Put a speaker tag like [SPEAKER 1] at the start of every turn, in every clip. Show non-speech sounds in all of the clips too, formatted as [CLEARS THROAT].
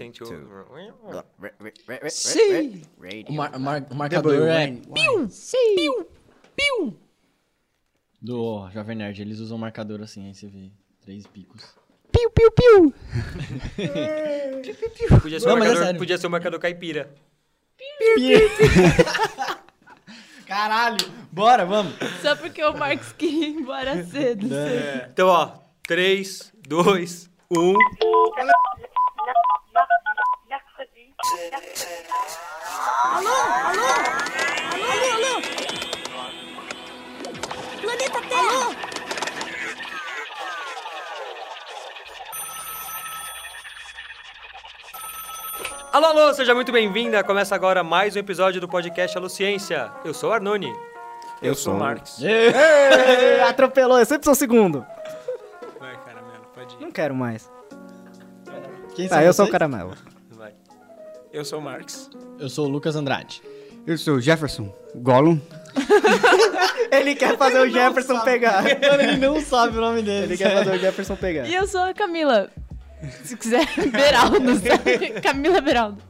[SPEAKER 1] Gente, o...
[SPEAKER 2] Sim!
[SPEAKER 3] Radio.
[SPEAKER 2] O, mar- o mar- o marcador
[SPEAKER 3] W,
[SPEAKER 2] é
[SPEAKER 3] Wayne,
[SPEAKER 2] piu, piu, piu. Do Jovem Nerd, eles usam marcador assim, aí você vê três picos. Piu, piu, piu.
[SPEAKER 1] Podia, ser um
[SPEAKER 2] Não, mas é
[SPEAKER 1] marcador,
[SPEAKER 2] sério.
[SPEAKER 1] podia ser um marcador caipira.
[SPEAKER 2] Caralho, bora, vamos.
[SPEAKER 4] Só porque o Marcos queria ir [LAUGHS] embora cedo.
[SPEAKER 2] Né?
[SPEAKER 4] sei.
[SPEAKER 1] Então, ó, um. 3, 2, 1. Alô, alô, alô! Seja muito bem-vinda. Começa agora mais um episódio do podcast Alô Ciência. Eu sou o Arnone.
[SPEAKER 3] Eu sou o [LAUGHS]
[SPEAKER 1] Marcos.
[SPEAKER 3] Ê, Atropelou, eu sempre sou o segundo.
[SPEAKER 1] Vai, caramelo, pode ir.
[SPEAKER 3] Não quero mais.
[SPEAKER 2] Quem
[SPEAKER 3] Tá,
[SPEAKER 2] são
[SPEAKER 3] eu sou o
[SPEAKER 2] vocês?
[SPEAKER 3] caramelo.
[SPEAKER 1] Vai. Eu sou o Marx.
[SPEAKER 2] Eu sou o Lucas Andrade.
[SPEAKER 5] Eu sou o Jefferson Gollum.
[SPEAKER 3] Ele quer fazer o Jefferson pegar.
[SPEAKER 2] Mano, ele não sabe o nome dele.
[SPEAKER 3] Ele quer fazer o Jefferson pegar.
[SPEAKER 4] [LAUGHS] E eu sou a Camila. Se quiser, [LAUGHS] Beraldo, sabe? Camila Beraldo.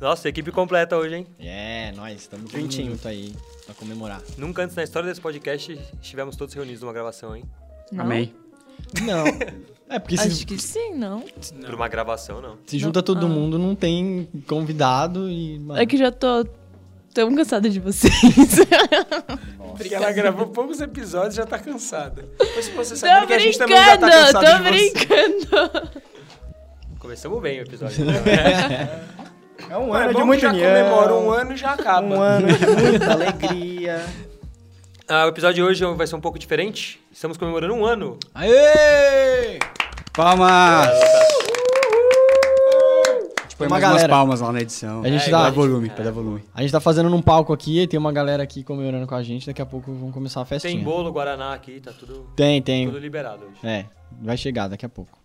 [SPEAKER 1] Nossa, equipe completa hoje, hein?
[SPEAKER 2] É, nós estamos
[SPEAKER 3] Juntinho.
[SPEAKER 2] juntos tá aí pra comemorar.
[SPEAKER 1] Nunca antes na história desse podcast estivemos todos reunidos numa gravação, hein?
[SPEAKER 4] Não?
[SPEAKER 5] Amém.
[SPEAKER 2] Não. É, porque
[SPEAKER 4] Acho
[SPEAKER 2] se,
[SPEAKER 4] que sim, não.
[SPEAKER 1] Por uma gravação, não.
[SPEAKER 2] se junta todo
[SPEAKER 4] Ah.
[SPEAKER 2] mundo, não tem convidado e... mano,
[SPEAKER 4] É que já tô tão cansada de
[SPEAKER 2] [LAUGHS]
[SPEAKER 4] vocês.
[SPEAKER 6] Porque ela gravou poucos episódios e já tá cansada. Mas se você
[SPEAKER 4] tô
[SPEAKER 6] sabe que a gente também já
[SPEAKER 4] brincando,
[SPEAKER 6] tá cansado
[SPEAKER 4] tô
[SPEAKER 6] de você.
[SPEAKER 4] brincando.
[SPEAKER 1] Começamos bem o episódio. [LAUGHS] né?
[SPEAKER 3] É um
[SPEAKER 6] Mano,
[SPEAKER 3] ano
[SPEAKER 6] é
[SPEAKER 3] de
[SPEAKER 6] bom que
[SPEAKER 3] muito
[SPEAKER 6] já comemora um ano e já acaba.
[SPEAKER 3] Um ano de muita alegria.
[SPEAKER 1] Ah, o episódio de hoje vai ser um pouco diferente. Estamos comemorando um ano.
[SPEAKER 2] Aê!
[SPEAKER 5] Palmas! Tipo,
[SPEAKER 2] Uma
[SPEAKER 5] mais umas
[SPEAKER 2] galera.
[SPEAKER 5] palmas lá na edição.
[SPEAKER 2] A gente
[SPEAKER 5] É,
[SPEAKER 2] dá-
[SPEAKER 5] Pra volume, pra dar volume.
[SPEAKER 2] A gente tá fazendo num palco aqui, tem uma galera aqui comemorando com a gente, daqui a pouco vão começar a festinha.
[SPEAKER 1] Tem bolo, Guaraná aqui, tá tudo,
[SPEAKER 2] Tem, tem.
[SPEAKER 1] tudo liberado hoje.
[SPEAKER 2] É, vai chegar daqui a pouco.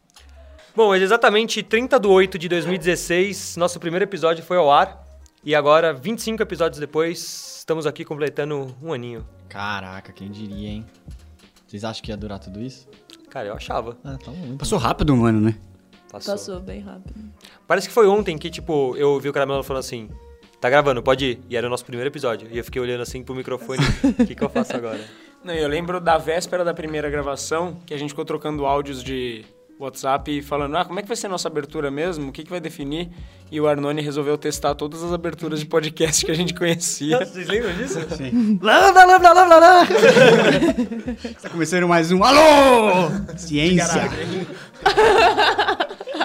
[SPEAKER 1] Bom, mas exatamente 30 de 8 de 2016, nosso primeiro episódio foi ao ar. E agora, 25 episódios depois, estamos aqui completando um aninho.
[SPEAKER 2] Caraca, quem diria, hein? Vocês acham que ia durar tudo isso?
[SPEAKER 1] Cara, eu achava.
[SPEAKER 2] Ah, tá bom. Então.
[SPEAKER 5] Passou rápido um ano, né?
[SPEAKER 1] Passou.
[SPEAKER 4] Passou bem rápido.
[SPEAKER 2] [LAUGHS]
[SPEAKER 1] Parece que foi ontem que, tipo, eu ouvi o Caramelo falando assim: tá gravando, pode ir. E era o nosso primeiro episódio. E eu fiquei olhando assim pro
[SPEAKER 2] [LAUGHS]
[SPEAKER 1] microfone: o que, que eu faço agora?
[SPEAKER 6] Não, eu lembro da véspera da primeira gravação, que a gente ficou trocando áudios de WhatsApp e falando, ah, como é que vai ser a nossa abertura mesmo? O que, que vai definir? E o Arnone resolveu testar todas as aberturas de podcast que a gente [LAUGHS] conhecia.
[SPEAKER 1] Vocês lembram disso?
[SPEAKER 3] Lambda, lambda, lambda, lambda.
[SPEAKER 5] Tá começando mais um Alô! Ciência!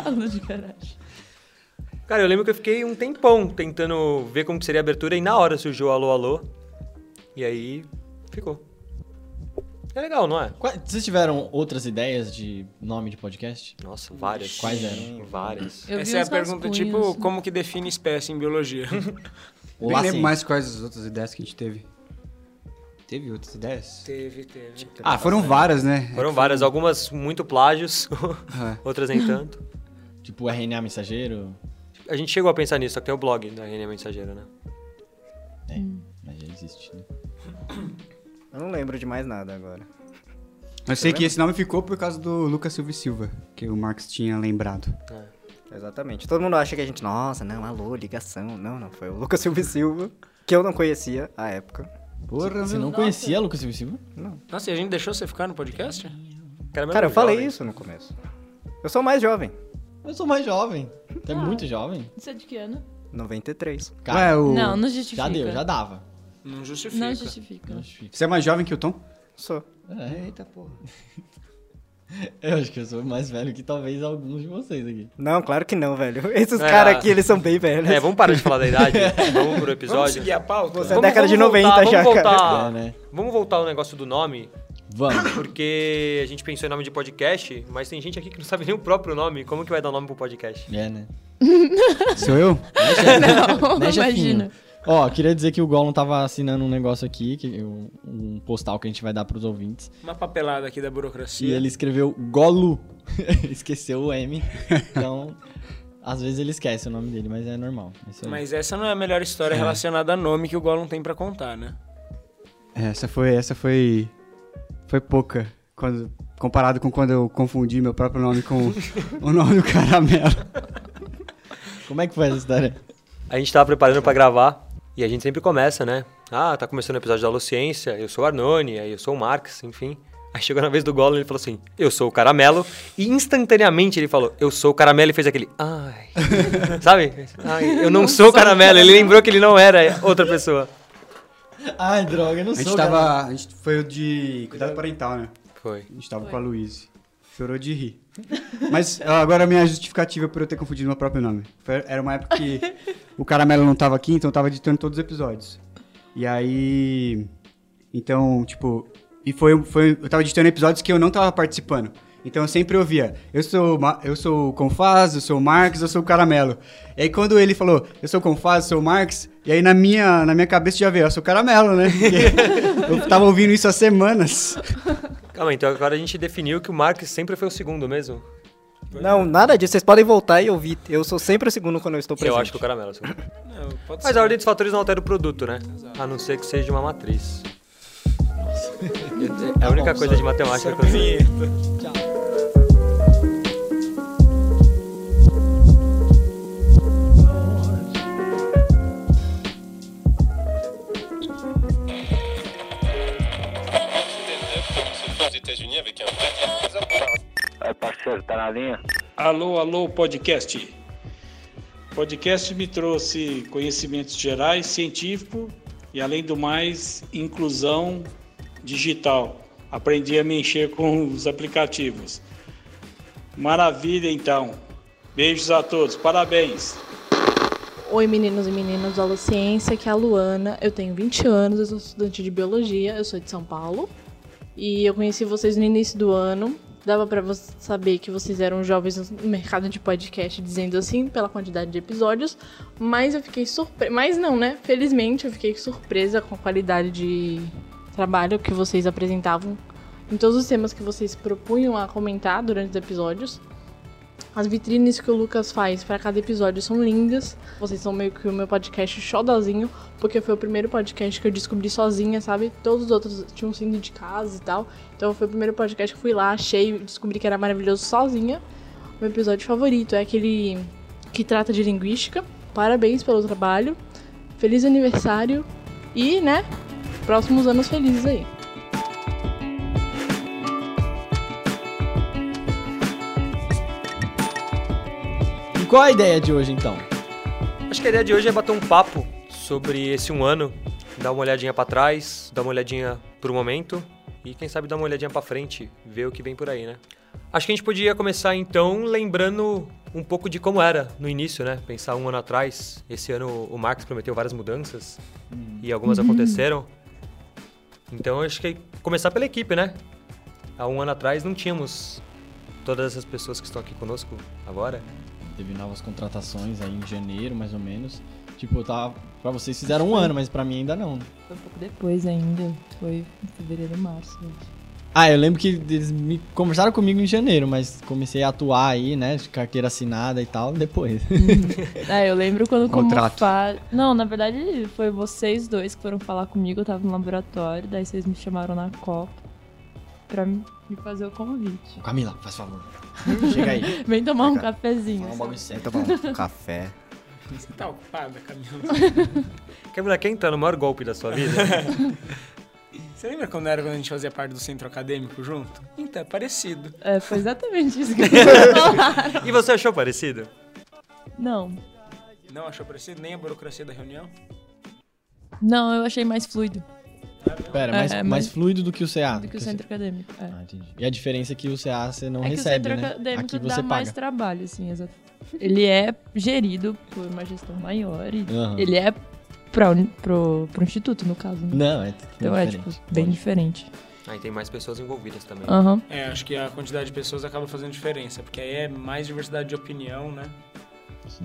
[SPEAKER 4] Aula de garagem.
[SPEAKER 1] Cara, eu lembro que eu fiquei um tempão tentando ver como que seria a abertura e na hora surgiu o alô, alô. E aí ficou. É legal, não é?
[SPEAKER 2] Qua- Vocês tiveram outras ideias de nome de podcast?
[SPEAKER 1] Nossa, várias.
[SPEAKER 2] Quais eram?
[SPEAKER 1] Várias.
[SPEAKER 4] Eu vi
[SPEAKER 6] Essa é a
[SPEAKER 4] uns
[SPEAKER 6] pergunta,
[SPEAKER 4] rascunhos.
[SPEAKER 6] tipo, como que define espécie em biologia?
[SPEAKER 5] Nem
[SPEAKER 2] Olá,
[SPEAKER 5] lembro
[SPEAKER 3] assim.
[SPEAKER 2] sim.
[SPEAKER 5] mais quais as outras ideias que a gente teve. Teve outras ideias?
[SPEAKER 6] teve, teve.
[SPEAKER 5] Ah, foram várias, né?
[SPEAKER 1] um É Foram várias, algumas muito plágios, [LAUGHS]
[SPEAKER 5] É.
[SPEAKER 1] outras nem tanto.
[SPEAKER 2] Tipo RNA Mensageiro?
[SPEAKER 1] A gente chegou a pensar nisso, só que tem o blog da RNA Mensageira, né? Hum.
[SPEAKER 2] É, mas já existe, né?
[SPEAKER 3] Eu não lembro de mais nada agora.
[SPEAKER 5] Eu sei que esse nome ficou por causa do Lucas Silva e Silva, que o Marx tinha
[SPEAKER 2] [LAUGHS]
[SPEAKER 5] lembrado.
[SPEAKER 3] É. Exatamente. Todo mundo acha que a gente, nossa, não, alô, ligação. Não, não, foi o Lucas [LAUGHS] Silva e Silva, que eu não conhecia à época.
[SPEAKER 5] Porra,
[SPEAKER 2] Você não
[SPEAKER 4] Nossa.
[SPEAKER 2] conhecia Lucas Silva e Silva?
[SPEAKER 6] Nossa, e a gente deixou você ficar no podcast? é
[SPEAKER 1] Caramelo
[SPEAKER 3] Cara, eu falei
[SPEAKER 1] jovem.
[SPEAKER 3] isso no começo. Eu sou mais jovem.
[SPEAKER 2] Eu sou mais jovem. Você é muito jovem.
[SPEAKER 4] Isso é de que ano?
[SPEAKER 3] 93.
[SPEAKER 2] Cara,
[SPEAKER 5] Ué, o...
[SPEAKER 4] Não, não justifica.
[SPEAKER 2] já deu, já dava.
[SPEAKER 6] Não justifica.
[SPEAKER 4] Não justifica.
[SPEAKER 2] Eu acho que-
[SPEAKER 5] Você é mais jovem que o Tom?
[SPEAKER 3] Sou.
[SPEAKER 2] É,
[SPEAKER 5] Eita porra.
[SPEAKER 2] [LAUGHS] eu acho que eu sou mais velho que talvez alguns de vocês aqui.
[SPEAKER 3] Não, claro que não, velho. [LAUGHS] Esses
[SPEAKER 1] É.
[SPEAKER 3] caras aqui, eles são bem velhos.
[SPEAKER 1] É, vamos parar de falar da idade, vamos pro
[SPEAKER 6] Vamos
[SPEAKER 1] episódio.
[SPEAKER 6] seguir a pauta?
[SPEAKER 3] Você é década de 90
[SPEAKER 1] voltar,
[SPEAKER 3] já,
[SPEAKER 1] vamos
[SPEAKER 3] cara.
[SPEAKER 1] voltar,
[SPEAKER 2] É, né?
[SPEAKER 1] vamos voltar ao negócio do nome,
[SPEAKER 2] Vamos.
[SPEAKER 1] [COUGHS] Porque a gente pensou em nome de podcast, mas tem gente aqui que não sabe nem o próprio nome. Como que vai dar nome pro podcast?
[SPEAKER 2] [LAUGHS] É, né?
[SPEAKER 5] Sou eu?
[SPEAKER 4] [LAUGHS] Não,
[SPEAKER 2] Né, chefinho?
[SPEAKER 4] imagina.
[SPEAKER 2] Ó, queria dizer que o Gollum tava assinando um negócio aqui, que, um, um postal que a gente vai dar pros ouvintes.
[SPEAKER 6] Uma papelada aqui da burocracia.
[SPEAKER 2] E ele escreveu Golu. [LAUGHS] Esqueceu o M. Então, às vezes ele esquece o nome dele, mas é normal. É isso aí.
[SPEAKER 6] Mas essa não é a melhor história relacionada a nome que o Gollum tem pra contar,
[SPEAKER 7] [LAUGHS]
[SPEAKER 6] né?
[SPEAKER 5] Essa foi. Essa foi. Foi pouca. Quando, comparado com quando eu confundi meu próprio nome com o nome do caramelo.
[SPEAKER 2] Como é que foi essa história?
[SPEAKER 1] A gente tava preparando pra gravar e a gente sempre começa, né? Ah, tá começando o episódio da Luciência, eu sou o Arnone, aí eu sou o Marx, enfim. Aí chegou na vez do Gollum, ele falou assim, eu sou o Caramelo. E instantaneamente ele falou, eu sou o Caramelo e fez aquele, ai. Sabe? Ai, eu não, sou o Caramelo. Ele lembrou que ele não era outra pessoa.
[SPEAKER 2] [LAUGHS] Ai, [LAUGHS] droga, eu não
[SPEAKER 5] A
[SPEAKER 2] sou.
[SPEAKER 5] gente
[SPEAKER 2] cara.
[SPEAKER 5] tava. A gente foi o de cuidado parental, né?
[SPEAKER 1] Foi.
[SPEAKER 5] A gente tava com a Luísa. Chorou de rir. Mas ó, agora a minha justificativa por eu ter confundido meu próprio nome. Foi- era uma época que o Caramelo não tava aqui, então eu tava editando todos os episódios. E aí. Então, tipo. E foi, foi. Eu tava editando episódios que eu não tava participando. Então eu sempre ouvia, eu sou, o Ma- eu sou o Confaz, eu sou o Marx, eu sou o Caramelo. E aí quando ele falou, eu sou o Confaz, eu sou o Marx, e aí na minha, na minha cabeça já veio, eu sou o Caramelo, né? [LAUGHS] Porque eu tava ouvindo isso há semanas.
[SPEAKER 1] Calma, então agora a gente definiu que o Marx sempre foi o segundo mesmo.
[SPEAKER 3] Não, nada disso. Vocês podem voltar e ouvir. Eu sou sempre o segundo quando eu estou presente.
[SPEAKER 1] Eu acho que o Caramelo é o segundo.
[SPEAKER 6] Não, pode
[SPEAKER 1] Mas
[SPEAKER 6] ser.
[SPEAKER 1] a ordem dos fatores não altera o produto, né? A não ser que seja uma matriz. É a
[SPEAKER 3] Tá
[SPEAKER 1] única coisa de matemática que eu sei.
[SPEAKER 8] Aí, parceiro, tá na linha?
[SPEAKER 9] Alô, alô, podcast. Podcast me trouxe conhecimentos gerais, científico e, além do mais, inclusão digital. Aprendi a me encher com os aplicativos. Maravilha, então. Beijos a todos. Parabéns.
[SPEAKER 4] Oi, meninos e meninas da Luciência, aqui é a Luana. Eu tenho 20 anos, eu sou estudante de biologia, eu sou de São Paulo. E eu conheci vocês no início do ano. Dava pra vo- saber que vocês eram jovens no mercado de podcast, dizendo assim, pela quantidade de episódios. Mas eu fiquei surpresa. Mas não, né? Felizmente eu fiquei surpresa com a qualidade de trabalho que vocês apresentavam em todos os temas que vocês propunham a comentar durante os episódios. As vitrines que o Lucas faz pra cada episódio são lindas. Vocês são meio que o meu podcast xodozinho, porque foi o primeiro podcast que eu descobri sozinha, sabe? Todos os outros tinham sido de casa e tal. Então foi o primeiro podcast que eu fui lá, achei, descobri que era maravilhoso sozinha. Meu episódio favorito é aquele que trata de linguística. Parabéns pelo trabalho. Feliz aniversário e, né, próximos anos felizes aí.
[SPEAKER 2] E qual a ideia de hoje, então?
[SPEAKER 1] Acho que a ideia de hoje é bater um papo sobre esse um ano, dar uma olhadinha pra trás, dar uma olhadinha pro momento e quem sabe dar uma olhadinha pra frente, ver o que vem por aí, né? Acho que a gente podia começar então lembrando um pouco de como era no início, né? Pensar um ano atrás. Esse ano o Max prometeu várias mudanças e algumas aconteceram. Então acho que começar pela equipe, né? Há um ano atrás não tínhamos todas essas pessoas que estão aqui conosco agora.
[SPEAKER 2] Teve novas contratações aí em janeiro, mais ou menos. Tipo, eu tava. Pra vocês fizeram um ano, mas pra mim ainda não.
[SPEAKER 7] Foi um pouco depois ainda. Foi em fevereiro, março. né?
[SPEAKER 2] Ah, eu lembro que eles me conversaram comigo em janeiro, mas comecei a atuar aí, né? De carteira assinada e tal, depois.
[SPEAKER 7] É, eu lembro quando como
[SPEAKER 5] Contrato.
[SPEAKER 7] fa- Não, na verdade foi vocês dois que foram falar comigo, eu tava no laboratório, daí vocês me chamaram na Copa pra me me fazer o convite.
[SPEAKER 2] [LAUGHS] Camila, faz [LAUGHS] favor. Chega aí.
[SPEAKER 7] Vem tomar um
[SPEAKER 3] Cara,
[SPEAKER 7] cafezinho.
[SPEAKER 2] Fala
[SPEAKER 7] sabe?
[SPEAKER 2] um bagulho sério.
[SPEAKER 3] Então vamos, café.
[SPEAKER 6] Você tá ocupada,
[SPEAKER 7] [LAUGHS]
[SPEAKER 6] Camila?
[SPEAKER 1] Camila, quem tá no maior golpe da sua vida?
[SPEAKER 6] Você lembra quando era quando a gente fazia parte do centro acadêmico junto? Então, é parecido.
[SPEAKER 7] É, foi exatamente isso que
[SPEAKER 2] [LAUGHS]
[SPEAKER 7] vocês falaram.
[SPEAKER 1] E você achou parecido?
[SPEAKER 7] Não.
[SPEAKER 6] Não achou parecido? Nem a burocracia da reunião?
[SPEAKER 7] Não, eu achei mais fluido
[SPEAKER 2] Pera,
[SPEAKER 7] É,
[SPEAKER 2] mais,
[SPEAKER 7] é,
[SPEAKER 2] mais
[SPEAKER 7] mas-
[SPEAKER 2] fluido do que o CA.
[SPEAKER 7] do que o centro acadêmico. É,
[SPEAKER 2] Ah, entendi. E a diferença é que o CA você não
[SPEAKER 7] É que
[SPEAKER 2] recebe,
[SPEAKER 7] o centro
[SPEAKER 2] né?
[SPEAKER 7] acadêmico
[SPEAKER 2] Aqui
[SPEAKER 7] dá
[SPEAKER 2] você
[SPEAKER 7] mais
[SPEAKER 2] paga.
[SPEAKER 7] trabalho, assim, exato. Ele é gerido por uma gestão maior e
[SPEAKER 2] Aham.
[SPEAKER 7] ele é pra, uni- pro, pro instituto, no caso. Né?
[SPEAKER 2] Não, é
[SPEAKER 7] Então é, tipo,
[SPEAKER 2] diferente.
[SPEAKER 7] bem diferente.
[SPEAKER 1] Aí tem mais pessoas envolvidas também.
[SPEAKER 7] Aham.
[SPEAKER 6] É, acho que a quantidade de pessoas acaba fazendo diferença, porque aí é mais diversidade de opinião, né?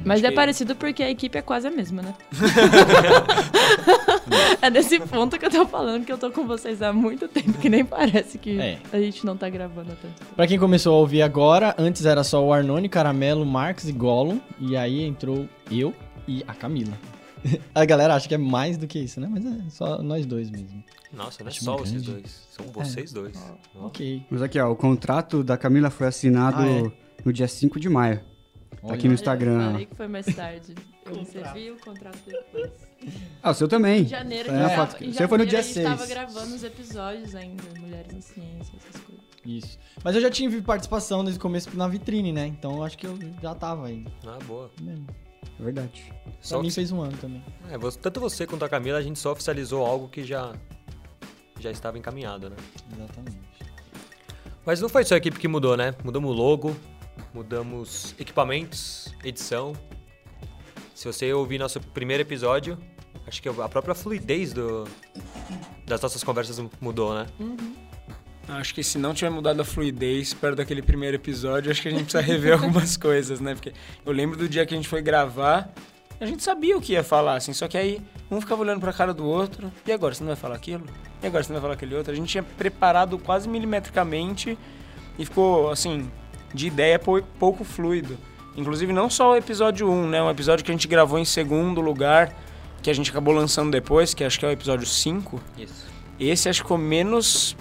[SPEAKER 7] Mas
[SPEAKER 6] Acho
[SPEAKER 7] é
[SPEAKER 6] que-
[SPEAKER 7] parecido porque a equipe é quase a mesma,
[SPEAKER 5] [LAUGHS]
[SPEAKER 7] né? é nesse ponto que eu tô falando que eu tô com vocês há muito tempo, que nem [LAUGHS] parece que
[SPEAKER 2] É.
[SPEAKER 7] a gente não tá gravando há tanto tempo.
[SPEAKER 2] Pra quem começou a ouvir agora, antes era só o Arnone, Caramelo, Marx e Gollum. E aí entrou eu e a Camila. [LAUGHS] a galera acha que é mais do que isso, né? Mas é só nós dois mesmo.
[SPEAKER 1] Nossa, não é
[SPEAKER 2] Acho
[SPEAKER 1] só
[SPEAKER 2] muito
[SPEAKER 1] vocês
[SPEAKER 2] grande.
[SPEAKER 1] dois. São vocês dois.
[SPEAKER 2] Ah, Ok.
[SPEAKER 3] é?
[SPEAKER 5] Mas aqui, ó, o contrato da Camila foi assinado
[SPEAKER 2] Ah,
[SPEAKER 5] no dia 5 de maio. Tá aqui no
[SPEAKER 7] Eu
[SPEAKER 5] Instagram.
[SPEAKER 7] falei que foi mais tarde. Eu recebi o contrato depois.
[SPEAKER 5] Ah, o seu também.
[SPEAKER 7] Em janeiro,
[SPEAKER 5] É,
[SPEAKER 7] a gente
[SPEAKER 5] a
[SPEAKER 7] tava-
[SPEAKER 5] foto que-
[SPEAKER 7] em
[SPEAKER 5] você foi no
[SPEAKER 7] janeiro
[SPEAKER 5] dia
[SPEAKER 7] a gente tava
[SPEAKER 5] 6.
[SPEAKER 7] gravando os episódios ainda, Mulheres na Ciência, essas coisas.
[SPEAKER 2] Isso. Mas eu já tive participação desde o começo na vitrine, né? Então eu acho que eu já tava aí. É
[SPEAKER 1] Ah, boa.
[SPEAKER 2] Mesmo.
[SPEAKER 5] Verdade.
[SPEAKER 2] Pra
[SPEAKER 1] É Só
[SPEAKER 2] mim
[SPEAKER 1] que-
[SPEAKER 2] fez um ano também.
[SPEAKER 1] é, você- tanto você quanto a Camila, a gente só oficializou algo que já, já estava encaminhado, né?
[SPEAKER 2] Exatamente.
[SPEAKER 1] Mas não foi só a equipe que mudou, né? Mudamos o logo, mudamos equipamentos, edição. Se você ouvir nosso primeiro episódio, acho que a própria fluidez do- das nossas conversas mudou, né?
[SPEAKER 6] Acho que se não tiver mudado a fluidez perto daquele primeiro episódio, acho que a gente precisa rever [LAUGHS] algumas coisas, né? Porque eu lembro do dia que a gente foi gravar, a gente sabia o que ia falar, assim, só que aí um ficava olhando pra cara do outro, e agora você não vai falar aquilo? E agora você não vai falar aquele outro? A gente tinha preparado quase milimetricamente e ficou, assim, de ideia pou- pouco fluido. Inclusive, não só o episódio 1, né? Um episódio que a gente gravou em segundo lugar, que a gente acabou lançando depois, que acho que é o episódio 5.
[SPEAKER 1] Isso.
[SPEAKER 6] Esse acho que ficou menos,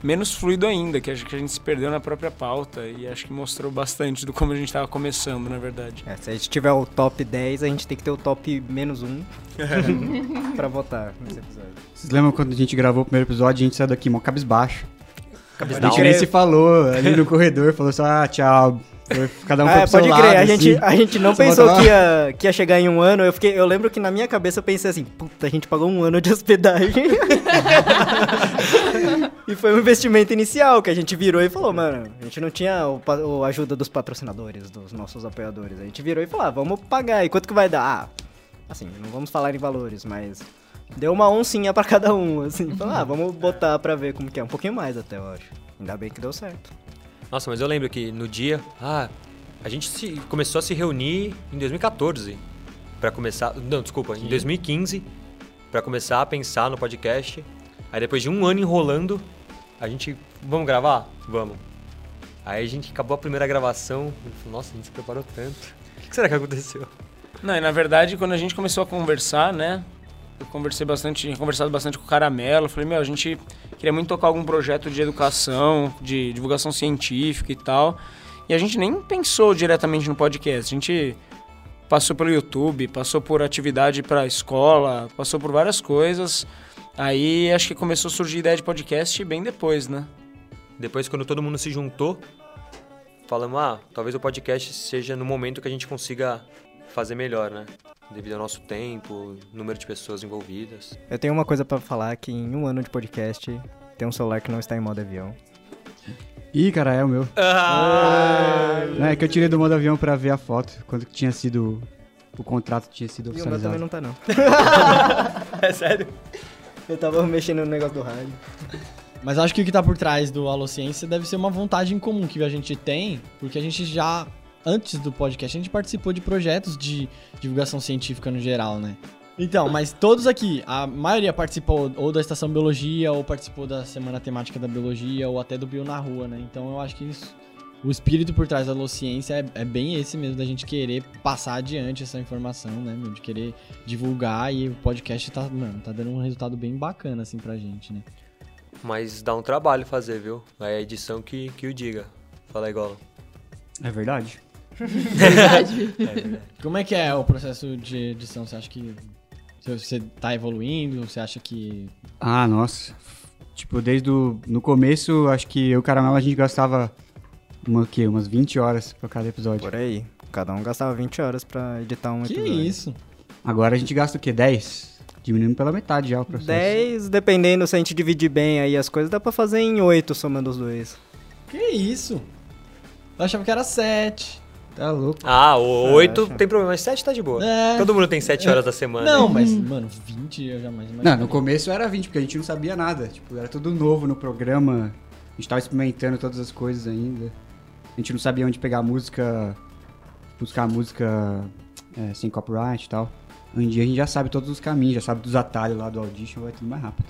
[SPEAKER 6] menos fluido ainda, que acho que a gente se perdeu na própria pauta e acho que mostrou bastante do como a gente estava começando, na verdade.
[SPEAKER 3] É, se a gente tiver o top 10, a gente tem que ter o top menos 1 pra votar nesse episódio.
[SPEAKER 5] Vocês lembram quando a gente gravou o primeiro episódio, a gente saiu daqui mó cabisbaixo.
[SPEAKER 1] Cabeça
[SPEAKER 5] A gente
[SPEAKER 3] É.
[SPEAKER 5] nem se falou ali no corredor, falou só, ah, tchau. Foi- Cada um foi
[SPEAKER 3] Ah,
[SPEAKER 5] pro seu
[SPEAKER 3] pode
[SPEAKER 5] lado,
[SPEAKER 3] crer, a
[SPEAKER 5] assim.
[SPEAKER 3] gente, a gente não
[SPEAKER 5] Você
[SPEAKER 3] pensou
[SPEAKER 5] volta lá?
[SPEAKER 3] que ia, que ia chegar em um ano. Eu, fiquei, eu lembro que na minha cabeça eu pensei assim: puta, a gente pagou um ano de hospedagem. [LAUGHS] e foi um investimento inicial que a gente virou e falou: mano, a gente não tinha o, pa- o ajuda dos patrocinadores, dos nossos apoiadores. A gente virou e falou: ah, vamos pagar. E quanto que vai dar? Ah, assim, não vamos falar em valores, mas. Deu uma oncinha pra cada um, assim. Falou, ah, vamos botar pra ver como que é. Um pouquinho mais até, eu acho. Ainda bem que deu certo.
[SPEAKER 1] Nossa, mas eu lembro que no dia. Ah, a gente se- começou a se reunir em 2014 Pra começar. Não, desculpa, em 2015 Pra começar a pensar no podcast. Aí depois de um ano enrolando, a gente. Vamos gravar? Vamos. Aí a gente acabou a primeira gravação. eu falei, Nossa, a gente se preparou tanto. [LAUGHS] O que será que aconteceu?
[SPEAKER 6] Não, e na verdade, quando a gente começou a conversar, né? Eu conversei bastante, tinha conversado bastante com o Caramelo. Falei, meu, a gente queria muito tocar algum projeto de educação, de divulgação científica e tal. E a gente nem pensou diretamente no podcast. A gente passou pelo YouTube, passou por atividade pra escola, passou por várias coisas. Aí acho que começou a surgir a ideia de podcast bem depois, né?
[SPEAKER 1] Depois, quando todo mundo se juntou, falamos, ah, talvez o podcast seja no momento que a gente consiga fazer melhor, né? Devido ao nosso tempo, número de pessoas envolvidas.
[SPEAKER 3] Eu tenho uma coisa pra falar que em um ano de podcast tem um celular que não está em modo avião.
[SPEAKER 5] Ih, cara, é o meu. É que eu tirei do modo avião pra ver a foto, quando tinha sido. O contrato tinha sido
[SPEAKER 3] E o meu também
[SPEAKER 5] oficializado.
[SPEAKER 3] não tá não. é sério? Eu tava mexendo no negócio do rádio.
[SPEAKER 2] Mas acho que o que tá por trás do Alociência deve ser uma vontade em comum que a gente tem, porque a gente já, antes do podcast, a gente participou de projetos de divulgação científica no geral, né? Então, mas todos aqui, a maioria participou ou da Estação Biologia, ou participou da Semana Temática da Biologia, ou até do Bio na Rua, né? Então eu acho que isso, o espírito por trás da Alociência é, é bem esse mesmo, da gente querer passar adiante essa informação, né, meu? De querer divulgar e o podcast tá, mano, tá dando um resultado bem bacana, assim, pra gente, né?
[SPEAKER 1] Mas dá um trabalho fazer, viu? Aí É a edição que, que o diga. Fala aí, Gollum. [LAUGHS]
[SPEAKER 5] É verdade.
[SPEAKER 2] Como é que é o processo de edição? Você acha que você- você tá evoluindo? Você acha que.
[SPEAKER 5] Ah, nossa. Tipo, desde o no começo, acho que eu e o Caramelo a gente gastava uma, o quê? umas 20 horas pra cada episódio.
[SPEAKER 3] Por aí. Cada um gastava 20 horas pra editar um
[SPEAKER 2] Que
[SPEAKER 3] episódio.
[SPEAKER 2] isso?
[SPEAKER 5] Agora a gente gasta o quê? 10? Diminuindo pela metade já o processo.
[SPEAKER 3] 10, dependendo se a gente dividir bem aí as coisas, dá pra fazer em 8 somando os dois.
[SPEAKER 2] Que é isso? Eu achava que era sete.
[SPEAKER 5] Tá louco.
[SPEAKER 1] Ah, o 8 tem problema, mas 7 tá de boa.
[SPEAKER 2] É.
[SPEAKER 1] Todo mundo tem 7 horas da semana. né?
[SPEAKER 2] Não, mas, mano, 20 eu jamais
[SPEAKER 5] Não,
[SPEAKER 2] imaginei.
[SPEAKER 5] no começo era 20, porque a gente não sabia nada. Tipo, era tudo novo no programa. A gente tava experimentando todas as coisas ainda. A gente não sabia onde pegar música. Buscar música é, sem copyright e tal. Um dia a gente já sabe todos os caminhos, já sabe dos atalhos lá do Audition, vai tudo mais rápido.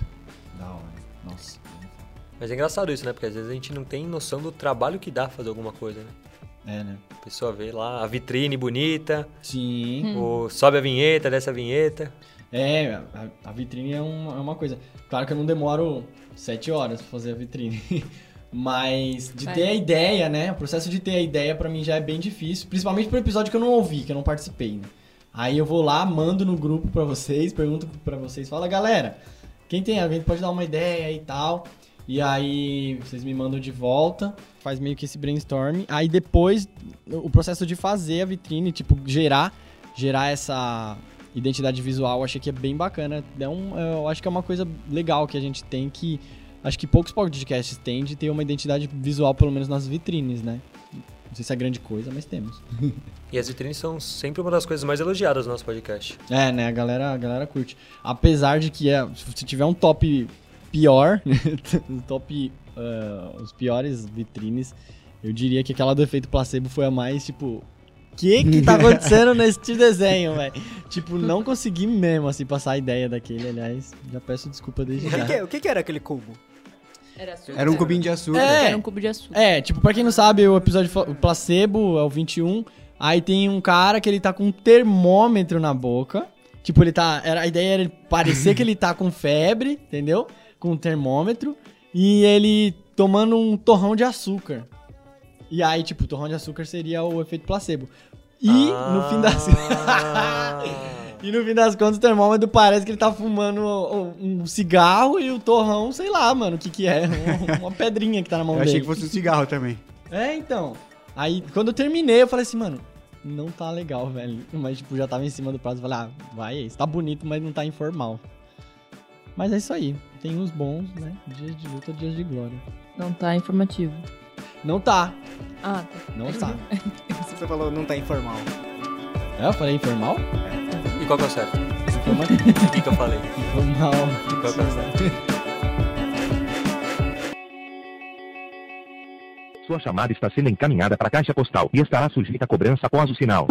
[SPEAKER 2] Da hora. Nossa. né?
[SPEAKER 1] Mas é engraçado isso, né? Porque às vezes a gente não tem noção do trabalho que dá fazer alguma coisa, né?
[SPEAKER 2] É, né?
[SPEAKER 1] A pessoa vê lá a vitrine bonita,
[SPEAKER 2] Sim.
[SPEAKER 1] ou sobe a vinheta, desce a vinheta.
[SPEAKER 2] É, a, a vitrine [LAUGHS] é uma, é uma coisa. Claro que eu não demoro sete horas pra fazer a vitrine. Mas de
[SPEAKER 7] Vai.
[SPEAKER 2] ter a ideia, né? O processo de ter a ideia pra mim já é bem difícil, principalmente pro episódio que eu não ouvi, que eu não participei, né? Aí eu vou lá, mando no grupo pra vocês, pergunto pra vocês, fala, galera, quem tem alguém pode dar uma ideia e tal. E aí vocês me mandam de volta, faz meio que esse brainstorm. Aí depois o processo de fazer a vitrine, tipo, gerar, gerar essa identidade visual, eu achei que é bem bacana. É um, eu acho que é uma coisa legal que a gente tem que acho que poucos podcasts têm de ter uma identidade visual pelo menos nas vitrines, né? Não sei se é grande coisa, mas temos.
[SPEAKER 1] E as vitrines são sempre uma das coisas mais elogiadas do nosso podcast.
[SPEAKER 2] É, né? A galera, a galera curte. Apesar de que é, se tiver um top pior, [LAUGHS] um top. ah, os piores vitrines, eu diria que aquela do efeito placebo foi a mais, tipo. O que que
[SPEAKER 3] [LAUGHS]
[SPEAKER 2] tá acontecendo nesse desenho, velho? Tipo, não consegui mesmo, assim, passar a ideia daquele, aliás. Já peço desculpa desde
[SPEAKER 3] O que
[SPEAKER 2] já.
[SPEAKER 3] que, é- o que que era aquele cubo?
[SPEAKER 7] Era açúcar.
[SPEAKER 5] Era um cubinho de açúcar.
[SPEAKER 2] É.
[SPEAKER 7] Era um cubo de açúcar.
[SPEAKER 2] É, tipo, pra quem não sabe, o episódio fa- o placebo é o 21. Aí tem um cara que ele tá com um termômetro na boca. Tipo, ele tá. Era, a ideia era ele parecer que ele tá com febre, entendeu? Com um termômetro. E ele tomando um torrão de açúcar. E aí, tipo, o torrão de açúcar seria o efeito placebo. E no fim das.
[SPEAKER 5] Ah.
[SPEAKER 2] [LAUGHS] E no fim das contas, o termômetro parece que ele tá fumando um um cigarro e o torrão, sei lá, mano, o que que é. Uma- Uma pedrinha que tá na mão
[SPEAKER 5] Eu
[SPEAKER 2] dele.
[SPEAKER 5] achei que fosse um cigarro também.
[SPEAKER 2] É, então. Aí, quando eu terminei, eu falei assim, mano, não tá legal, velho. Mas, tipo, já tava em cima do prazo. Falei, ah, vai, isso tá bonito, mas não tá informal. Mas é isso aí. Tem uns bons, né? Dias de luta, dias de glória.
[SPEAKER 7] Não tá informativo.
[SPEAKER 2] Não tá.
[SPEAKER 7] Ah, tá.
[SPEAKER 2] Não tá.
[SPEAKER 3] Você falou não tá informal.
[SPEAKER 2] É, eu falei informal?
[SPEAKER 1] E qual que é o certo?
[SPEAKER 2] Informa-
[SPEAKER 1] [LAUGHS] O que, que eu falei?
[SPEAKER 2] Informal.
[SPEAKER 1] Qual que é o certo?
[SPEAKER 10] Sua chamada está sendo encaminhada para a caixa postal e estará sujeita a cobrança após o sinal.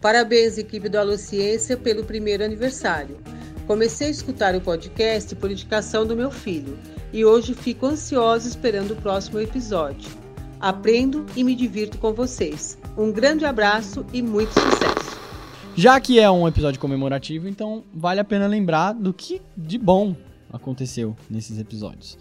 [SPEAKER 11] Parabéns, equipe do Alociência, pelo primeiro aniversário. Comecei a escutar o podcast por indicação do meu filho e hoje fico ansiosa esperando o próximo episódio. Aprendo e me divirto com vocês. Um grande abraço e muito sucesso!
[SPEAKER 2] Já que é um episódio comemorativo, então vale a pena lembrar do que de bom aconteceu nesses episódios.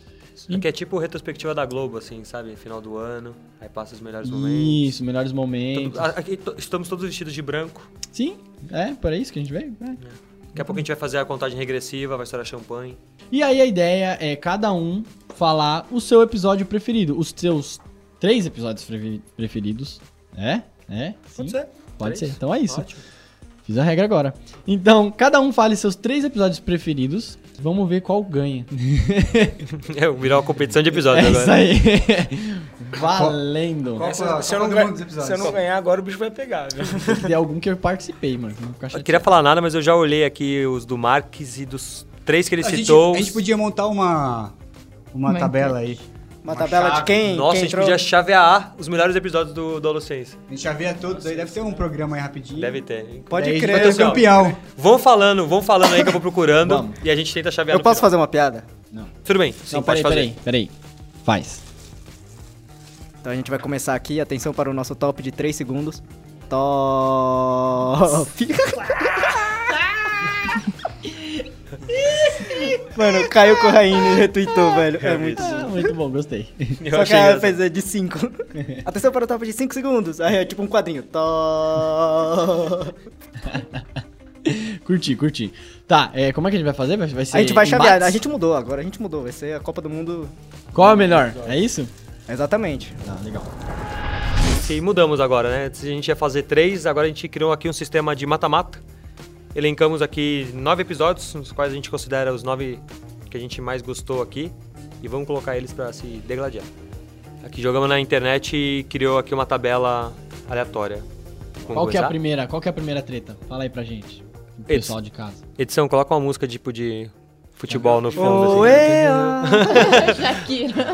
[SPEAKER 1] É que é tipo retrospectiva da Globo, assim, sabe? Final do ano, aí passa os melhores momentos.
[SPEAKER 2] Isso, melhores momentos.
[SPEAKER 1] Todo- a- aqui to- estamos todos vestidos de branco.
[SPEAKER 2] Sim, é, para isso que a gente veio. É.
[SPEAKER 1] Daqui a pouco a gente vai fazer a contagem regressiva, vai estourar champanhe.
[SPEAKER 2] E aí a ideia é cada um falar o seu episódio preferido, os seus três episódios prefe- preferidos. É? É? Sim,
[SPEAKER 3] Pode ser?
[SPEAKER 2] Pode
[SPEAKER 1] Três?
[SPEAKER 2] ser. Então é isso.
[SPEAKER 1] Ótimo.
[SPEAKER 2] Fiz a regra agora. Então, cada um fale seus três episódios preferidos. Vamos ver qual ganha. [LAUGHS]
[SPEAKER 1] [LAUGHS] É, virar uma competição de episódios
[SPEAKER 2] É
[SPEAKER 1] agora.
[SPEAKER 2] isso aí. [LAUGHS] Valendo.
[SPEAKER 5] Qual foi
[SPEAKER 6] Se eu, não
[SPEAKER 5] qual foi o
[SPEAKER 6] ganha-
[SPEAKER 5] nome dos episódios?
[SPEAKER 6] se eu não ganhar agora, o bicho vai pegar, viu? [LAUGHS]
[SPEAKER 2] Tem que ter algum que eu participei, mano. Não ficar
[SPEAKER 1] Eu
[SPEAKER 2] chateado.
[SPEAKER 1] queria falar nada, mas eu já olhei aqui os do Marques e dos três que ele
[SPEAKER 5] A gente,
[SPEAKER 1] citou.
[SPEAKER 5] a gente podia montar uma, uma
[SPEAKER 7] Uma
[SPEAKER 5] tabela aí.
[SPEAKER 3] Uma tabela de quem?
[SPEAKER 1] Nossa,
[SPEAKER 3] quem
[SPEAKER 1] a gente
[SPEAKER 3] entrou?
[SPEAKER 1] podia chavear os melhores episódios do, do Adolescência.
[SPEAKER 5] A gente já vê a todos aí. Deve ter um programa aí rapidinho.
[SPEAKER 1] Deve ter.
[SPEAKER 3] Pode
[SPEAKER 5] Daí a gente
[SPEAKER 3] crer.
[SPEAKER 5] vai
[SPEAKER 2] um
[SPEAKER 5] ter o campeão.
[SPEAKER 1] Vão falando, vão falando aí que eu vou procurando
[SPEAKER 2] Vamos.
[SPEAKER 1] e a gente tenta chavear
[SPEAKER 3] Eu
[SPEAKER 1] no
[SPEAKER 3] posso
[SPEAKER 1] final.
[SPEAKER 3] fazer uma piada?
[SPEAKER 1] Tudo bem, sim,
[SPEAKER 2] Não,
[SPEAKER 1] pode
[SPEAKER 2] peraí,
[SPEAKER 1] fazer.
[SPEAKER 2] peraí, peraí. Faz.
[SPEAKER 3] Então a gente vai começar aqui. Atenção para o nosso top de 3 segundos. Top. Mano, Caio Corraine retweetou, velho. É muito bom.
[SPEAKER 2] Ah, muito bom, gostei.
[SPEAKER 1] Eu
[SPEAKER 3] Só que
[SPEAKER 1] achei
[SPEAKER 3] a
[SPEAKER 1] engraçado.
[SPEAKER 3] fez é
[SPEAKER 1] [LAUGHS]
[SPEAKER 3] de 5. Atenção para o top de 5 segundos. Aí é tipo um quadrinho. Top.
[SPEAKER 2] curti, curti. Tá, é, como é que a gente vai fazer? Vai, vai ser
[SPEAKER 3] A gente vai chavear. né?
[SPEAKER 2] embates?
[SPEAKER 3] A gente mudou agora, a gente mudou. Vai ser a Copa do Mundo.
[SPEAKER 2] Qual é o melhor? É isso?
[SPEAKER 3] Exatamente.
[SPEAKER 1] Ah,
[SPEAKER 2] Tá, legal.
[SPEAKER 1] E mudamos agora, né? Antes a gente ia fazer três, agora a gente criou aqui um sistema de mata-mata. Elencamos aqui nove episódios, nos quais a gente considera os nove que a gente mais gostou aqui. E vamos colocar eles pra se degladiar. Aqui jogamos na internet e criou aqui uma tabela aleatória. Vamos
[SPEAKER 2] Qual que é a
[SPEAKER 1] começar?
[SPEAKER 2] primeira? Qual que é a primeira treta? Fala aí pra gente. O pessoal de casa.
[SPEAKER 1] Edição, coloca uma música tipo de futebol no fundo.
[SPEAKER 3] Oê!
[SPEAKER 1] assim.
[SPEAKER 7] Shakira.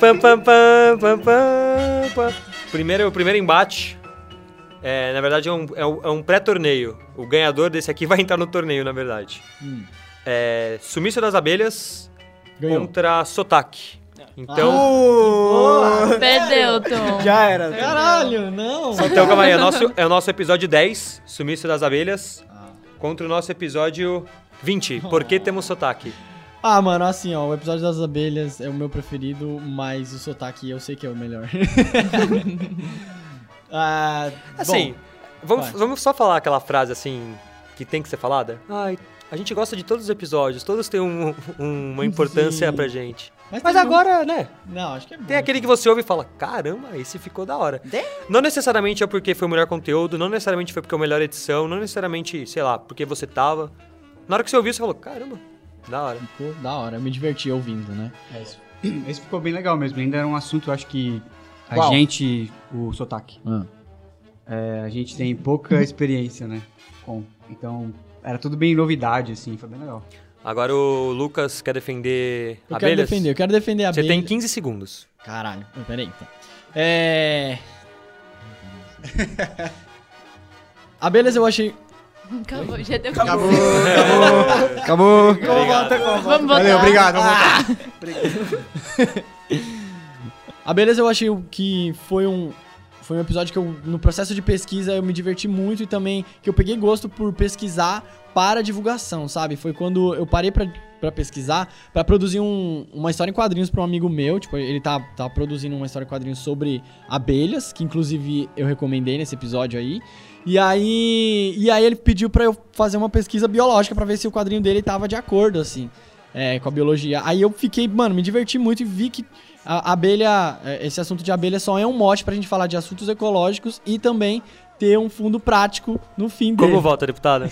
[SPEAKER 1] Pam, pam, pam, pam, pam, pam. Primeiro, o primeiro embate. É, na verdade, é um, é um- é um pré-torneio. O ganhador desse aqui [LAUGHS] vai entrar no torneio, na verdade.
[SPEAKER 2] Hum.
[SPEAKER 1] É, Sumiço das Abelhas
[SPEAKER 2] Ganhou. Ah.
[SPEAKER 1] contra Sotaque.
[SPEAKER 3] Ah.
[SPEAKER 1] Então,
[SPEAKER 3] Uh, [LAUGHS]
[SPEAKER 7] Perdeu, Tom.
[SPEAKER 3] já era.
[SPEAKER 2] Caralho, não!
[SPEAKER 1] então calma aí. É o, nosso, é o nosso episódio 10,
[SPEAKER 2] Ah.
[SPEAKER 1] Sumiço das Abelhas, contra o nosso episódio 20, Por que temos Sotaque?
[SPEAKER 2] Ah, mano, assim, ó, o episódio das abelhas é o meu preferido, mas o sotaque eu sei que é
[SPEAKER 1] [LAUGHS]
[SPEAKER 2] o melhor. ah,
[SPEAKER 1] Assim,
[SPEAKER 2] bom,
[SPEAKER 1] vamos,
[SPEAKER 2] vai.
[SPEAKER 1] vamos só falar aquela frase assim que tem que ser falada? Ai, a gente gosta de todos os episódios, todos têm um- um- uma importância
[SPEAKER 2] Sim.
[SPEAKER 1] pra gente.
[SPEAKER 2] Mas,
[SPEAKER 1] Mas
[SPEAKER 2] tá bom.
[SPEAKER 1] agora, né?
[SPEAKER 2] Não, acho que é bom.
[SPEAKER 1] Tem aquele que você ouve e fala: caramba, esse ficou da hora. Não necessariamente é porque foi o melhor conteúdo, não necessariamente foi porque é a melhor edição, não necessariamente, sei lá, porque você tava. Na hora que você ouviu, você falou: caramba, da hora.
[SPEAKER 2] Ficou da hora, eu me diverti ouvindo, né?
[SPEAKER 5] É isso. [CLEARS THROAT] Esse ficou bem legal mesmo. Ainda era um assunto, acho que a
[SPEAKER 2] Qual?
[SPEAKER 5] gente. O sotaque.
[SPEAKER 2] Ah.
[SPEAKER 5] É, a gente tem
[SPEAKER 2] [LAUGHS]
[SPEAKER 5] pouca experiência, né? Com. Então, era tudo bem novidade, assim. Foi bem legal.
[SPEAKER 1] Agora o Lucas quer defender
[SPEAKER 2] Eu quero
[SPEAKER 1] abelhas.
[SPEAKER 2] defender, eu quero defender a
[SPEAKER 1] Você
[SPEAKER 2] abelha.
[SPEAKER 1] tem 15 segundos.
[SPEAKER 2] Caralho, peraí, então. É... Abelhas eu achei...
[SPEAKER 7] Acabou, já deu Acabou.
[SPEAKER 2] [LAUGHS]
[SPEAKER 3] Acabou.
[SPEAKER 7] Vamos voltar.
[SPEAKER 5] Valeu, obrigado. Vamos voltar.
[SPEAKER 2] [LAUGHS] A beleza eu achei o que foi um foi um episódio que eu no processo de pesquisa eu me diverti muito e também que eu peguei gosto por pesquisar para divulgação, sabe? Foi quando eu parei pra, pra pesquisar, pra produzir um- uma história em quadrinhos pra um amigo meu, tipo, ele tá, tá produzindo uma história em quadrinhos sobre abelhas, que inclusive eu recomendei nesse episódio aí. E aí, e aí ele pediu pra eu fazer uma pesquisa biológica pra ver se o quadrinho dele tava de acordo assim, é, com a biologia. Aí eu fiquei, mano, me diverti muito e vi que a a abelha, é, esse assunto de abelha só é um mote pra gente falar de assuntos ecológicos e também ter um fundo prático no fim dele.
[SPEAKER 1] Como volta,
[SPEAKER 3] [LAUGHS]
[SPEAKER 1] deputada?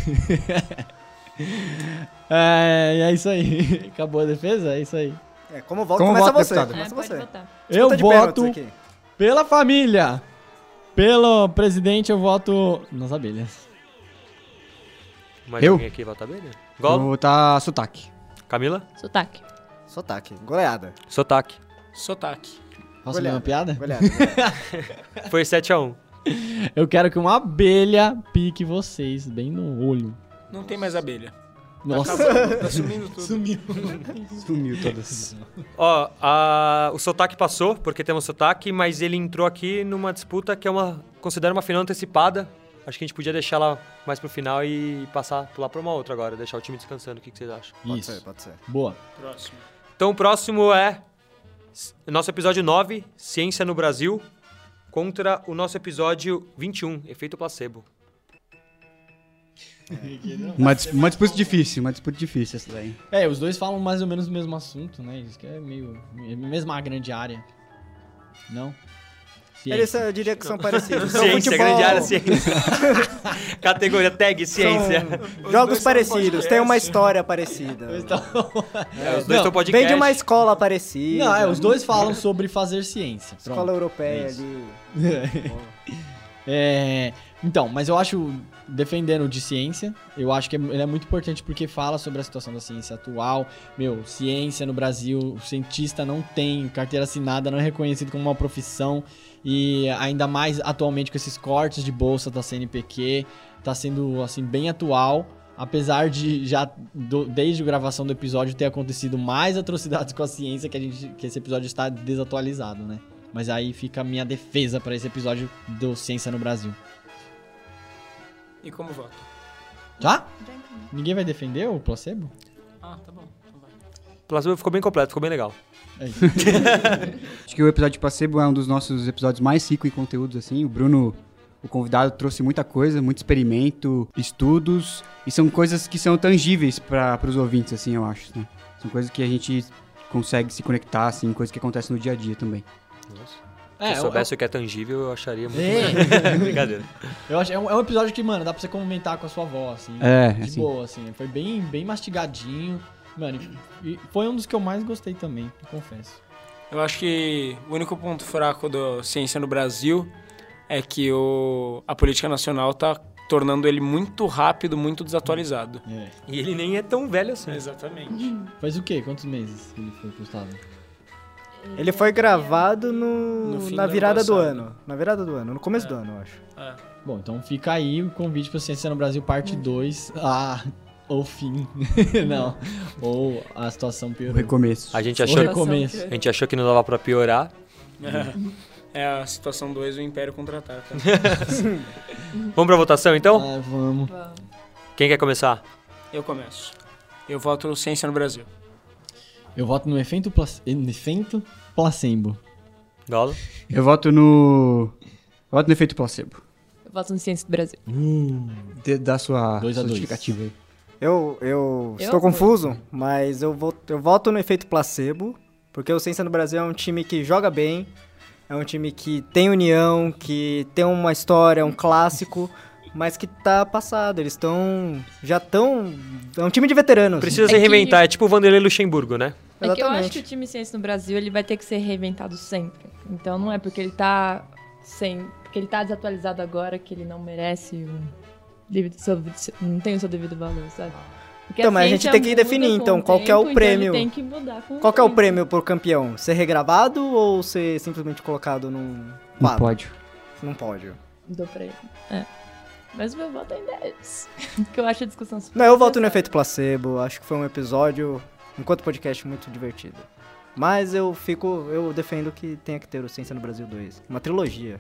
[SPEAKER 2] É, é isso aí. [LAUGHS] Acabou a defesa? É isso aí.
[SPEAKER 3] [LAUGHS] É, como volta,
[SPEAKER 5] Como
[SPEAKER 3] começa
[SPEAKER 5] vota,
[SPEAKER 3] você.
[SPEAKER 5] deputado?
[SPEAKER 7] É,
[SPEAKER 3] Começa
[SPEAKER 7] pode
[SPEAKER 3] você.
[SPEAKER 7] votar.
[SPEAKER 2] Eu
[SPEAKER 3] Disputa de
[SPEAKER 2] voto
[SPEAKER 3] pênaltis aqui.
[SPEAKER 2] pela família. Pelo presidente, eu voto nas abelhas.
[SPEAKER 1] Mais
[SPEAKER 5] Eu?
[SPEAKER 1] alguém aqui volta abelha?
[SPEAKER 5] Vou
[SPEAKER 1] Gol?
[SPEAKER 5] botar sotaque.
[SPEAKER 1] Camila?
[SPEAKER 7] Sotaque.
[SPEAKER 3] Sotaque. Goleada.
[SPEAKER 1] Sotaque.
[SPEAKER 6] Sotaque.
[SPEAKER 2] Posso ler uma piada?
[SPEAKER 3] Goleada.
[SPEAKER 1] [LAUGHS] Foi 7x1.
[SPEAKER 2] [LAUGHS] Eu quero que uma abelha pique vocês bem no olho.
[SPEAKER 6] Não tem mais abelha.
[SPEAKER 2] Nossa,
[SPEAKER 6] Tá sumindo tudo.
[SPEAKER 5] Sumiu todas.
[SPEAKER 1] Ó, a- o sotaque passou, porque temos sotaque, mas ele entrou aqui numa disputa que é uma. considero uma final antecipada. Acho que a gente podia deixar ela mais pro final e passar pular pra uma outra agora, deixar o time descansando. O que, que vocês acham?
[SPEAKER 3] [LAUGHS] Pode
[SPEAKER 2] isso.
[SPEAKER 3] ser, pode ser.
[SPEAKER 2] Boa.
[SPEAKER 6] Próximo.
[SPEAKER 1] Então o próximo é. s- Nosso episódio 9, Ciência no Brasil, contra o nosso episódio 21, Efeito Placebo.
[SPEAKER 5] Uma, [LAUGHS] dis- uma disputa difícil, uma disputa difícil essa daí.
[SPEAKER 2] É, os dois falam mais ou menos o mesmo assunto, né? Isso que é meio. é Mesma grande área. Não?
[SPEAKER 3] Eles, eu diria
[SPEAKER 2] [LAUGHS]
[SPEAKER 3] que são parecidos. São
[SPEAKER 1] ciência,
[SPEAKER 3] futebol-
[SPEAKER 1] grande área,
[SPEAKER 3] [LAUGHS]
[SPEAKER 1] ciência. [LAUGHS] Categoria tag, ciência.
[SPEAKER 6] dois
[SPEAKER 3] Jogos
[SPEAKER 6] são
[SPEAKER 3] parecidos,
[SPEAKER 6] podcast.
[SPEAKER 3] tem uma história parecida.
[SPEAKER 1] É, os dois
[SPEAKER 2] Não,
[SPEAKER 1] estão podcast.
[SPEAKER 3] Vem de uma escola parecida.
[SPEAKER 2] Não, é, os dois falam sobre fazer ciência.
[SPEAKER 3] Escola
[SPEAKER 2] Pronto.
[SPEAKER 3] europeia
[SPEAKER 2] Isso.
[SPEAKER 3] ali.
[SPEAKER 2] [LAUGHS] É, então, mas eu acho, defendendo o de ciência, eu acho que é- ele é muito importante porque fala sobre a situação da ciência atual. Meu, ciência no Brasil, o cientista não tem carteira assinada, não é reconhecido como uma profissão. E ainda mais atualmente com esses cortes de bolsa da CNPq, tá sendo, assim, bem atual. Apesar de já, do- desde a gravação do episódio, ter acontecido mais atrocidades com a ciência, que, a gente, que esse episódio está desatualizado, né? Mas aí fica a minha defesa pra esse episódio do Ciência no Brasil.
[SPEAKER 6] E como vota?
[SPEAKER 2] Tá? Ninguém vai defender o placebo?
[SPEAKER 6] Ah, tá bom. Então vai.
[SPEAKER 1] Placebo ficou bem completo, ficou bem legal.
[SPEAKER 2] É
[SPEAKER 1] [LAUGHS]
[SPEAKER 2] isso.
[SPEAKER 5] Acho que o episódio de Placebo é um dos nossos episódios mais ricos em conteúdos, assim. O Bruno, o convidado, trouxe muita coisa, muito experimento, estudos. E são coisas que são tangíveis para os ouvintes, assim, eu acho, né? São coisas que a gente consegue se conectar, assim, coisas que acontecem no dia a dia também.
[SPEAKER 1] Se
[SPEAKER 2] é,
[SPEAKER 1] eu
[SPEAKER 2] eu-
[SPEAKER 1] soubesse o que é tangível, eu acharia muito. [LAUGHS]
[SPEAKER 2] É.
[SPEAKER 1] Brincadeira.
[SPEAKER 2] eu acho, é, um, é um episódio que, mano, dá pra você comentar com a sua avó, assim.
[SPEAKER 5] É,
[SPEAKER 2] de
[SPEAKER 5] assim.
[SPEAKER 2] boa, assim. Foi bem, bem mastigadinho. Mano, e, e foi um dos que eu mais gostei também, eu confesso.
[SPEAKER 6] Eu acho que o único ponto fraco da ciência no Brasil é que o, a política nacional tá tornando ele muito rápido, muito desatualizado.
[SPEAKER 2] É.
[SPEAKER 1] E ele nem é tão velho assim.
[SPEAKER 6] Exatamente. [LAUGHS]
[SPEAKER 2] Faz o quê? Quantos meses que ele foi postado?
[SPEAKER 3] Ele foi gravado no,
[SPEAKER 6] No fim
[SPEAKER 3] na
[SPEAKER 6] do
[SPEAKER 3] virada
[SPEAKER 6] ano
[SPEAKER 3] do
[SPEAKER 6] passado. É.
[SPEAKER 3] ano. Na virada do ano, no começo do ano, eu acho.
[SPEAKER 2] Bom, então fica aí o convite pro Ciência no Brasil parte
[SPEAKER 6] Hum.
[SPEAKER 2] 2. Ah, ou fim. [LAUGHS] Não. Ou a situação
[SPEAKER 5] O
[SPEAKER 2] piorou.
[SPEAKER 5] recomeço.
[SPEAKER 1] A gente
[SPEAKER 2] O
[SPEAKER 1] achou,
[SPEAKER 2] recomeço.
[SPEAKER 1] a gente achou que não dava pra piorar.
[SPEAKER 6] É, a situação 2, o Império tá? contra-ataca.
[SPEAKER 1] [LAUGHS] Vamos pra votação então?
[SPEAKER 2] Ah, vamos.
[SPEAKER 1] Quem quer começar?
[SPEAKER 6] Eu começo. Eu voto ciência no Brasil.
[SPEAKER 2] Eu voto no efeito, plac... efeito placebo.
[SPEAKER 1] Galo?
[SPEAKER 5] Eu voto no. eu voto no efeito é placebo.
[SPEAKER 7] Eu voto no Ciência do Brasil.
[SPEAKER 5] Hum, De- da sua
[SPEAKER 2] Dois a dois.
[SPEAKER 5] justificativa aí.
[SPEAKER 3] Eu, eu,
[SPEAKER 7] Eu
[SPEAKER 3] estou
[SPEAKER 7] vou.
[SPEAKER 3] confuso, mas eu, vou, eu voto no efeito placebo, porque o Ciência no Brasil é um time que joga bem, é um time que tem união, que tem uma história, um clássico, mas que tá passado. Eles estão. Já estão. É um time de veteranos.
[SPEAKER 1] Precisa
[SPEAKER 7] É
[SPEAKER 1] se
[SPEAKER 7] que-
[SPEAKER 1] reinventar, é tipo o Vanderlei Luxemburgo, né?
[SPEAKER 7] É que eu acho
[SPEAKER 3] Exatamente.
[SPEAKER 7] que o time ciência no Brasil ele vai ter que ser reinventado sempre. Então não é porque ele tá sem. porque ele tá desatualizado agora que ele não merece o devido seu- não tem o seu devido valor, sabe? Porque
[SPEAKER 3] Então, mas a
[SPEAKER 7] ciência
[SPEAKER 3] gente tem que
[SPEAKER 7] muda
[SPEAKER 3] definir,
[SPEAKER 7] com
[SPEAKER 3] então, qual que é o
[SPEAKER 7] tempo,
[SPEAKER 3] prêmio?
[SPEAKER 7] Então ele tem que mudar com
[SPEAKER 3] Qual que é o
[SPEAKER 7] tempo.
[SPEAKER 3] prêmio pro campeão? Ser regravado ou ser simplesmente colocado num
[SPEAKER 5] No
[SPEAKER 3] quadro?
[SPEAKER 5] pódio.
[SPEAKER 3] Num pódio.
[SPEAKER 7] Dou pra ele. É. Mas o meu voto é em 10. [LAUGHS] Porque eu acho a discussão super.
[SPEAKER 3] Não, eu voto no efeito placebo. Acho que foi um episódio, enquanto podcast, muito divertido. Mas eu fico, eu defendo que tenha que ter o Ciência no Brasil 2. Uma trilogia.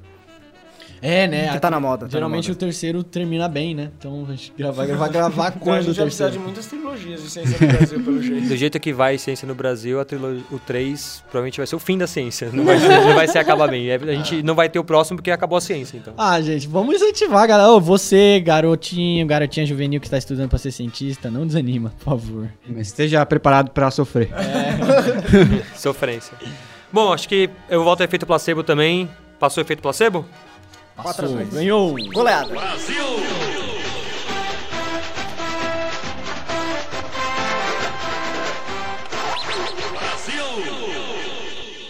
[SPEAKER 2] É, né?
[SPEAKER 3] que tá na moda. tá na
[SPEAKER 2] Geralmente o
[SPEAKER 3] moda.
[SPEAKER 2] terceiro termina bem, né? Então a gente grava,
[SPEAKER 3] [LAUGHS]
[SPEAKER 2] gravar, gravar
[SPEAKER 6] Então a
[SPEAKER 2] quando o
[SPEAKER 6] gente vai precisar de
[SPEAKER 2] terceiro.
[SPEAKER 6] muitas trilogias de
[SPEAKER 2] [LAUGHS]
[SPEAKER 6] Ciência do Brasil,
[SPEAKER 5] [LAUGHS]
[SPEAKER 6] pelo jeito.
[SPEAKER 1] Do jeito que vai ciência no Brasil, a trilo- o 3 provavelmente vai ser o fim da ciência. Não vai ser, não vai ser acabar bem. É, A gente não vai ter o próximo porque acabou a ciência,
[SPEAKER 6] [LAUGHS]
[SPEAKER 1] então.
[SPEAKER 2] Ah, gente, vamos incentivar, galera. Ô, você, garotinho, garotinha juvenil que tá estudando pra ser cientista, não desanima, por favor. É.
[SPEAKER 5] Mas esteja preparado pra sofrer.
[SPEAKER 1] Sofrência. Bom, acho que eu volto ao efeito placebo também. Passou o efeito placebo?
[SPEAKER 2] Passou, ganhou.
[SPEAKER 3] Goleada.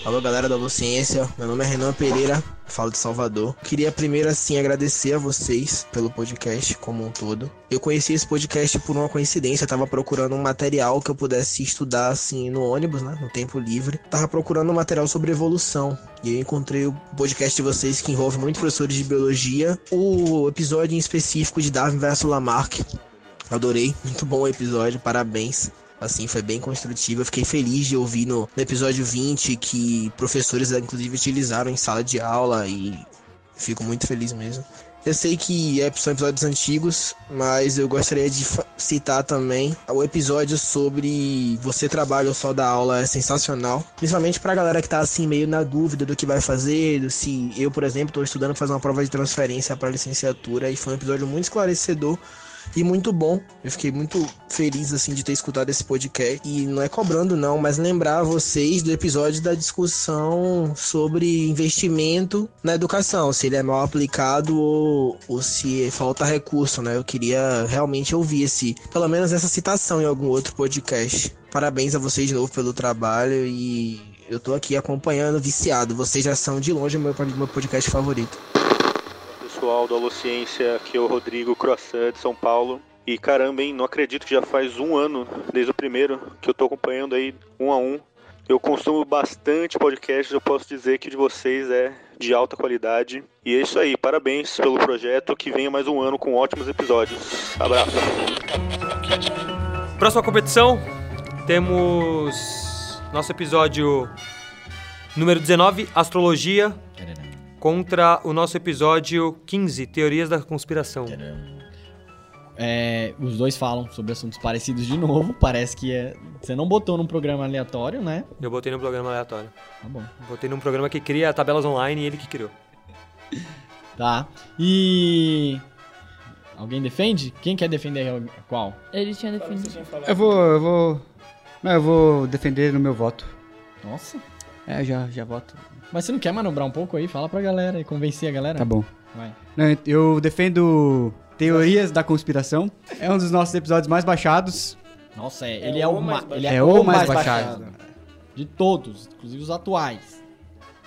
[SPEAKER 12] Alô, galera da Luciência. Meu nome é Renan Pereira, falo de Salvador. Queria primeiro, assim, agradecer a vocês pelo podcast como um todo. Eu conheci esse podcast por uma coincidência. Eu tava procurando um material que eu pudesse estudar, assim, no ônibus, né? No tempo livre. Tava procurando um material sobre evolução. E eu encontrei o podcast de vocês que envolve muitos professores de biologia. O episódio em específico de Darwin versus Lamarck. Adorei. Muito bom o episódio, parabéns. Assim, foi bem construtivo. Eu fiquei feliz de ouvir no, no episódio 20 que professores, inclusive, utilizaram em sala de aula e fico muito feliz mesmo. Eu sei que é- são episódios antigos, mas eu gostaria de fa- citar também o episódio sobre você trabalha ou só dá aula é sensacional. Principalmente pra galera que tá assim meio na dúvida do que vai fazer, do se eu, por exemplo, tô estudando pra fazer uma prova de transferência pra licenciatura e foi um episódio muito esclarecedor e muito bom. Eu fiquei muito feliz assim de ter escutado esse podcast e não é cobrando não, mas lembrar vocês do episódio da discussão sobre investimento na educação, se ele é mal aplicado ou, ou se falta recurso, né? Eu queria realmente ouvir esse, pelo menos essa citação em algum outro podcast. Parabéns a vocês de novo pelo trabalho e eu tô aqui acompanhando, viciado. Vocês já são de longe o meu, meu podcast favorito.
[SPEAKER 13] Pessoal do Alociência, aqui é o Rodrigo Croissant de São Paulo. E caramba, hein, não acredito que já faz um ano, desde o primeiro, que eu tô acompanhando aí um a um. Eu consumo bastante podcasts, eu posso dizer que o de vocês é de alta qualidade. E é isso aí, parabéns pelo projeto, que venha mais um ano com ótimos episódios. Abraço.
[SPEAKER 1] Próxima competição, temos nosso episódio número 19, Astrologia, contra o nosso episódio 15, Teorias da Conspiração.
[SPEAKER 2] [LAUGHS] É, os dois falam sobre assuntos parecidos de novo. Parece que é- você não botou num programa aleatório, né?
[SPEAKER 1] Eu botei num programa aleatório.
[SPEAKER 2] Tá bom.
[SPEAKER 1] Botei num programa que cria tabelas online e ele que criou.
[SPEAKER 2] Tá. E. Alguém defende? Quem quer defender al- qual?
[SPEAKER 7] Ele tinha definido.
[SPEAKER 5] Eu vou, eu vou. Não, eu vou defender no meu voto.
[SPEAKER 2] Nossa.
[SPEAKER 5] É, já, já voto.
[SPEAKER 2] Mas você não quer manobrar um pouco aí? Fala pra galera e convencer a galera.
[SPEAKER 5] Tá bom.
[SPEAKER 2] Vai.
[SPEAKER 5] Não, eu defendo Teorias da Conspiração. É um dos nossos episódios mais baixados.
[SPEAKER 2] Nossa, é, ele é, o ma- ele
[SPEAKER 5] É o mais baixado.
[SPEAKER 2] De todos, inclusive os atuais.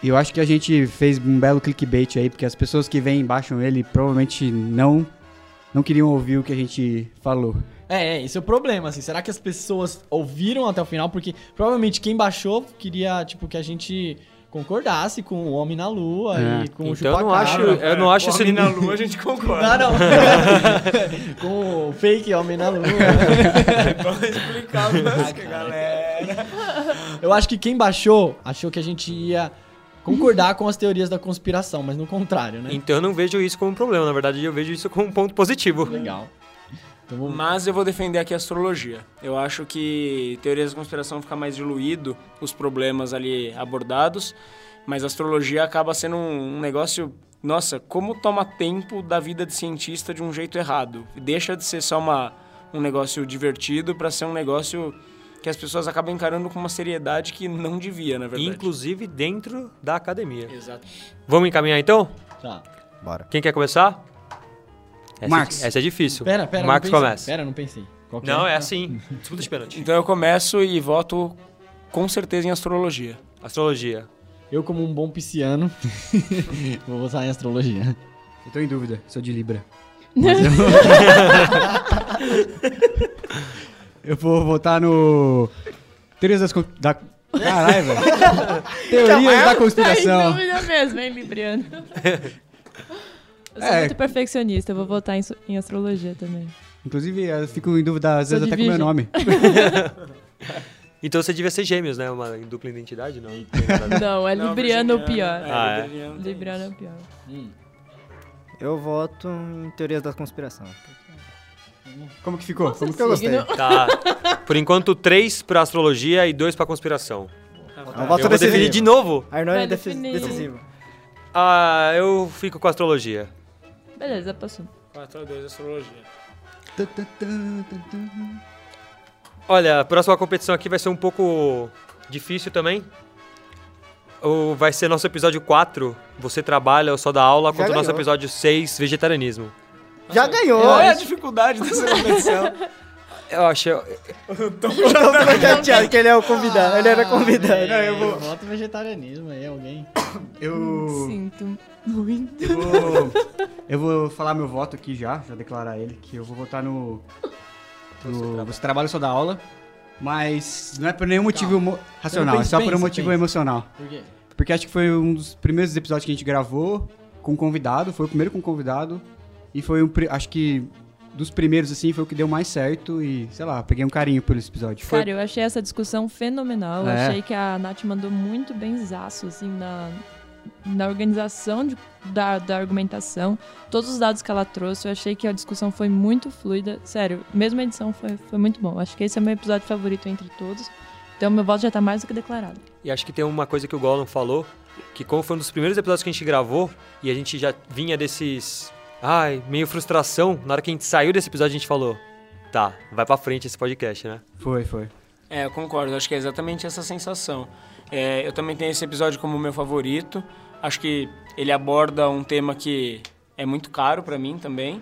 [SPEAKER 5] E eu acho que a gente fez um belo clickbait aí, porque as pessoas que vêm e baixam ele provavelmente não, não queriam ouvir o que a gente falou.
[SPEAKER 2] É, é, esse é o problema, assim. Será que as pessoas ouviram até o final? Porque provavelmente quem baixou queria, tipo, que a gente concordasse com o Homem na Lua
[SPEAKER 5] É.
[SPEAKER 2] e com o
[SPEAKER 1] Então eu
[SPEAKER 2] Chupacabra. né?
[SPEAKER 1] não acho, eu não acho esse...
[SPEAKER 6] Homem na lua
[SPEAKER 1] [LAUGHS]
[SPEAKER 6] a gente
[SPEAKER 2] Não,
[SPEAKER 6] concorda.
[SPEAKER 2] não. [LAUGHS] com o fake Homem
[SPEAKER 1] [LAUGHS]
[SPEAKER 2] na Lua.
[SPEAKER 6] Vamos explicar mas que a galera.
[SPEAKER 2] Eu acho que quem baixou achou que a gente ia concordar com as teorias da conspiração, mas no contrário, né?
[SPEAKER 1] Então eu não vejo isso como um problema, na verdade eu vejo isso como um ponto positivo.
[SPEAKER 2] Legal.
[SPEAKER 6] Mas eu vou defender aqui a astrologia. Eu acho que teorias da conspiração fica mais diluído os problemas ali abordados, mas a astrologia acaba sendo um, um negócio. Nossa, como toma tempo da vida de cientista de um jeito errado. Deixa de ser só uma, um negócio divertido para ser um negócio que as pessoas acabam encarando com uma seriedade que não devia, na verdade.
[SPEAKER 1] Inclusive dentro da academia.
[SPEAKER 6] Exato.
[SPEAKER 1] Vamos encaminhar então?
[SPEAKER 2] Tá.
[SPEAKER 3] Bora.
[SPEAKER 1] Quem quer começar? Essa
[SPEAKER 2] Marcos.
[SPEAKER 1] É, essa é difícil.
[SPEAKER 2] Pera, pera. não
[SPEAKER 1] Marcos
[SPEAKER 2] pensei.
[SPEAKER 1] começa.
[SPEAKER 2] Pera, não pensei. Qual que Ah.
[SPEAKER 1] Não, é assim. Disputa de pênalti.
[SPEAKER 6] Então eu começo e voto com certeza em astrologia.
[SPEAKER 1] Astrologia.
[SPEAKER 2] Eu, como um bom
[SPEAKER 5] [LAUGHS]
[SPEAKER 2] pisciano, vou votar em astrologia.
[SPEAKER 5] Eu tô em dúvida, sou de Libra. [LAUGHS] Eu vou votar no. Teorias das. con- Da... Caralho, velho. Teorias da
[SPEAKER 7] Tá em
[SPEAKER 5] conspiração.
[SPEAKER 7] dúvida mesmo, hein, Libriano? Eu sou
[SPEAKER 5] É.
[SPEAKER 7] muito perfeccionista, eu vou votar em, so- em astrologia também.
[SPEAKER 5] Inclusive, eu fico em dúvida às
[SPEAKER 7] Sou
[SPEAKER 5] vezes
[SPEAKER 7] de
[SPEAKER 5] até com o meu
[SPEAKER 7] virgem.
[SPEAKER 5] nome. [LAUGHS]
[SPEAKER 1] Então você devia ser gêmeos, né? Uma dupla identidade, não?
[SPEAKER 7] [LAUGHS] [LAUGHS] Não, é
[SPEAKER 6] Não,
[SPEAKER 7] Libriano o pior.
[SPEAKER 6] virginiano.
[SPEAKER 1] Ah, é. Hum.
[SPEAKER 6] Libriano.
[SPEAKER 7] Libriano é o pior.
[SPEAKER 3] Eu voto em teorias da conspiração.
[SPEAKER 5] Como que ficou? Como que
[SPEAKER 3] eu
[SPEAKER 5] gostei?
[SPEAKER 3] signo.
[SPEAKER 1] Tá. Por enquanto, três pra astrologia e dois pra conspiração.
[SPEAKER 3] Um voto
[SPEAKER 1] eu vou
[SPEAKER 3] decisivo.
[SPEAKER 1] definir de novo.
[SPEAKER 3] Arnone
[SPEAKER 7] Vai
[SPEAKER 3] é defi-
[SPEAKER 7] definir.
[SPEAKER 3] decisivo.
[SPEAKER 1] Ah, eu fico com a astrologia.
[SPEAKER 7] Beleza, passou.
[SPEAKER 6] 4 a 2 astrologia.
[SPEAKER 1] Olha, a próxima competição aqui vai ser um pouco difícil também. O- Vai ser nosso episódio 4, Você Trabalha ou Só Dá Aula, contra o nosso
[SPEAKER 3] ganhou.
[SPEAKER 1] episódio 6, Vegetarianismo.
[SPEAKER 3] Já ganhou!
[SPEAKER 6] Qual é a dificuldade dessa competição?
[SPEAKER 1] Eu achei...
[SPEAKER 3] [LAUGHS] Eu tô chateado que ele é o convidado. Ele era convidado.
[SPEAKER 5] Não, eu vou.
[SPEAKER 2] Voto É, vegetarianismo aí, alguém.
[SPEAKER 5] Eu.
[SPEAKER 7] Sinto muito.
[SPEAKER 5] Eu vou, eu vou falar meu voto aqui já, já declarar ele, que eu vou votar no. no- você trabalha só da aula, mas não é por nenhum motivo emo- racional,
[SPEAKER 2] Pensa,
[SPEAKER 5] é só por um
[SPEAKER 2] pensa,
[SPEAKER 5] motivo
[SPEAKER 2] pensa.
[SPEAKER 5] emocional.
[SPEAKER 2] Por quê?
[SPEAKER 5] Porque acho que foi um dos primeiros episódios que a gente gravou com um convidado, foi o primeiro com um convidado, e foi um. pri- Acho que dos primeiros, assim, foi o que deu mais certo e, sei lá, peguei um carinho por esse episódio.
[SPEAKER 7] Cara, eu achei essa discussão fenomenal. Eu
[SPEAKER 5] É.
[SPEAKER 7] Achei que a Nath mandou muito benzaço, assim, na, na organização de- da, da argumentação. Todos os dados que ela trouxe, eu achei que a discussão foi muito fluida. Sério, mesmo a edição foi, foi muito bom. Acho que esse é o meu episódio favorito entre todos. Então, meu voto já tá mais do que declarado.
[SPEAKER 1] E acho que tem uma coisa que o Gollum falou, que como foi um dos primeiros episódios que a gente gravou, e a gente já vinha desses... Ai, meio frustração. Na hora que a gente saiu desse episódio, a gente falou... Tá, vai pra frente esse podcast, né?
[SPEAKER 5] Foi, foi.
[SPEAKER 6] É, eu concordo. Acho que é exatamente essa sensação. É, eu também tenho esse episódio como meu favorito. Acho que ele aborda um tema que é muito caro pra mim também.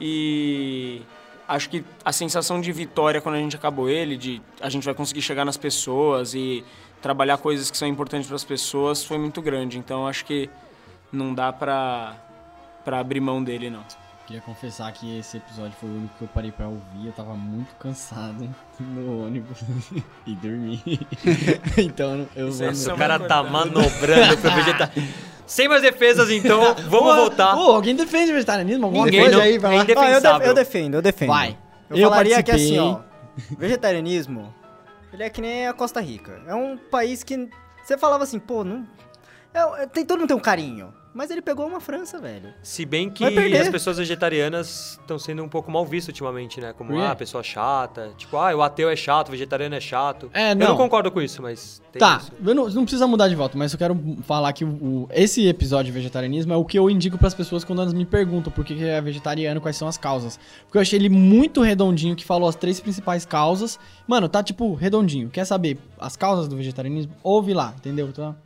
[SPEAKER 6] E acho que a sensação de vitória quando a gente acabou ele, de a gente vai conseguir chegar nas pessoas e trabalhar coisas que são importantes para as pessoas, foi muito grande. Então acho que não dá pra, pra abrir mão dele, não.
[SPEAKER 2] [LAUGHS] Queria confessar que esse episódio foi o único que eu parei pra ouvir. Eu tava muito cansado [LAUGHS] no ônibus [LAUGHS] e dormi. [LAUGHS] então eu
[SPEAKER 6] Isso
[SPEAKER 2] vou.
[SPEAKER 6] é só
[SPEAKER 1] O
[SPEAKER 2] no-
[SPEAKER 1] cara tá manobrando [LAUGHS]
[SPEAKER 2] [LAUGHS]
[SPEAKER 1] pro vegetar... Sem mais defesas, então, vamos
[SPEAKER 2] Ô,
[SPEAKER 1] voltar.
[SPEAKER 2] Ô, alguém defende vegetarianismo? Alguma
[SPEAKER 1] Ninguém
[SPEAKER 2] coisa
[SPEAKER 1] não-
[SPEAKER 2] aí, vai
[SPEAKER 1] é
[SPEAKER 3] Ó, eu,
[SPEAKER 2] lá.
[SPEAKER 3] def-
[SPEAKER 1] indefensável.
[SPEAKER 3] eu defendo, eu defendo.
[SPEAKER 2] Vai.
[SPEAKER 3] Eu,
[SPEAKER 2] Eu
[SPEAKER 3] falaria
[SPEAKER 5] é
[SPEAKER 3] que assim,
[SPEAKER 2] participei.
[SPEAKER 3] ó. Vegetarianismo, ele é que nem a Costa Rica. É um país que você falava assim, pô, não. é- é- tem, todo mundo tem um carinho. Mas ele pegou uma França, velho.
[SPEAKER 1] Se bem que
[SPEAKER 3] Vai perder.
[SPEAKER 1] as pessoas vegetarianas estão sendo um pouco mal vistas ultimamente, né? Como,
[SPEAKER 2] Por quê?
[SPEAKER 1] ah, pessoa chata. Tipo, ah, o ateu é chato, o vegetariano é chato.
[SPEAKER 2] É,
[SPEAKER 1] Eu
[SPEAKER 2] não.
[SPEAKER 1] não concordo com isso, mas tem
[SPEAKER 2] Tá,
[SPEAKER 1] isso.
[SPEAKER 2] eu não, não precisa mudar de voto, mas eu quero falar que o, o- esse episódio de vegetarianismo é o que eu indico pras pessoas quando elas me perguntam por que que é vegetariano, quais são as causas. Porque eu achei ele muito redondinho, que falou as três principais causas. Mano, tá tipo redondinho. Quer saber as causas do vegetarianismo? Ouve lá, entendeu? Então,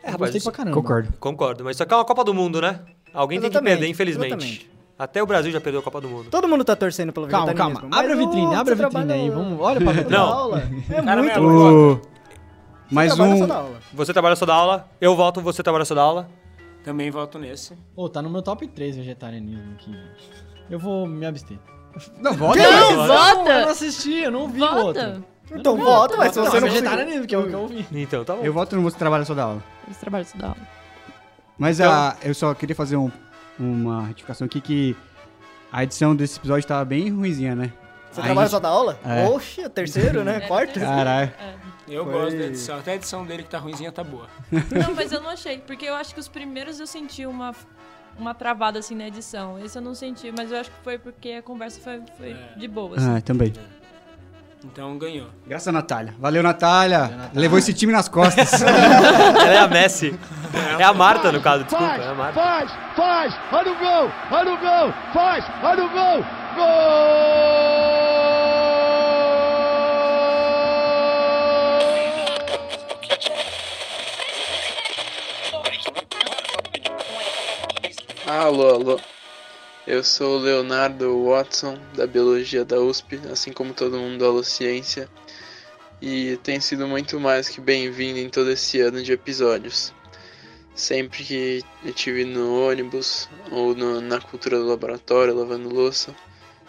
[SPEAKER 1] É,
[SPEAKER 2] eu
[SPEAKER 1] rapaz,
[SPEAKER 2] gostei pra
[SPEAKER 1] isso-
[SPEAKER 2] caramba.
[SPEAKER 5] Concordo.
[SPEAKER 1] Concordo, mas isso aqui é uma Copa do Mundo, né? Alguém tem que
[SPEAKER 3] Exatamente,
[SPEAKER 1] perder, infelizmente.
[SPEAKER 3] exatamente.
[SPEAKER 1] Até o Brasil já perdeu a Copa do Mundo.
[SPEAKER 3] Todo mundo tá torcendo pelo
[SPEAKER 2] Calma,
[SPEAKER 3] vegetarianismo.
[SPEAKER 2] calma.
[SPEAKER 3] mas
[SPEAKER 2] Abre a
[SPEAKER 3] o-
[SPEAKER 2] vitrine, abre a
[SPEAKER 3] você
[SPEAKER 2] vitrine
[SPEAKER 3] trabalha-
[SPEAKER 2] aí. Vamos, olha
[SPEAKER 3] [LAUGHS]
[SPEAKER 2] pra
[SPEAKER 3] na
[SPEAKER 1] Não.
[SPEAKER 3] aula, É
[SPEAKER 6] Cara,
[SPEAKER 3] muito
[SPEAKER 6] meu,
[SPEAKER 3] louco.
[SPEAKER 5] O... Mais
[SPEAKER 3] Trabalha
[SPEAKER 5] um.
[SPEAKER 3] só na aula.
[SPEAKER 1] Você trabalha só da aula, eu volto, você trabalha só da aula.
[SPEAKER 6] Também voto nesse.
[SPEAKER 2] Ô, tá no meu top 3 vegetarianismo aqui, gente. Eu vou me abster.
[SPEAKER 5] Não, vota!
[SPEAKER 7] Não,
[SPEAKER 2] Eu não
[SPEAKER 7] vota!
[SPEAKER 2] assisti, eu não vi o
[SPEAKER 7] Vota!
[SPEAKER 2] outro.
[SPEAKER 3] Então volta, mas se
[SPEAKER 2] Não,
[SPEAKER 3] você
[SPEAKER 2] é
[SPEAKER 3] não conseguir.
[SPEAKER 2] vegetarianismo, que é o que eu ouvi.
[SPEAKER 1] Então, tá bom.
[SPEAKER 5] Eu voto no você trabalha só da aula.
[SPEAKER 7] Esse trabalho isso dá aula.
[SPEAKER 5] Mas
[SPEAKER 1] Então-
[SPEAKER 5] a, eu só queria fazer um- uma retificação aqui que a edição desse episódio tava bem ruimzinha, né?
[SPEAKER 3] Você
[SPEAKER 5] Aí-
[SPEAKER 3] trabalha só da aula?
[SPEAKER 5] É.
[SPEAKER 3] Oxe, é terceiro,
[SPEAKER 5] [LAUGHS]
[SPEAKER 3] né? Quarto?
[SPEAKER 5] Caralho.
[SPEAKER 6] Eu
[SPEAKER 3] Foi.
[SPEAKER 6] gosto da edição. Até a edição dele que tá ruimzinha tá boa.
[SPEAKER 7] Não, mas eu não achei, porque eu acho que os primeiros eu senti uma. uma travada assim na edição. Esse eu não senti, mas eu acho que foi porque a conversa foi, foi de boa. assim.
[SPEAKER 5] Ah, também.
[SPEAKER 6] Então ganhou.
[SPEAKER 5] Graças a Natália. Valeu, Natália. Levou esse time nas costas.
[SPEAKER 1] [LAUGHS] Ela é a Messi. É [LAUGHS] a Marta, no caso, desculpa. É a Marta.
[SPEAKER 14] Faz, faz, olha o gol, olha o gol, faz, olha o gol, gol!
[SPEAKER 15] Alô, alô. Eu sou o Leonardo Watson, da Biologia da USP, assim como todo mundo da Alociência, e tem sido muito mais que bem-vindo em todo esse ano de episódios. Sempre que eu estive no ônibus ou no- na cultura do laboratório, lavando louça,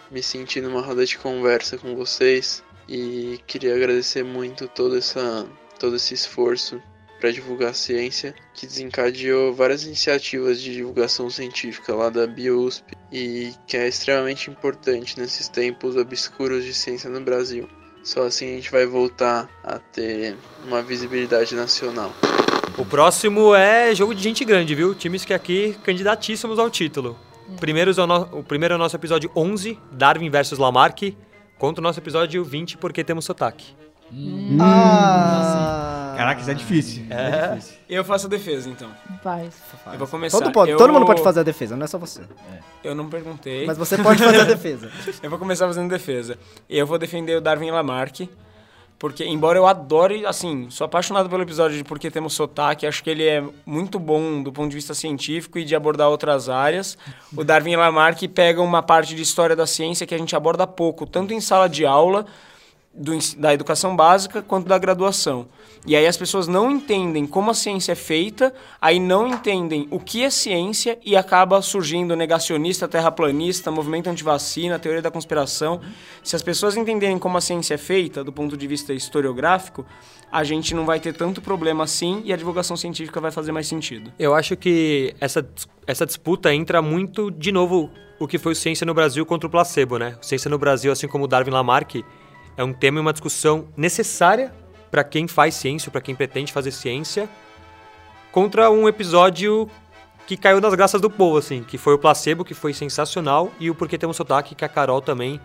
[SPEAKER 15] me senti numa roda de conversa com vocês e queria agradecer muito todo, essa, todo esse esforço para divulgar a ciência, que desencadeou várias iniciativas de divulgação científica lá da BioUSP e que é extremamente importante nesses tempos obscuros de ciência no Brasil. Só assim a gente vai voltar a ter uma visibilidade nacional.
[SPEAKER 1] O próximo é jogo de gente grande, viu? Times que aqui candidatíssimos ao título. Primeiros é o, no- o primeiro é o nosso episódio 11, Darwin versus Lamarck, contra o nosso episódio 20, porque temos sotaque.
[SPEAKER 6] Hum.
[SPEAKER 3] ah,
[SPEAKER 5] Caraca, isso é difícil.
[SPEAKER 1] É.
[SPEAKER 6] Eu faço a defesa, então.
[SPEAKER 7] Faz.
[SPEAKER 6] Eu vou começar.
[SPEAKER 3] Todo, pode-
[SPEAKER 6] Eu-
[SPEAKER 3] todo mundo pode fazer a defesa, não é só você.
[SPEAKER 6] Eu não perguntei.
[SPEAKER 3] Mas você pode fazer a defesa.
[SPEAKER 6] [LAUGHS] eu vou começar fazendo defesa. Eu vou defender o Darwin Lamarck, porque embora eu adore, assim, sou apaixonado pelo episódio de Porque Temos Sotaque, acho que ele é muito bom do ponto de vista científico e de abordar outras áreas. O Darwin Lamarck pega uma parte de história da ciência que a gente aborda pouco, tanto em sala de aula, do ens- da educação básica quanto da graduação. E aí as pessoas não entendem como a ciência é feita, aí não entendem o que é ciência e acaba surgindo negacionista, terraplanista, movimento antivacina, teoria da conspiração. Se as pessoas entenderem como a ciência é feita do ponto de vista historiográfico, a gente não vai ter tanto problema assim e a divulgação científica vai fazer mais sentido.
[SPEAKER 1] Eu acho que essa, dis- essa disputa entra muito, de novo, o que foi o Ciência no Brasil contra o placebo, né? O Ciência no Brasil, assim como o Darwin Lamarck, é um tema e uma discussão necessária para quem faz ciência, para quem pretende fazer ciência, contra um episódio que caiu nas graças do povo, assim, que foi o placebo, que foi sensacional, e o Porquê Temos Sotaque, que a Carol também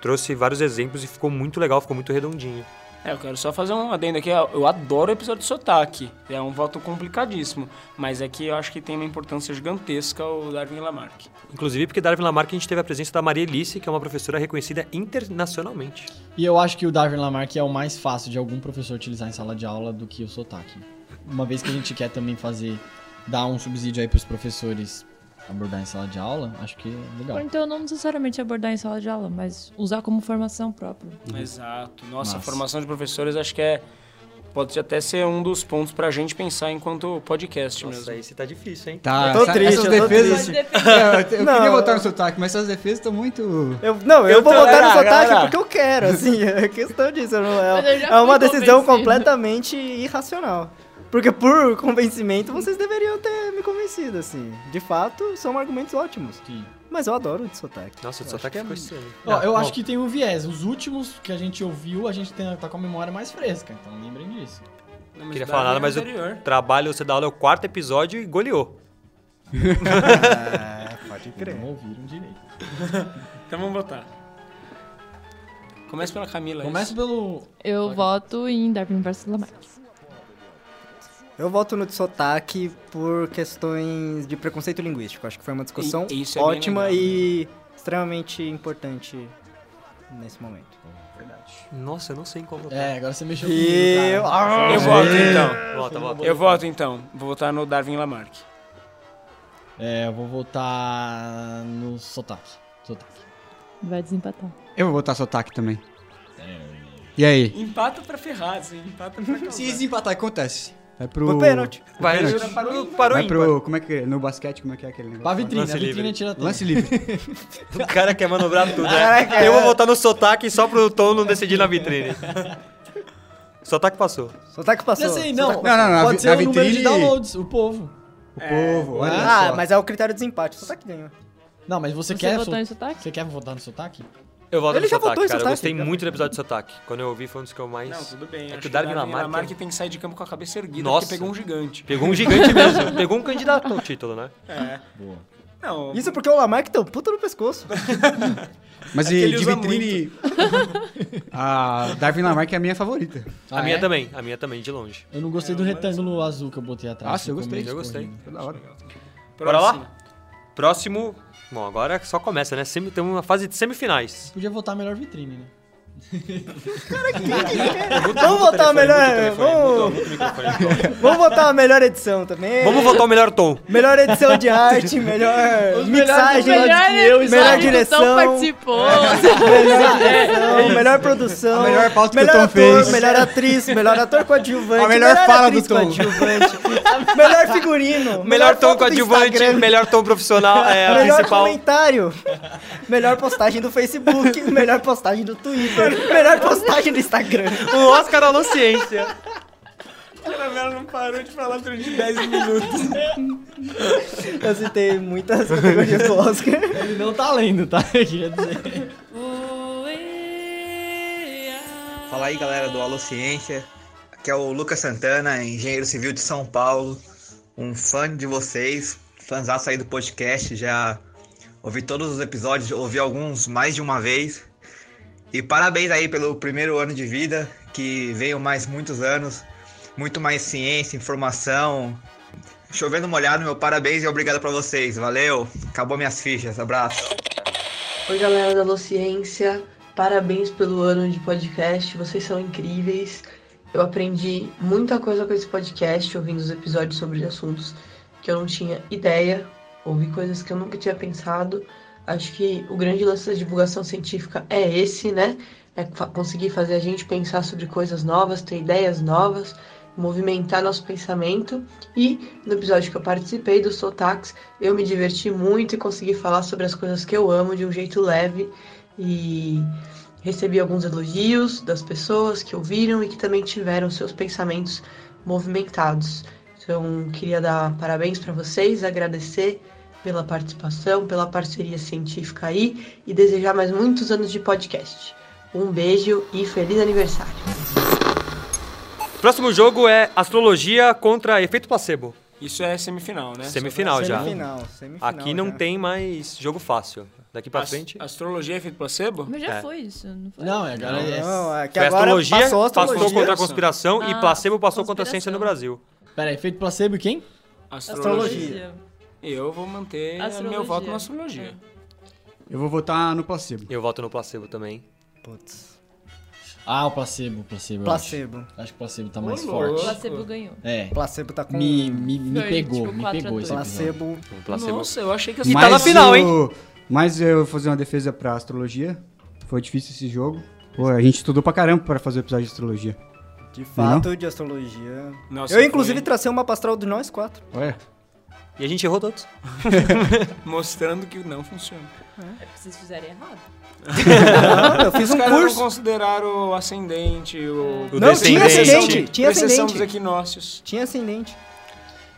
[SPEAKER 1] trouxe vários exemplos e ficou muito legal, ficou muito redondinho.
[SPEAKER 6] É, eu quero só fazer um adendo aqui. ó. Eu adoro o episódio de sotaque. É um voto complicadíssimo. Mas é que eu acho que tem uma importância gigantesca o Darwin Lamarck.
[SPEAKER 1] Inclusive porque Darwin Lamarck a gente teve a presença da Maria Elice, que é uma professora reconhecida internacionalmente.
[SPEAKER 2] E eu acho que o Darwin Lamarck é o mais fácil de algum professor utilizar em sala de aula do que o sotaque. Uma vez que a gente quer também fazer, dar um subsídio aí pros professores abordar em sala de aula, acho que é legal.
[SPEAKER 7] Ou então não necessariamente abordar em sala de aula, mas usar como formação própria.
[SPEAKER 6] Exato. Nossa, a
[SPEAKER 7] Massa.
[SPEAKER 6] formação de professores acho que é. Pode até ser um dos pontos pra gente pensar enquanto podcast
[SPEAKER 1] Nossa,
[SPEAKER 6] mesmo.
[SPEAKER 1] aí você tá difícil, hein?
[SPEAKER 5] Tá, essa- essas defesas. [LAUGHS] É, eu, te- eu
[SPEAKER 3] Não,
[SPEAKER 5] queria
[SPEAKER 3] eu-
[SPEAKER 5] votar no sotaque, mas essas defesas estão muito.
[SPEAKER 3] Eu, não, eu, vou
[SPEAKER 5] tô-
[SPEAKER 3] votar no
[SPEAKER 5] Galera,
[SPEAKER 3] sotaque
[SPEAKER 5] galera.
[SPEAKER 3] porque eu quero, assim, [LAUGHS] é questão disso. eu não-
[SPEAKER 4] Mas eu
[SPEAKER 3] é,
[SPEAKER 4] já
[SPEAKER 3] é uma
[SPEAKER 4] fui
[SPEAKER 3] decisão
[SPEAKER 4] convencido.
[SPEAKER 3] completamente irracional. Porque por convencimento vocês deveriam ter me convencido, assim. De fato, são argumentos ótimos. Mas eu adoro o de sotaque.
[SPEAKER 1] Nossa, tá o de
[SPEAKER 3] Eu
[SPEAKER 1] sotaque
[SPEAKER 3] acho que é
[SPEAKER 1] ficou
[SPEAKER 3] muito-
[SPEAKER 1] estranho.
[SPEAKER 2] Ó, eu acho que tem um viés. Os últimos que a gente ouviu, a gente tem- tá com a memória mais fresca, então lembrem disso.
[SPEAKER 1] Não queria falar nada, mas
[SPEAKER 6] anterior.
[SPEAKER 1] o trabalho você dá aula é o quarto episódio e goleou.
[SPEAKER 3] pode
[SPEAKER 2] crer. Não ouviram direito.
[SPEAKER 6] [LAUGHS] Então vamos votar. Começa pela Camila. é isso?
[SPEAKER 2] pelo.
[SPEAKER 7] Eu voto em Darwin versus Lamarck.
[SPEAKER 3] Eu voto no de sotaque por questões de preconceito linguístico. Acho que foi uma discussão
[SPEAKER 6] E- isso é bem
[SPEAKER 3] ótima
[SPEAKER 6] legal,
[SPEAKER 3] e extremamente importante nesse momento. Verdade.
[SPEAKER 1] Nossa, eu não sei em qual votar.
[SPEAKER 6] tá.
[SPEAKER 2] É, agora você mexeu
[SPEAKER 3] comigo, cara.
[SPEAKER 6] Eu,
[SPEAKER 3] Ah,
[SPEAKER 6] eu
[SPEAKER 3] sim.
[SPEAKER 6] voto
[SPEAKER 1] Sim.
[SPEAKER 6] então.
[SPEAKER 1] Vota, vota.
[SPEAKER 6] Eu voto então. Vou votar no Darwin Lamarck.
[SPEAKER 2] É, eu vou votar no sotaque. Sotaque.
[SPEAKER 7] Vai desempatar.
[SPEAKER 5] Eu vou votar sotaque também. E aí?
[SPEAKER 6] Empata pra Ferraz, hein? Empata pra causar.
[SPEAKER 5] Se desempatar, acontece. Vai pro.
[SPEAKER 6] Pro pênalti.
[SPEAKER 5] Vai,
[SPEAKER 6] Vai, tira
[SPEAKER 5] pro pênalti.
[SPEAKER 6] para o ímpar.
[SPEAKER 5] Vai pro. Como é que é? No basquete, como é que é aquele negócio?
[SPEAKER 2] Pra vitrine, Lance a vitrine livre. tira tudo.
[SPEAKER 3] [LAUGHS]
[SPEAKER 5] Lance livre.
[SPEAKER 1] O cara quer manobrar tudo,
[SPEAKER 5] Caraca,
[SPEAKER 1] né? Eu vou votar no sotaque só pro Tom não decidir na vitrine. Sotaque passou.
[SPEAKER 3] Sotaque passou.
[SPEAKER 2] Não sei, não.
[SPEAKER 3] Sotaque
[SPEAKER 5] Não, não, não, a
[SPEAKER 2] Pode
[SPEAKER 5] vi-
[SPEAKER 2] ser
[SPEAKER 5] a
[SPEAKER 2] o número de
[SPEAKER 5] vitrine-
[SPEAKER 2] downloads, o povo.
[SPEAKER 5] O povo, olha
[SPEAKER 3] ah,
[SPEAKER 5] só.
[SPEAKER 3] mas é o critério de desempate. Sotaque ganhou.
[SPEAKER 2] Não, mas você,
[SPEAKER 3] Você
[SPEAKER 2] quer.
[SPEAKER 3] votou
[SPEAKER 2] em
[SPEAKER 7] sotaque?
[SPEAKER 2] Você quer votar no sotaque?
[SPEAKER 1] Eu voto
[SPEAKER 2] Ele
[SPEAKER 1] no
[SPEAKER 2] já
[SPEAKER 1] sotaque,
[SPEAKER 2] votou
[SPEAKER 1] cara.
[SPEAKER 2] em
[SPEAKER 1] Eu
[SPEAKER 2] sotaque, então.
[SPEAKER 1] gostei
[SPEAKER 2] já
[SPEAKER 1] muito do episódio de sotaque. Quando eu ouvi, foi um dos que eu mais.
[SPEAKER 6] Não, tudo bem.
[SPEAKER 1] É
[SPEAKER 6] acho
[SPEAKER 1] que o Darwin Lamarck.
[SPEAKER 6] Lamarck tem que sair de campo com a cabeça erguida,
[SPEAKER 1] Nossa.
[SPEAKER 6] porque pegou um gigante.
[SPEAKER 1] [LAUGHS]
[SPEAKER 6] [LAUGHS]
[SPEAKER 1] Pegou um gigante mesmo. Pegou um candidato ao título, né?
[SPEAKER 6] É.
[SPEAKER 1] Boa.
[SPEAKER 6] Não.
[SPEAKER 3] Isso porque o Lamarck tem um puta
[SPEAKER 6] [LAUGHS]
[SPEAKER 3] no pescoço.
[SPEAKER 5] Mas
[SPEAKER 3] É que
[SPEAKER 5] e
[SPEAKER 3] ele
[SPEAKER 5] de
[SPEAKER 3] usa
[SPEAKER 5] vitrine. [LAUGHS] a Darwin Lamarck é a minha favorita.
[SPEAKER 1] A minha também, a minha também, de longe.
[SPEAKER 2] Eu não gostei do retângulo azul que eu botei atrás.
[SPEAKER 1] Tá, Nossa, Ah, eu
[SPEAKER 2] ficou meio
[SPEAKER 1] gostei. Eu gostei.
[SPEAKER 2] escorrido.
[SPEAKER 5] da hora.
[SPEAKER 1] Bora lá? Próximo. Bom, agora só começa, né? Semi, temos uma fase de semifinais.
[SPEAKER 2] Podia votar a melhor vitrine, né?
[SPEAKER 3] Vamos votar a melhor.
[SPEAKER 1] Vamos.
[SPEAKER 3] [LAUGHS] Vamos votar a melhor edição também.
[SPEAKER 1] Vamos votar o melhor tom.
[SPEAKER 3] Melhor edição de arte, melhor
[SPEAKER 1] Os melhores
[SPEAKER 3] mixagem, melhor,
[SPEAKER 1] episódios que eu e Sérgio
[SPEAKER 3] direção,
[SPEAKER 1] Tom
[SPEAKER 3] melhor
[SPEAKER 1] participou.
[SPEAKER 3] direção,
[SPEAKER 1] [LAUGHS] É, é isso.
[SPEAKER 3] melhor produção,
[SPEAKER 1] A melhor pauta que o
[SPEAKER 3] melhor
[SPEAKER 1] Tom
[SPEAKER 3] ator,
[SPEAKER 1] fez.
[SPEAKER 3] melhor atriz, melhor ator coadjuvante,
[SPEAKER 1] A melhor fala do
[SPEAKER 3] atriz
[SPEAKER 1] Tom.
[SPEAKER 3] coadjuvante,
[SPEAKER 1] [LAUGHS]
[SPEAKER 3] melhor figurino,
[SPEAKER 1] Melhor tom
[SPEAKER 3] foto do
[SPEAKER 1] coadjuvante,
[SPEAKER 3] Instagram,
[SPEAKER 1] melhor tom profissional, é a
[SPEAKER 3] [LAUGHS] melhor
[SPEAKER 1] principal.
[SPEAKER 3] comentário, melhor postagem do Facebook, melhor postagem do Twitter, melhor postagem do Instagram.
[SPEAKER 1] O Oscar é da Ciência.
[SPEAKER 6] A Caramelo não parou de falar durante 10 minutos.
[SPEAKER 1] [LAUGHS]
[SPEAKER 3] Eu citei muitas categorias do Oscar.
[SPEAKER 2] Ele não tá lendo, tá? Eu queria dizer.
[SPEAKER 16] Fala aí, galera do Alô Ciência. Aqui é o Lucas Santana, engenheiro civil de São Paulo. Um fã de vocês, fãzaço aí do podcast. Já ouvi todos os episódios, ouvi alguns mais de uma vez. E parabéns aí pelo primeiro ano de vida, que veio mais muitos anos, muito mais ciência, informação. Chovendo molhado, meu parabéns e obrigado pra vocês. Valeu, acabou minhas fichas, abraço.
[SPEAKER 17] Oi, galera da Lociência. Parabéns pelo ano de podcast. Vocês são incríveis. Eu aprendi muita coisa com esse podcast, ouvindo os episódios sobre assuntos que eu não tinha ideia. Ouvi coisas que eu nunca tinha pensado. Acho que o grande lance da divulgação científica é esse, né? É fa- conseguir fazer a gente pensar sobre coisas novas, ter ideias novas, movimentar nosso pensamento. E no episódio que eu participei do Sotax, eu me diverti muito e consegui falar sobre as coisas que eu amo de um jeito leve e recebi alguns elogios das pessoas que ouviram e que também tiveram seus pensamentos movimentados. Então, queria dar parabéns para vocês, agradecer pela participação, pela parceria científica aí e desejar mais muitos anos de podcast. Um beijo e feliz aniversário!
[SPEAKER 1] Próximo jogo é Astrologia contra Efeito Placebo.
[SPEAKER 6] Isso é semifinal, né?
[SPEAKER 1] Semifinal já.
[SPEAKER 6] Semifinal, semifinal
[SPEAKER 1] Aqui não
[SPEAKER 6] já.
[SPEAKER 1] tem mais jogo fácil. Daqui pra
[SPEAKER 6] As-
[SPEAKER 1] frente.
[SPEAKER 6] Astrologia é feito placebo?
[SPEAKER 7] Mas já
[SPEAKER 1] É.
[SPEAKER 7] foi isso, não foi?
[SPEAKER 2] Não, é, agora é.
[SPEAKER 3] Não, é que
[SPEAKER 1] Foi
[SPEAKER 3] agora
[SPEAKER 1] astrologia,
[SPEAKER 3] passou a
[SPEAKER 1] passou
[SPEAKER 3] astrologia.
[SPEAKER 1] contra a conspiração e
[SPEAKER 7] Ah,
[SPEAKER 1] placebo passou contra a ciência no Brasil.
[SPEAKER 2] Pera aí, feito placebo e quem?
[SPEAKER 6] Astrologia. Eu vou manter
[SPEAKER 7] Astrologia.
[SPEAKER 6] meu voto na astrologia.
[SPEAKER 5] Eu vou votar no placebo.
[SPEAKER 1] Eu voto no placebo também.
[SPEAKER 3] Putz.
[SPEAKER 2] Ah, o placebo, o placebo. eu
[SPEAKER 3] Placebo.
[SPEAKER 2] Acho. Acho que o placebo tá
[SPEAKER 3] Ô,
[SPEAKER 2] mais
[SPEAKER 3] louco.
[SPEAKER 2] forte.
[SPEAKER 7] Placebo ganhou.
[SPEAKER 2] É.
[SPEAKER 3] Placebo tá com-
[SPEAKER 2] Me, me, me
[SPEAKER 7] Foi,
[SPEAKER 2] pegou,
[SPEAKER 7] tipo,
[SPEAKER 2] me
[SPEAKER 7] quatro a
[SPEAKER 2] pegou esse
[SPEAKER 7] dois.
[SPEAKER 2] episódio. Um
[SPEAKER 3] Placebo.
[SPEAKER 6] Nossa, eu achei que
[SPEAKER 5] Mas
[SPEAKER 1] tá na final,
[SPEAKER 5] o-
[SPEAKER 1] hein?
[SPEAKER 5] Mas eu vou fazer uma defesa pra astrologia. Foi difícil esse jogo. Pô, a gente estudou pra caramba pra fazer o episódio de astrologia.
[SPEAKER 3] De
[SPEAKER 5] Não é não?
[SPEAKER 3] fato de astrologia.
[SPEAKER 6] Nossa,
[SPEAKER 3] eu,
[SPEAKER 6] foi, um
[SPEAKER 3] inclusive,
[SPEAKER 6] hein?
[SPEAKER 3] tracei uma mapa astral de nós quatro.
[SPEAKER 5] Olha.
[SPEAKER 1] E a gente errou todos.
[SPEAKER 6] [LAUGHS] Mostrando que não funciona.
[SPEAKER 7] É porque vocês fizeram errado.
[SPEAKER 3] eu fiz
[SPEAKER 6] Os
[SPEAKER 3] um
[SPEAKER 6] caras
[SPEAKER 3] curso.
[SPEAKER 6] não consideraram o ascendente, o...
[SPEAKER 1] O Não, tinha descendente. ascendente,
[SPEAKER 3] [LAUGHS] tinha
[SPEAKER 6] Com exceção
[SPEAKER 3] ascendente.
[SPEAKER 6] dos equinócios.
[SPEAKER 3] Tinha ascendente.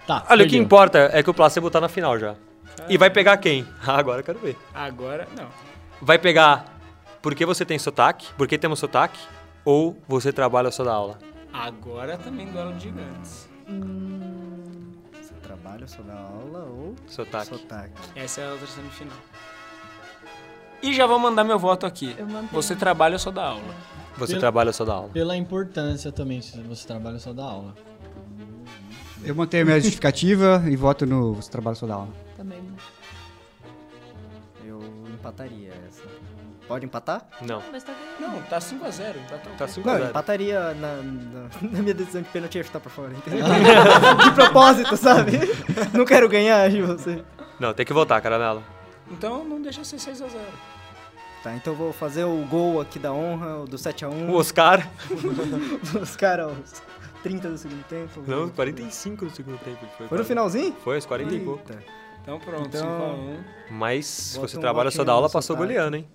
[SPEAKER 2] Tá,
[SPEAKER 1] Olha, o que
[SPEAKER 2] perdeu.
[SPEAKER 1] importa é que o placebo tá na final já. E vai pegar quem? [LAUGHS] Ah, agora eu quero ver.
[SPEAKER 6] Agora, não.
[SPEAKER 1] Vai pegar porque você tem sotaque, porque temos sotaque, ou você trabalha só da aula.
[SPEAKER 6] Agora também duelo de gigantes.
[SPEAKER 3] Você trabalha só na aula ou.
[SPEAKER 1] Sotaque.
[SPEAKER 6] Essa é a outra semifinal. E já vou mandar meu voto aqui. Você trabalha ou só dá aula?
[SPEAKER 1] Você
[SPEAKER 2] Pela-
[SPEAKER 1] trabalha só da aula.
[SPEAKER 2] Pela importância também, se você trabalha só da aula.
[SPEAKER 5] Eu mantenho a minha justificativa e voto no Você Trabalha Só da Aula.
[SPEAKER 7] Também.
[SPEAKER 3] Eu empataria essa. Pode empatar?
[SPEAKER 1] Não.
[SPEAKER 7] Mas tá ganhando.
[SPEAKER 6] Não, tá 5x0. Tá,
[SPEAKER 1] Tá
[SPEAKER 3] Não,
[SPEAKER 1] 5x0.
[SPEAKER 3] eu empataria na, na, na minha decisão de pênalti ia chutar pra fora,
[SPEAKER 6] [LAUGHS]
[SPEAKER 3] entendeu? de propósito, sabe? Não quero ganhar de você.
[SPEAKER 1] Não, tem que votar, Caramelo.
[SPEAKER 6] Então não deixa ser 6x0.
[SPEAKER 3] Tá, então eu vou fazer o gol aqui da honra, o do 7x1.
[SPEAKER 1] O
[SPEAKER 3] [LAUGHS]
[SPEAKER 1] Oscar.
[SPEAKER 3] Os caras aos 30 do segundo tempo.
[SPEAKER 1] Não, 45 no segundo tempo. que Foi,
[SPEAKER 3] Foi no finalzinho?
[SPEAKER 1] Foi, aos 40 e pouco.
[SPEAKER 6] Então pronto,
[SPEAKER 3] Então-
[SPEAKER 6] 5x1.
[SPEAKER 1] Mas se
[SPEAKER 6] Bota
[SPEAKER 1] você
[SPEAKER 6] um
[SPEAKER 1] trabalha
[SPEAKER 6] votinho
[SPEAKER 1] só da aula,
[SPEAKER 6] no
[SPEAKER 1] passou
[SPEAKER 6] sotaque.
[SPEAKER 1] goleando, hein?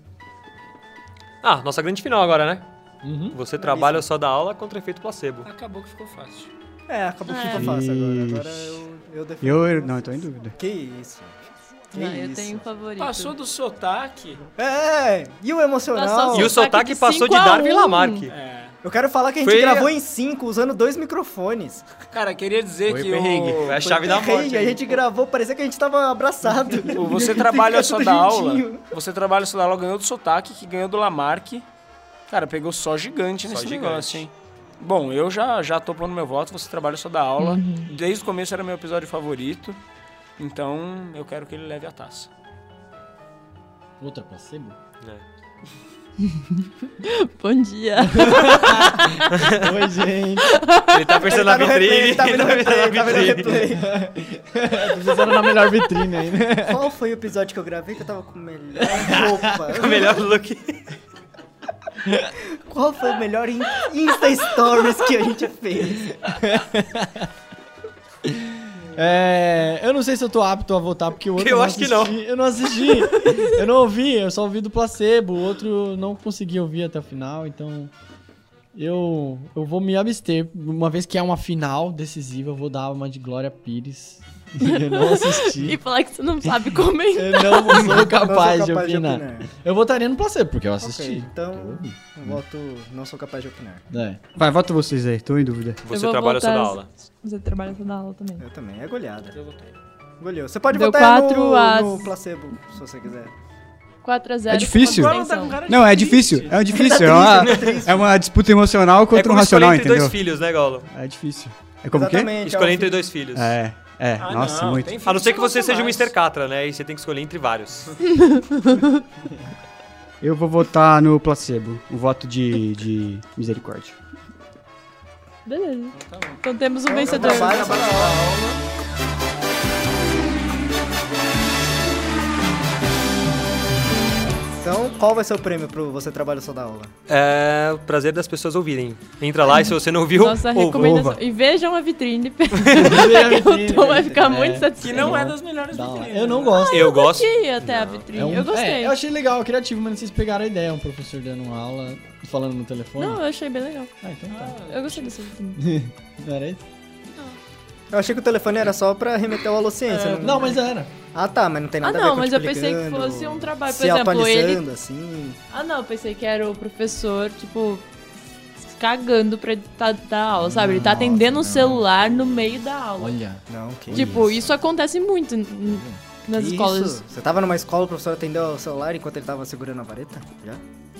[SPEAKER 1] Ah, nossa grande final agora, né? Você trabalha só da aula contra efeito placebo.
[SPEAKER 6] Acabou que ficou fácil.
[SPEAKER 3] É, acabou que
[SPEAKER 6] É.
[SPEAKER 3] ficou fácil agora. Agora
[SPEAKER 5] Ixi.
[SPEAKER 3] eu, eu defendo.
[SPEAKER 5] Eu, eu- não, eu tô em dúvida.
[SPEAKER 3] Que isso? Que
[SPEAKER 7] Não,
[SPEAKER 3] isso?
[SPEAKER 7] eu tenho um favorito.
[SPEAKER 6] Passou do sotaque.
[SPEAKER 3] É, e o emocional?
[SPEAKER 7] um.
[SPEAKER 2] um.
[SPEAKER 1] E o sotaque passou de Darwin Lamarck.
[SPEAKER 6] É.
[SPEAKER 3] Eu quero falar que a gente
[SPEAKER 6] Foi-
[SPEAKER 3] gravou em cinco, usando dois microfones.
[SPEAKER 6] Cara, queria dizer
[SPEAKER 3] Foi
[SPEAKER 6] que
[SPEAKER 3] o perrengue.
[SPEAKER 6] o...
[SPEAKER 3] Foi a chave da Perrengue, morte a [LAUGHS] aí. gente gravou, parecia que a gente tava abraçado.
[SPEAKER 6] O Tipo, Você trabalha só da aula. Você trabalha só da aula, ganhou do sotaque, que ganhou do Lamarck. Cara, pegou só gigante
[SPEAKER 1] Só
[SPEAKER 6] nesse
[SPEAKER 1] gigante.
[SPEAKER 6] negócio, hein? Bom, eu já, já tô pondo meu voto, você trabalha só da aula.
[SPEAKER 1] Uhum.
[SPEAKER 6] Desde o começo era meu episódio favorito. Então, eu quero que ele leve a taça.
[SPEAKER 2] Outra placebo?
[SPEAKER 3] É.
[SPEAKER 7] Bom [LAUGHS] dia.
[SPEAKER 2] Oi, gente.
[SPEAKER 1] [LAUGHS] Ele tá pensando na vitrine. tá
[SPEAKER 6] [LAUGHS]
[SPEAKER 3] tá
[SPEAKER 2] [LAUGHS] Fizeram na melhor vitrine aí, né?
[SPEAKER 1] [LAUGHS]
[SPEAKER 3] Qual foi o episódio que eu gravei que eu tava com a melhor roupa?
[SPEAKER 1] [LAUGHS] O melhor look.
[SPEAKER 3] [LAUGHS] Qual foi o melhor in- Insta Stories que a gente fez?
[SPEAKER 2] É, eu não sei se eu tô apto a votar, porque o outro
[SPEAKER 1] Eu
[SPEAKER 2] não
[SPEAKER 1] acho que
[SPEAKER 2] assisti, Eu não assisti. eu não ouvi, eu só ouvi do placebo. O outro não consegui ouvir até o final, então. Eu, eu vou me abster. Uma vez que é uma final decisiva, eu vou dar uma de Glória Pires. Eu não assisti.
[SPEAKER 7] e falar que você não sabe comentar.
[SPEAKER 2] Eu não sou, capaz, de,
[SPEAKER 3] capaz de
[SPEAKER 2] opinar.
[SPEAKER 3] opinar.
[SPEAKER 2] Eu votaria no placebo, porque eu É. assisti.
[SPEAKER 3] Ok, então, eu voto não sou capaz de opinar.
[SPEAKER 5] Vai, vota vocês aí, tô em dúvida.
[SPEAKER 7] Eu vou voltar- Você trabalha só da aula também.
[SPEAKER 3] Eu também, é goleada. Goleou. Você pode
[SPEAKER 7] Deu
[SPEAKER 3] votar no,
[SPEAKER 7] quatro a-
[SPEAKER 3] no placebo, se você quiser.
[SPEAKER 7] 4x0.
[SPEAKER 5] É difícil?
[SPEAKER 2] tá
[SPEAKER 1] tá
[SPEAKER 5] Não,
[SPEAKER 1] [LAUGHS]
[SPEAKER 5] é difícil. É um difícil. É uma, é uma disputa emocional
[SPEAKER 1] É
[SPEAKER 5] contra um
[SPEAKER 1] como escolher
[SPEAKER 5] racional,
[SPEAKER 1] entre
[SPEAKER 5] entendeu?
[SPEAKER 1] dois filhos, né, Golo?
[SPEAKER 5] É difícil. É como o quê?
[SPEAKER 1] Escolher entre dois filhos.
[SPEAKER 5] É, é. nossa, muito.
[SPEAKER 1] A não ser que você seja o Mr. Catra, né? E você tem que escolher entre
[SPEAKER 5] [LAUGHS]
[SPEAKER 1] vários.
[SPEAKER 5] Eu vou votar no placebo. O voto de, de misericórdia.
[SPEAKER 7] Beleza. Então temos um
[SPEAKER 6] Então,
[SPEAKER 7] vencedor.
[SPEAKER 6] trabalha só da
[SPEAKER 3] Então, qual vai ser o prêmio pro Você Trabalha Só da Aula?
[SPEAKER 1] É o prazer das pessoas ouvirem. Entra lá e se você não viu,
[SPEAKER 7] Nossa
[SPEAKER 1] ouva.
[SPEAKER 7] recomendação. E vejam a
[SPEAKER 2] [LAUGHS]
[SPEAKER 7] vitrine. [LAUGHS] porque
[SPEAKER 2] vitrine,
[SPEAKER 7] o Tom vai ficar
[SPEAKER 2] é.
[SPEAKER 7] muito satisfeito.
[SPEAKER 2] Que não é das
[SPEAKER 6] melhores
[SPEAKER 2] vitrines. né? Eu não gosto.
[SPEAKER 1] Eu gosto.
[SPEAKER 7] curti até a vitrine.
[SPEAKER 2] É um-
[SPEAKER 7] eu gostei.
[SPEAKER 2] é, eu achei legal, criativo, mas vocês pegaram a ideia. Um professor dando uma aula, falando no telefone.
[SPEAKER 7] Não, eu achei bem legal.
[SPEAKER 2] Ah, então tá.
[SPEAKER 7] Eu gostei dessa vitrine.
[SPEAKER 2] [LAUGHS]
[SPEAKER 3] [LAUGHS]
[SPEAKER 2] Era isso?
[SPEAKER 3] Eu achei que o telefone era só pra remeter ao Alociência.
[SPEAKER 2] É, não, mas era.
[SPEAKER 3] Ah, tá, mas não tem
[SPEAKER 7] Ah,
[SPEAKER 3] nada a ver
[SPEAKER 7] não,
[SPEAKER 3] com
[SPEAKER 7] mas
[SPEAKER 3] tipo,
[SPEAKER 7] eu pensei que
[SPEAKER 3] ligando,
[SPEAKER 7] fosse um trabalho. Por
[SPEAKER 3] se
[SPEAKER 7] exemplo,
[SPEAKER 3] atualizando,
[SPEAKER 7] ele.
[SPEAKER 3] assim.
[SPEAKER 7] Ah, não, eu pensei que era o professor, tipo, cagando pra tá, da aula, sabe? Ele tá atendendo o celular no meio da aula.
[SPEAKER 2] Olha.
[SPEAKER 3] Não, que
[SPEAKER 7] Tipo, isso. acontece muito n- n- nas
[SPEAKER 3] Isso.
[SPEAKER 7] escolas.
[SPEAKER 3] Você tava numa escola, o professor atendeu o celular enquanto ele tava segurando a vareta? Já?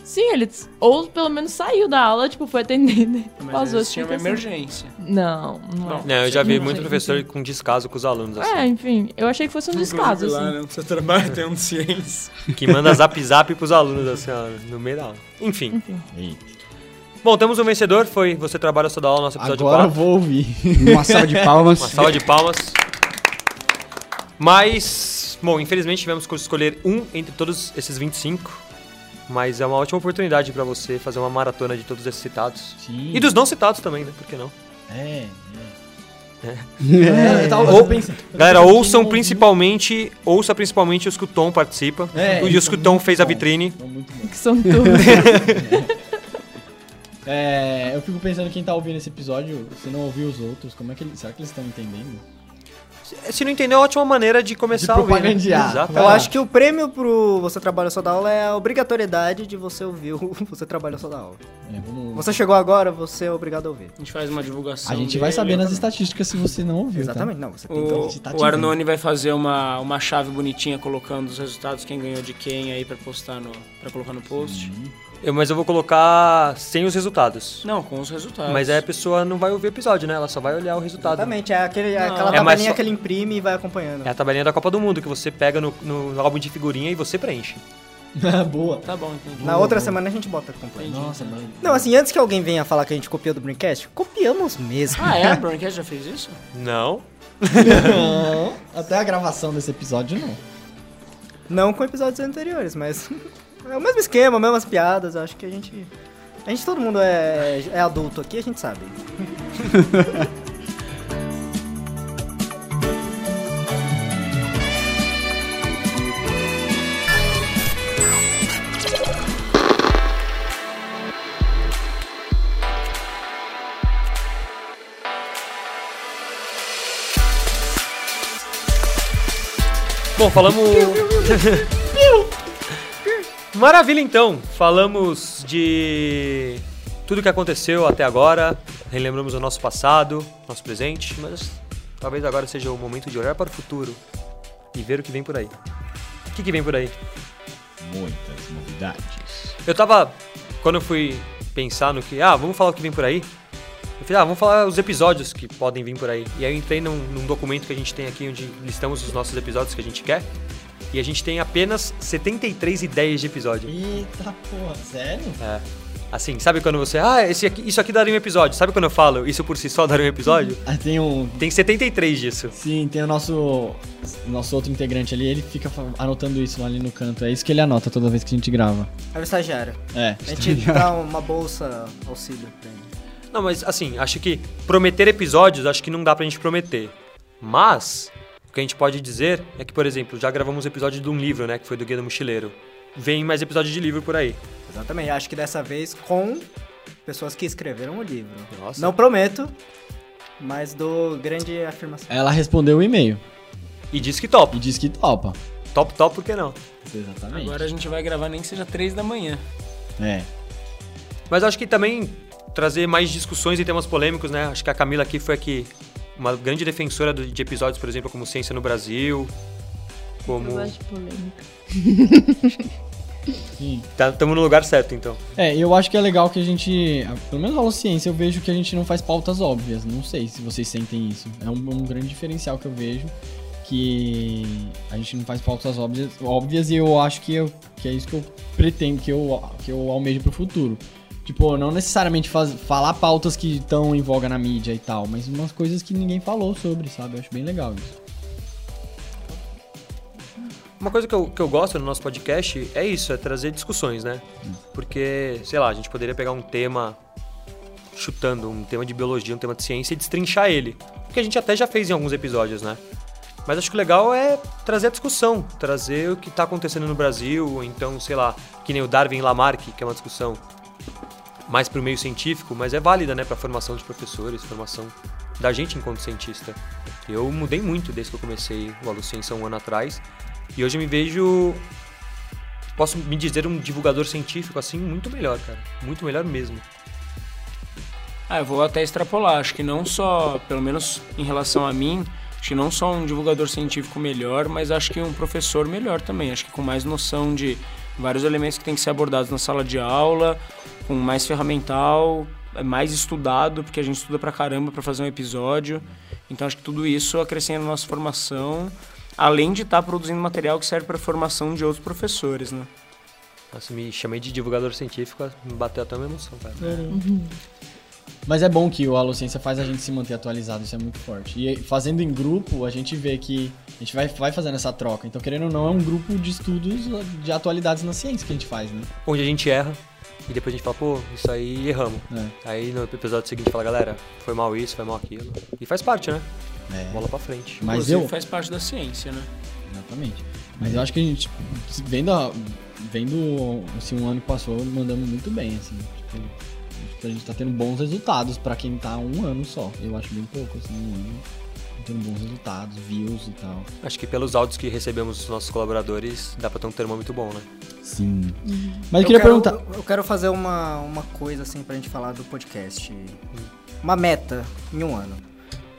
[SPEAKER 7] Sim, ele. Ou pelo menos saiu da aula, tipo, foi atendendo. e
[SPEAKER 6] Mas às
[SPEAKER 7] pausou a
[SPEAKER 6] vezes tinha uma
[SPEAKER 7] explicação.
[SPEAKER 6] emergência.
[SPEAKER 7] Não, não, é.
[SPEAKER 1] Não, eu já vi
[SPEAKER 7] Não
[SPEAKER 1] muito
[SPEAKER 7] sei.
[SPEAKER 1] professor com descaso com os alunos, assim.
[SPEAKER 7] É, enfim, eu achei que fosse um descaso,
[SPEAKER 6] Inclusive lá,
[SPEAKER 7] assim.
[SPEAKER 6] né, no seu trabalho tem um de ciência.
[SPEAKER 1] Que manda zap zap pros alunos, assim, ó, no meio da aula. Enfim. Bom, temos um vencedor, foi Você Trabalha Só da Aula, nosso episódio
[SPEAKER 2] Agora eu
[SPEAKER 1] 4.
[SPEAKER 2] vou ouvir.
[SPEAKER 5] Uma salva de palmas.
[SPEAKER 1] Uma salva de palmas. Mas, bom, infelizmente tivemos que escolher um entre todos esses 25. Mas é uma ótima oportunidade pra você fazer uma maratona de todos esses citados.
[SPEAKER 2] Sim.
[SPEAKER 1] E dos não citados também, né? Por que não?
[SPEAKER 2] É.
[SPEAKER 1] É.
[SPEAKER 2] Eu tava- eu
[SPEAKER 1] Ou-
[SPEAKER 2] pensei- eu
[SPEAKER 1] galera,
[SPEAKER 2] pensei
[SPEAKER 1] ouçam
[SPEAKER 2] em ouvir.
[SPEAKER 1] principalmente, ouça principalmente os que o Tom participa.
[SPEAKER 2] É,
[SPEAKER 1] o
[SPEAKER 2] eles
[SPEAKER 1] os que o
[SPEAKER 2] são
[SPEAKER 1] Tom
[SPEAKER 2] muito
[SPEAKER 1] fez a
[SPEAKER 2] bons,
[SPEAKER 1] vitrine.
[SPEAKER 2] são muito bons.
[SPEAKER 7] Que são
[SPEAKER 3] [LAUGHS]
[SPEAKER 2] É, eu fico pensando quem tá ouvindo esse episódio, se não ouvir os outros, como é que eles, será que eles estão entendendo?
[SPEAKER 1] [LAUGHS] Se não entendeu, é uma ótima maneira de começar a ouvir. né?
[SPEAKER 2] propagandear.
[SPEAKER 1] Exato.
[SPEAKER 3] Eu acho que o prêmio pro Você Trabalha Só da Aula é a obrigatoriedade de você ouvir o [LAUGHS] Você Trabalha Só da Aula.
[SPEAKER 1] É,
[SPEAKER 3] Você chchegou agora, você é obrigado a ouvir.
[SPEAKER 6] A gente faz uma divulgação.
[SPEAKER 2] A gente vai
[SPEAKER 6] dele.
[SPEAKER 2] saber nas estatísticas se você não ouviu. tá?
[SPEAKER 3] Exatamente, não, você tem
[SPEAKER 1] então,
[SPEAKER 6] O,
[SPEAKER 3] que
[SPEAKER 6] o Arnone vai fazer uma, uma chave bonitinha colocando os resultados, quem ganhou de quem aí pra postar no. para colocar no post.
[SPEAKER 1] Eu- mas eu vou colocar sem os resultados.
[SPEAKER 6] Não, com os resultados.
[SPEAKER 1] Mas aí a pessoa não vai ouvir o episódio, né? Ela só vai olhar o resultado.
[SPEAKER 3] Exatamente, é, aquele, é
[SPEAKER 1] Não.
[SPEAKER 3] aquela
[SPEAKER 1] É mais
[SPEAKER 3] tabelinha
[SPEAKER 1] só-
[SPEAKER 3] que ele imprime e vai [LAUGHS] acompanhando.
[SPEAKER 1] É a tabelinha da Copa do Mundo que você pega no, no álbum de figurinha e você preenche.
[SPEAKER 2] Boa.
[SPEAKER 6] Tá bom, entendi.
[SPEAKER 3] Na outra semana a gente bota completo.
[SPEAKER 2] Nossa, mano.
[SPEAKER 3] Não, assim, antes que alguém venha falar que a gente copiou do Brincast, copiamos mesmo.
[SPEAKER 6] Ah, é?
[SPEAKER 3] [LAUGHS]
[SPEAKER 6] A Braincast já fez isso?
[SPEAKER 1] Não.
[SPEAKER 2] Não. Até a gravação desse episódio, não.
[SPEAKER 3] Não com episódios anteriores, mas é o mesmo esquema, mesmas piadas, eu acho que a gente... A gente, todo mundo é, é adulto aqui, a gente
[SPEAKER 2] [LAUGHS]
[SPEAKER 3] sabe.
[SPEAKER 1] Bom, falamos. Maravilha então! Falamos de tudo que aconteceu até agora, relembramos o nosso passado, nosso presente, mas talvez agora seja o momento de olhar para o futuro e ver o que vem por aí. O que, que vem por aí?
[SPEAKER 18] Muitas novidades.
[SPEAKER 1] Eu tava. Quando eu fui pensar no que. Ah, vamos falar o que vem por aí. Eu falei, ah, vamos falar os episódios que podem vir por aí. E aí eu entrei num, num documento que a gente tem aqui onde listamos os nossos episódios que a gente quer. E a gente tem apenas 73 ideias de episódio.
[SPEAKER 2] Eita Tá, porra, sério?
[SPEAKER 1] É. Assim, sabe quando você. Ah, esse aqui- isso aqui daria um episódio. Sabe quando eu falo isso por si só daria um episódio?
[SPEAKER 6] Uhum.
[SPEAKER 2] Ah, tem um.
[SPEAKER 1] Tem 73 disso.
[SPEAKER 2] Sim, tem o nosso nosso outro integrante ali, ele fica fa- anotando isso ali no canto. É isso que ele anota toda vez que a gente grava.
[SPEAKER 3] É o estagiário. tipo,
[SPEAKER 2] É,
[SPEAKER 3] A gente dá uma bolsa auxílio pra ele.
[SPEAKER 1] Não, mas assim, acho que prometer episódios, acho que não dá pra gente prometer. Mas, o que a gente pode dizer é que, por exemplo, já gravamos episódio de um livro, né? Que foi do Guia do Mochileiro. Vem mais episódio de livro por aí.
[SPEAKER 3] Exatamente, acho que dessa vez com pessoas que escreveram o livro.
[SPEAKER 1] Nossa.
[SPEAKER 3] Não prometo, mas dou grande afirmação.
[SPEAKER 2] Ela respondeu o e-mail.
[SPEAKER 1] E disse que topa.
[SPEAKER 2] E disse que topa.
[SPEAKER 1] Top, top, por que não?
[SPEAKER 2] Exatamente.
[SPEAKER 6] Agora a gente vai gravar nem que seja três da manhã.
[SPEAKER 2] É.
[SPEAKER 1] Mas acho que também trazer mais discussões e temas polêmicos, né? Acho que a Camila aqui foi aqui uma grande defensora do- de episódios, por exemplo, como Ciência no Brasil, como...
[SPEAKER 7] Eu gosto de
[SPEAKER 6] [LAUGHS]
[SPEAKER 7] polêmica.
[SPEAKER 1] Tá- Tamo no lugar certo, então.
[SPEAKER 2] É, eu acho que é legal que a gente. Pelo menos aula ciência, eu vejo que a gente não faz pautas óbvias. Não sei se vocês sentem isso. É um, um grande diferencial que eu vejo. Que a gente não faz pautas óbvias, óbvias e eu acho que, eu, que é isso que eu pretendo, que eu, que eu almejo pro futuro. Tipo, não necessariamente faz- falar pautas que estão em voga na mídia e tal, mas umas coisas que ninguém falou sobre, sabe? Eu acho bem legal isso.
[SPEAKER 1] Uma coisa que eu, que eu gosto no nosso podcast é isso, é trazer discussões, né? Porque, sei lá, a gente poderia pegar um tema chutando, um tema de biologia, um tema de ciência e destrinchar ele. Porque a gente até já fez em alguns episódios, né? Mas acho que o legal é trazer a discussão, trazer o que tá acontecendo no Brasil, ou então, sei lá, que nem o Darwin e Lamarck, que é uma discussão mais pro meio científico, mas é válida, né, pra formação de professores, formação da gente enquanto cientista. Eu mudei muito desde que eu comecei o Aluciência um ano atrás, e hoje eu me vejo posso me dizer um divulgador científico assim muito melhor, cara. Muito melhor mesmo.
[SPEAKER 6] Ah, eu vou até extrapolar. Acho que não só, pelo menos em relação a mim, acho que não só um divulgador científico melhor, mas acho que um professor melhor também. Acho que com mais noção de vários elementos que tem que ser abordados na sala de aula, com mais ferramental, é mais estudado, porque a gente estuda pra caramba pra fazer um episódio. Então acho que tudo isso acrescenta a nossa formação, além de estar produzindo material que serve pra formação de outros professores, né?
[SPEAKER 1] Nossa, me chamei de divulgador científico, me bateu até uma emoção, cara.
[SPEAKER 2] Mas é bom que o Alociência faz a gente se manter atualizado, isso é muito forte. E fazendo em grupo, a gente vê que a gente vai, vai fazendo essa troca. Então, querendo ou não, é um grupo de estudos de atualidades na ciência que a gente faz, né?
[SPEAKER 1] Onde a gente erra e depois a gente fala, pô, isso aí erramos.
[SPEAKER 3] É.
[SPEAKER 1] Aí no episódio seguinte fala, galera, foi mal isso, foi mal aquilo. E faz parte, né?
[SPEAKER 3] É.
[SPEAKER 1] Bola pra frente.
[SPEAKER 2] Mas
[SPEAKER 6] Inclusive,
[SPEAKER 2] eu-
[SPEAKER 6] faz parte da ciência, né?
[SPEAKER 2] Exatamente. Mas eu acho que a gente, vendo, a- vendo assim, um ano que passou, mandamos muito bem, assim. Tipo, acho que a gente tá tendo bons resultados pra quem tá um ano só. Eu acho bem pouco, assim, um ano. Tendo bons resultados, views e tal.
[SPEAKER 1] Acho que pelos áudios que recebemos dos nossos colaboradores, dá pra ter um termômetro bom, né?
[SPEAKER 2] Sim.
[SPEAKER 3] Uhum. eu
[SPEAKER 2] queria
[SPEAKER 3] quero-
[SPEAKER 2] perguntar-
[SPEAKER 3] Eu quero fazer uma, uma coisa assim pra gente falar do podcast. Uma meta em um ano.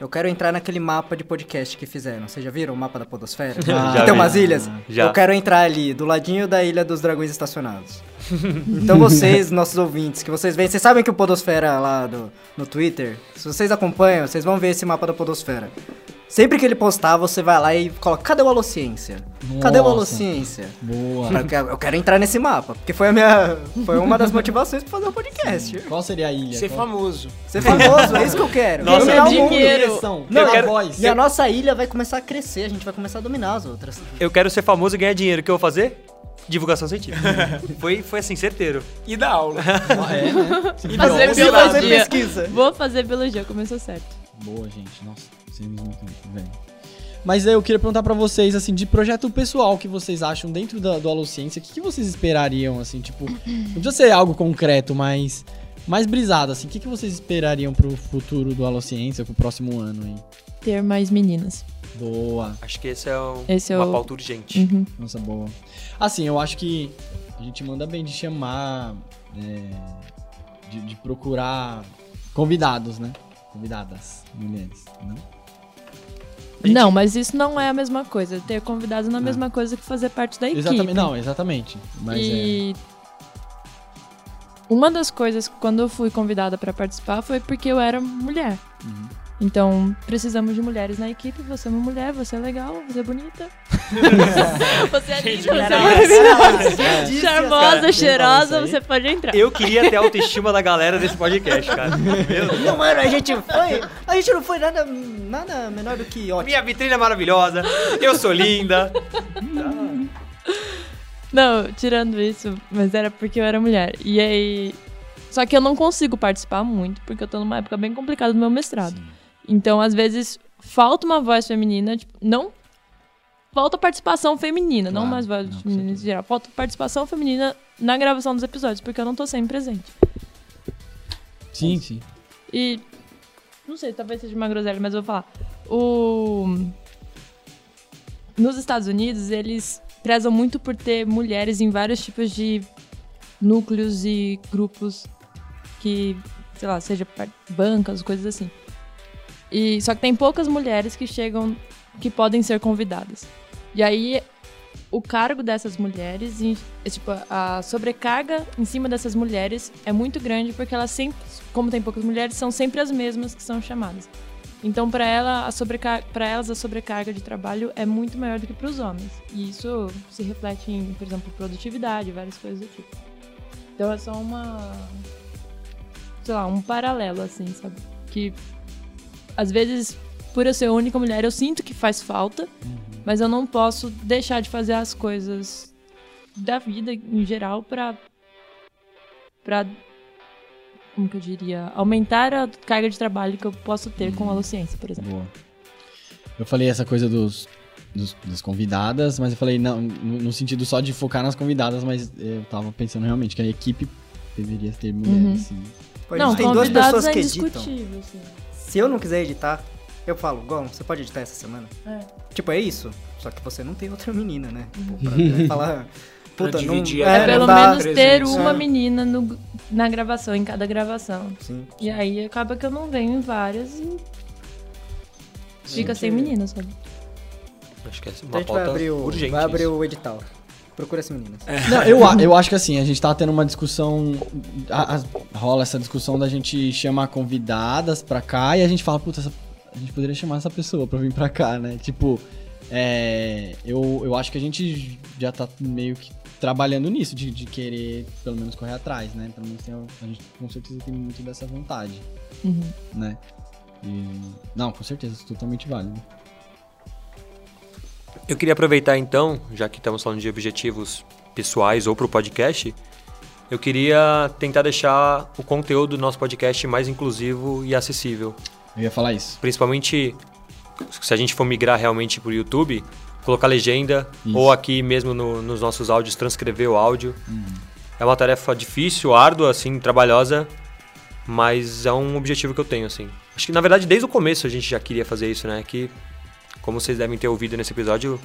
[SPEAKER 3] Eu quero entrar naquele mapa de podcast que fizeram. Vocês já viram o mapa da Podosfera?
[SPEAKER 1] Já
[SPEAKER 3] que tem
[SPEAKER 1] vi.
[SPEAKER 3] umas ilhas?
[SPEAKER 1] Já.
[SPEAKER 3] Eu quero entrar ali, do ladinho da Ilha dos Dragões Estacionados. Então vocês, nossos ouvintes, que vocês veem, vocês sabem que o Podosfera lá do, no Twitter, se vocês acompanham, vocês vão ver esse mapa da Podosfera. Sempre que ele postar, você vai lá e coloca, cadê o Alociência? Cadê o
[SPEAKER 2] Nossa.
[SPEAKER 3] Alociência?
[SPEAKER 2] Boa.
[SPEAKER 3] Eu quero- Eu quero entrar nesse mapa, porque foi a minha. Foi uma das motivações pra fazer o podcast.
[SPEAKER 2] Qual seria a ilha?
[SPEAKER 6] Ser famoso.
[SPEAKER 7] [LAUGHS]
[SPEAKER 3] Ser famoso, é isso que eu quero.
[SPEAKER 6] Nossa,
[SPEAKER 3] Dominar o
[SPEAKER 6] eu
[SPEAKER 3] mundo.
[SPEAKER 6] quero-
[SPEAKER 3] Não,
[SPEAKER 1] eu quero-
[SPEAKER 3] voz. E a nossa ilha vai começar a crescer, a gente vai começar a dominar as outras.
[SPEAKER 1] Eu quero ser famoso e ganhar dinheiro. O que eu vou fazer? Divulgação
[SPEAKER 6] [LAUGHS]
[SPEAKER 1] científica. foi, foi assim, certeiro. É, né?
[SPEAKER 6] E dar
[SPEAKER 1] [LAUGHS]
[SPEAKER 6] aula.
[SPEAKER 1] E
[SPEAKER 7] fazer
[SPEAKER 1] pronto.
[SPEAKER 7] biologia.
[SPEAKER 1] Fazer pesquisa.
[SPEAKER 7] Vou fazer biologia, começou certo.
[SPEAKER 2] Boa, gente. Nossa, vocês muito bem. Mas aí eu queria perguntar pra vocês, assim, de projeto pessoal que vocês acham dentro da, do Alociência, o que, que vocês esperariam, assim, tipo, não precisa ser algo concreto, mas mais brisado, assim, o que, que vocês esperariam pro futuro do Alociência, pro próximo ano aí?
[SPEAKER 7] Ter mais meninas.
[SPEAKER 2] Boa.
[SPEAKER 1] Acho que esse é, um,
[SPEAKER 7] Esse é
[SPEAKER 1] uma
[SPEAKER 7] o-
[SPEAKER 1] pauta urgente.
[SPEAKER 7] Uhum.
[SPEAKER 2] Nossa, boa. Assim, eu acho que a gente manda bem de chamar, é, de, de procurar convidados, né? Convidadas, mulheres, né? não?
[SPEAKER 7] Não, mas isso não é a mesma coisa. Ter convidados não é a mesma coisa que fazer parte da equipe.
[SPEAKER 2] Exatamente, não, exatamente. Mas é...
[SPEAKER 7] e uma das coisas que quando eu fui convidada para participar foi porque eu era mulher.
[SPEAKER 2] Uhum.
[SPEAKER 7] Então, precisamos de mulheres na equipe. Você é uma mulher, você é legal, você é bonita. você é linda, você é maravilhosa. Charmosa, cheirosa, você pode entrar.
[SPEAKER 1] Eu queria ter a autoestima da galera desse podcast,
[SPEAKER 3] [LAUGHS]
[SPEAKER 1] cara. Meu Deus.
[SPEAKER 3] Não, mano, a gente foi. A gente não foi nada, nada menor do que ótimo.
[SPEAKER 1] Minha vitrine é maravilhosa, eu sou linda.
[SPEAKER 7] Não, tirando isso, mas era porque eu era mulher. E aí. Só que eu não consigo participar muito, porque eu tô numa época bem complicada do meu mestrado. Então, às vezes, falta uma voz feminina, tipo, não. Falta participação feminina, não mais voz feminina em geral. Falta participação feminina na gravação dos episódios, porque eu não tô sempre presente.
[SPEAKER 2] Sim, sim.
[SPEAKER 7] E. Não sei, talvez seja uma groselha, mas eu vou falar. O. Nos Estados Unidos, eles prezam muito por ter mulheres em vários tipos de núcleos e grupos que, sei lá, seja par- bancas, coisas assim. E só que tem poucas mulheres que chegam que podem ser convidadas. E aí o cargo dessas mulheres, e, é, tipo, a sobrecarga em cima dessas mulheres é muito grande porque elas sempre, como tem poucas mulheres, são sempre as mesmas que são chamadas. Então, para ela, a sobrecar- pra elas, a sobrecarga de trabalho é muito maior do que para os homens. E isso se reflete em, por exemplo, produtividade, várias coisas do tipo. Então, é só uma. Sei lá, um paralelo, assim, sabe? Que às vezes, por eu ser a única mulher, eu sinto que faz falta, mas eu não posso deixar de fazer as coisas da vida em geral para para como que eu diria, aumentar a carga de trabalho que eu posso ter com a Luciência, por exemplo.
[SPEAKER 2] Boa. Eu falei essa coisa dos, dos- das convidadas, mas eu falei não, no, no sentido só de focar nas convidadas, mas eu tava pensando realmente que a equipe deveria ter mulheres, sim.
[SPEAKER 3] Pô,
[SPEAKER 7] Uhum. Não,
[SPEAKER 3] a gente tem duas
[SPEAKER 7] convidados
[SPEAKER 3] pessoas
[SPEAKER 7] é
[SPEAKER 3] que editam.
[SPEAKER 7] indiscutível, assim.
[SPEAKER 3] Se eu não quiser editar, eu falo, Gon, você pode editar essa semana?
[SPEAKER 7] É.
[SPEAKER 3] Tipo, é isso. Só que você não tem outra menina, né? Tipo, pra né, falar.
[SPEAKER 6] Pra
[SPEAKER 3] Puta, não,
[SPEAKER 6] dividir
[SPEAKER 7] É,
[SPEAKER 6] a-
[SPEAKER 7] pelo
[SPEAKER 3] não dá né? É.
[SPEAKER 7] menos ter
[SPEAKER 3] presença.
[SPEAKER 7] uma menina no- na gravação, em cada gravação.
[SPEAKER 3] Sim.
[SPEAKER 7] E aí acaba que eu não venho em várias e. Fica
[SPEAKER 3] Gente.
[SPEAKER 7] sem meninas, sabe?
[SPEAKER 1] Acho que essa é uma
[SPEAKER 3] Então a gente vai
[SPEAKER 1] pauta
[SPEAKER 3] abrir, o,
[SPEAKER 1] urgente.
[SPEAKER 3] vai abrir
[SPEAKER 1] isso.
[SPEAKER 3] o edital. Procura essa menina.
[SPEAKER 2] Não, eu, a- eu acho que assim, a gente tá tendo uma discussão. a- a- rola essa discussão da gente chamar convidadas pra cá e a gente fala, puta, essa- a gente poderia chamar essa pessoa pra vir pra cá, né? Tipo, é, eu, eu acho que a gente já tá meio que trabalhando nisso, de, de querer pelo menos correr atrás, né? Pelo menos tem, a gente com certeza tem muito dessa vontade,
[SPEAKER 7] Uhum.
[SPEAKER 2] né? E, não, com certeza, isso é totalmente válido.
[SPEAKER 1] Eu queria aproveitar então, já que estamos falando de objetivos pessoais ou para o podcast, eu queria tentar deixar o conteúdo do nosso podcast mais inclusivo e acessível.
[SPEAKER 2] Eu ia falar isso.
[SPEAKER 1] Principalmente se a gente for migrar realmente para o YouTube, colocar legenda ou aqui mesmo no- nos nossos áudios transcrever o áudio. É uma tarefa difícil, árdua, assim, trabalhosa, mas é um objetivo que eu tenho, assim. Acho que, na verdade, desde o começo a gente já queria fazer isso, né? Que, como vocês devem ter ouvido nesse episódio,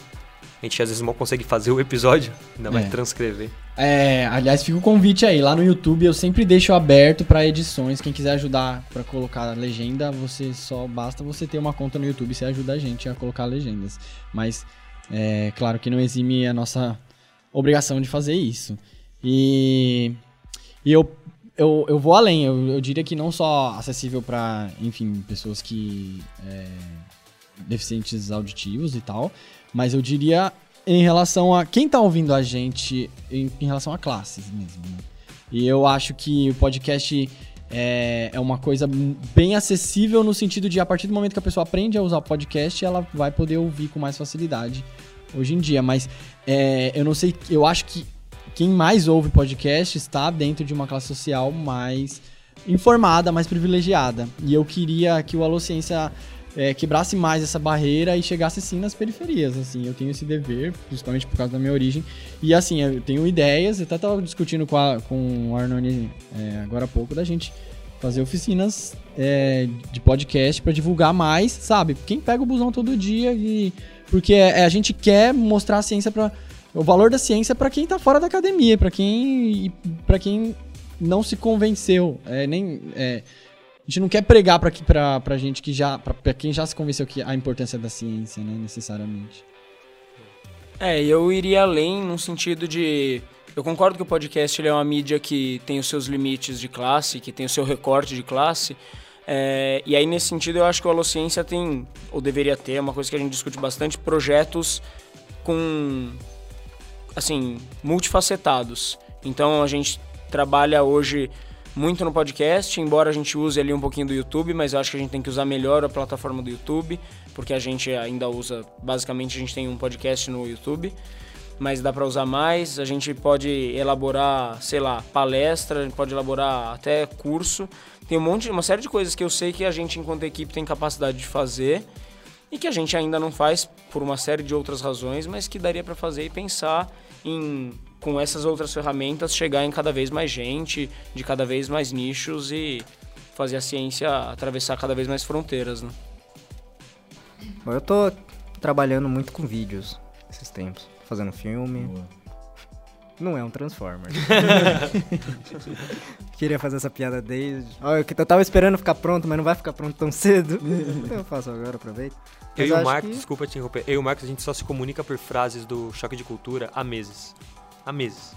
[SPEAKER 1] a gente às vezes mal consegue fazer o episódio, ainda mais
[SPEAKER 2] É.
[SPEAKER 1] transcrever.
[SPEAKER 2] É, aliás, fica o convite aí. Lá no YouTube eu sempre deixo aberto pra edições. Quem quiser ajudar pra colocar a legenda, você só basta você ter uma conta no YouTube, você ajuda a gente a colocar legendas. Mas é claro que não exime a nossa obrigação de fazer isso. E, e eu, eu, eu vou além. Eu, eu diria que não só acessível pra, enfim, pessoas que é, deficientes auditivos e tal, mas eu diria em relação a quem tá ouvindo a gente, em, em relação a classes mesmo. né? E eu acho que o podcast é, é uma coisa bem acessível no sentido de a partir do momento que a pessoa aprende a usar o podcast, ela vai poder ouvir com mais facilidade hoje em dia. Mas é, eu não sei, eu acho que quem mais ouve podcast está dentro de uma classe social mais informada, mais privilegiada. E eu queria que o Alociência é, quebrasse mais essa barreira e chegasse sim nas periferias, assim, eu tenho esse dever, principalmente por causa da minha origem, e assim, eu tenho ideias, eu até tava discutindo com, a- com o Arnone é, agora há pouco, da gente fazer oficinas é, de podcast pra divulgar mais, sabe, quem pega o busão todo dia, e, porque é, a gente quer mostrar a ciência pra, o valor da ciência pra quem tá fora da academia, pra quem, e pra quem não se convenceu. É, nem, é, a gente não quer pregar para pra, pra gente que já. Pra, pra quem já se convenceu que a importância da ciência, né, necessariamente.
[SPEAKER 6] É, eu iria além no sentido de. Eu concordo que o podcast ele é uma mídia que tem os seus limites de classe, que tem o seu recorte de classe. é, e aí, nesse sentido, eu acho que o Alociência tem, ou deveria ter, é uma coisa que a gente discute bastante, projetos com. assim, multifacetados. Então, a gente trabalha hoje muito no podcast, embora a gente use ali um pouquinho do YouTube, mas eu acho que a gente tem que usar melhor a plataforma do YouTube, porque a gente ainda usa, basicamente a gente tem um podcast no YouTube, mas dá para usar mais, a gente pode elaborar, sei lá, palestra, a gente pode elaborar até curso. Tem um monte, uma série de coisas que eu sei que a gente enquanto equipe tem capacidade de fazer e que a gente ainda não faz por uma série de outras razões, mas que daria para fazer e pensar em com essas outras ferramentas chegar em cada vez mais gente, de cada vez mais nichos e fazer a ciência atravessar cada vez mais fronteiras, né?
[SPEAKER 3] Bom, eu tô trabalhando muito com vídeos esses tempos. Fazendo filme. Não é um Transformer. [LAUGHS] Queria fazer essa piada desde. Olha, eu tava esperando ficar pronto, mas não vai ficar pronto tão
[SPEAKER 1] [LAUGHS]
[SPEAKER 3] cedo. Então eu faço agora, aproveito.
[SPEAKER 1] Eu
[SPEAKER 3] Mas
[SPEAKER 1] e o
[SPEAKER 3] acho
[SPEAKER 1] Marcos,
[SPEAKER 3] que-
[SPEAKER 1] desculpa te interromper, eu e o Marcos a gente só se comunica por frases do Choque de Cultura há meses. Há
[SPEAKER 3] [LAUGHS]
[SPEAKER 1] meses.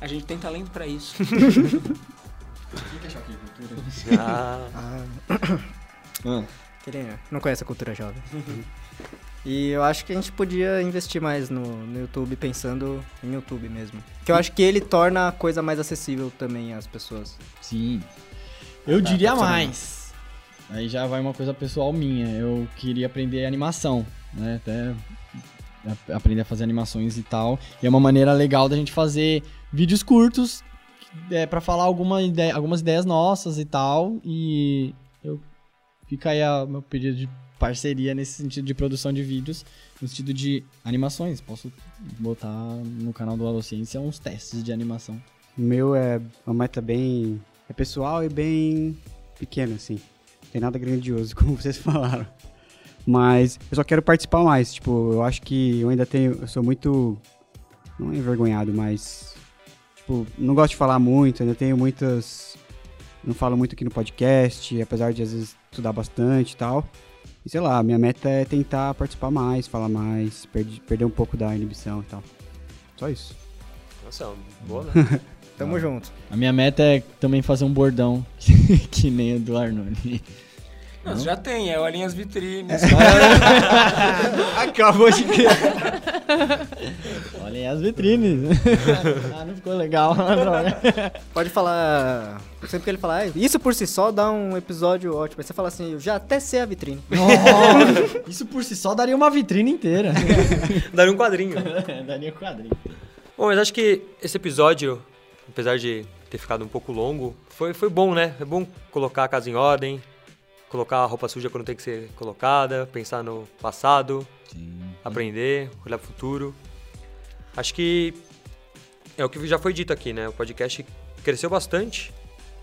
[SPEAKER 6] A gente tem talento para [LAUGHS] isso.
[SPEAKER 3] Ah.
[SPEAKER 5] [COUGHS]
[SPEAKER 3] Queria- Não conhece a cultura jovem. [LAUGHS] E eu acho que a gente podia investir mais no, no YouTube, pensando em YouTube mesmo. Que eu acho que ele torna a coisa mais acessível também às pessoas. Ah, tá,
[SPEAKER 2] Sim.
[SPEAKER 5] Tá,
[SPEAKER 2] Eu diria
[SPEAKER 3] funcionando.
[SPEAKER 2] mais. [LAUGHS] Aí já vai uma coisa pessoal minha. Eu queria aprender animação, né? Até a- aprender a fazer animações e tal. E é uma maneira legal da gente fazer vídeos curtos é, para falar alguma ideia, algumas ideias nossas e tal. E eu fica aí o meu pedido de parceria nesse sentido de produção de vídeos, no sentido de animações. Posso botar no canal do Alociência uns testes de animação.
[SPEAKER 5] O meu é uma meta bem. É pessoal e bem pequena, assim. Não tem nada grandioso, como vocês falaram. Mas eu só quero participar mais. Tipo, eu acho que eu ainda tenho. Eu sou muito. Não envergonhado, mas. Tipo, não gosto de falar muito, ainda tenho muitas. Não falo muito aqui no podcast, apesar de às vezes estudar bastante e tal. E sei lá, minha meta é tentar participar mais, falar mais, perde- perder um pouco da inibição e tal. Só isso. [LAUGHS]
[SPEAKER 1] Nossa, boa, né?
[SPEAKER 3] É, Tamo
[SPEAKER 2] Ah.
[SPEAKER 3] junto.
[SPEAKER 2] A minha meta é também fazer um bordão [LAUGHS] que nem o do Arnone.
[SPEAKER 6] Não, já tem, é o Alinhas Vitrines.
[SPEAKER 2] Acabou de [LAUGHS] criar. Olhem as vitrines.
[SPEAKER 1] [LAUGHS]
[SPEAKER 2] ah, não ficou legal. droga.
[SPEAKER 3] [LAUGHS] Pode falar. Sempre que ele falar, "Ah, isso por si só dá um episódio ótimo. Aí você fala assim, eu já até sei a vitrine. [LAUGHS]
[SPEAKER 2] Nossa, isso por si só daria uma vitrine inteira.
[SPEAKER 1] Daria um quadrinho.
[SPEAKER 2] [LAUGHS] daria um quadrinho.
[SPEAKER 1] Bom, mas acho que esse episódio, apesar de ter ficado um pouco longo, foi, foi bom, né? É bom colocar a casa em ordem, colocar a roupa suja quando tem que ser colocada, pensar no passado, aprender, olhar pro futuro. Acho que é o que já foi dito aqui, né? O podcast cresceu bastante,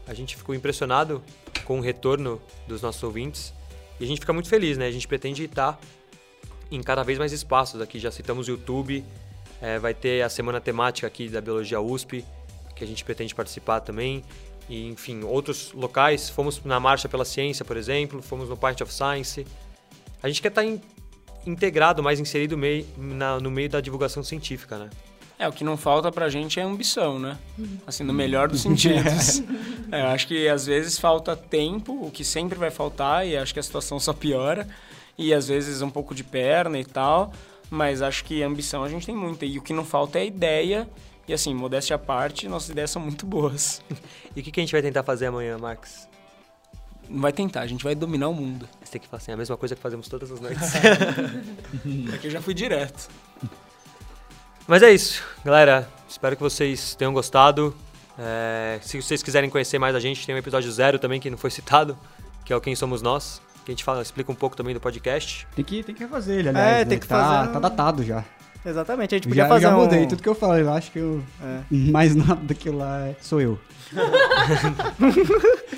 [SPEAKER 1] a gente ficou impressionado com o retorno dos nossos ouvintes e a gente fica muito feliz, né? A gente pretende estar em cada vez mais espaços aqui. Já citamos o YouTube, eh, vai ter a semana temática aqui da Biologia USP, que a gente pretende participar também. E, enfim, outros locais. Fomos na Marcha pela Ciência, por exemplo, fomos no Pint of Science. A gente quer estar in- integrado, mais inserido mei- na- no meio da divulgação científica, né?
[SPEAKER 6] É, o que não falta pra gente é ambição, né? Assim, no melhor dos sentidos. É, eu acho que às vezes falta tempo, o que sempre vai faltar, e acho que a situação só piora. E às vezes um pouco de perna e tal. Mas acho que ambição a gente tem muita. E o que não falta é ideia. E assim, modéstia à parte, nossas ideias são muito boas.
[SPEAKER 1] [LAUGHS] E o que, que a gente vai tentar fazer amanhã, Max?
[SPEAKER 6] Não vai tentar, a gente vai dominar o mundo.
[SPEAKER 1] Você tem que fazer a mesma coisa que fazemos todas as
[SPEAKER 6] [LAUGHS]
[SPEAKER 1] noites. [LAUGHS]
[SPEAKER 6] é que eu já fui direto.
[SPEAKER 1] Mas é isso, galera. Espero que vocês tenham gostado. É, se vocês quiserem conhecer mais a gente, tem um episódio zero também que não foi citado, que é o Quem Somos Nós, que a gente fala, explica um pouco também do podcast.
[SPEAKER 5] Tem que, tem que refazer ele, aliás.
[SPEAKER 3] É,
[SPEAKER 5] né?
[SPEAKER 3] tem que
[SPEAKER 5] tá,
[SPEAKER 3] fazer um-
[SPEAKER 5] Tá datado já.
[SPEAKER 3] Exatamente, a gente podia
[SPEAKER 5] Já,
[SPEAKER 3] fazer
[SPEAKER 5] já
[SPEAKER 3] um...
[SPEAKER 5] mudei tudo que eu falei. Eu acho que eu... Mais [LAUGHS] nada daquilo lá é- sou [LAUGHS] eu.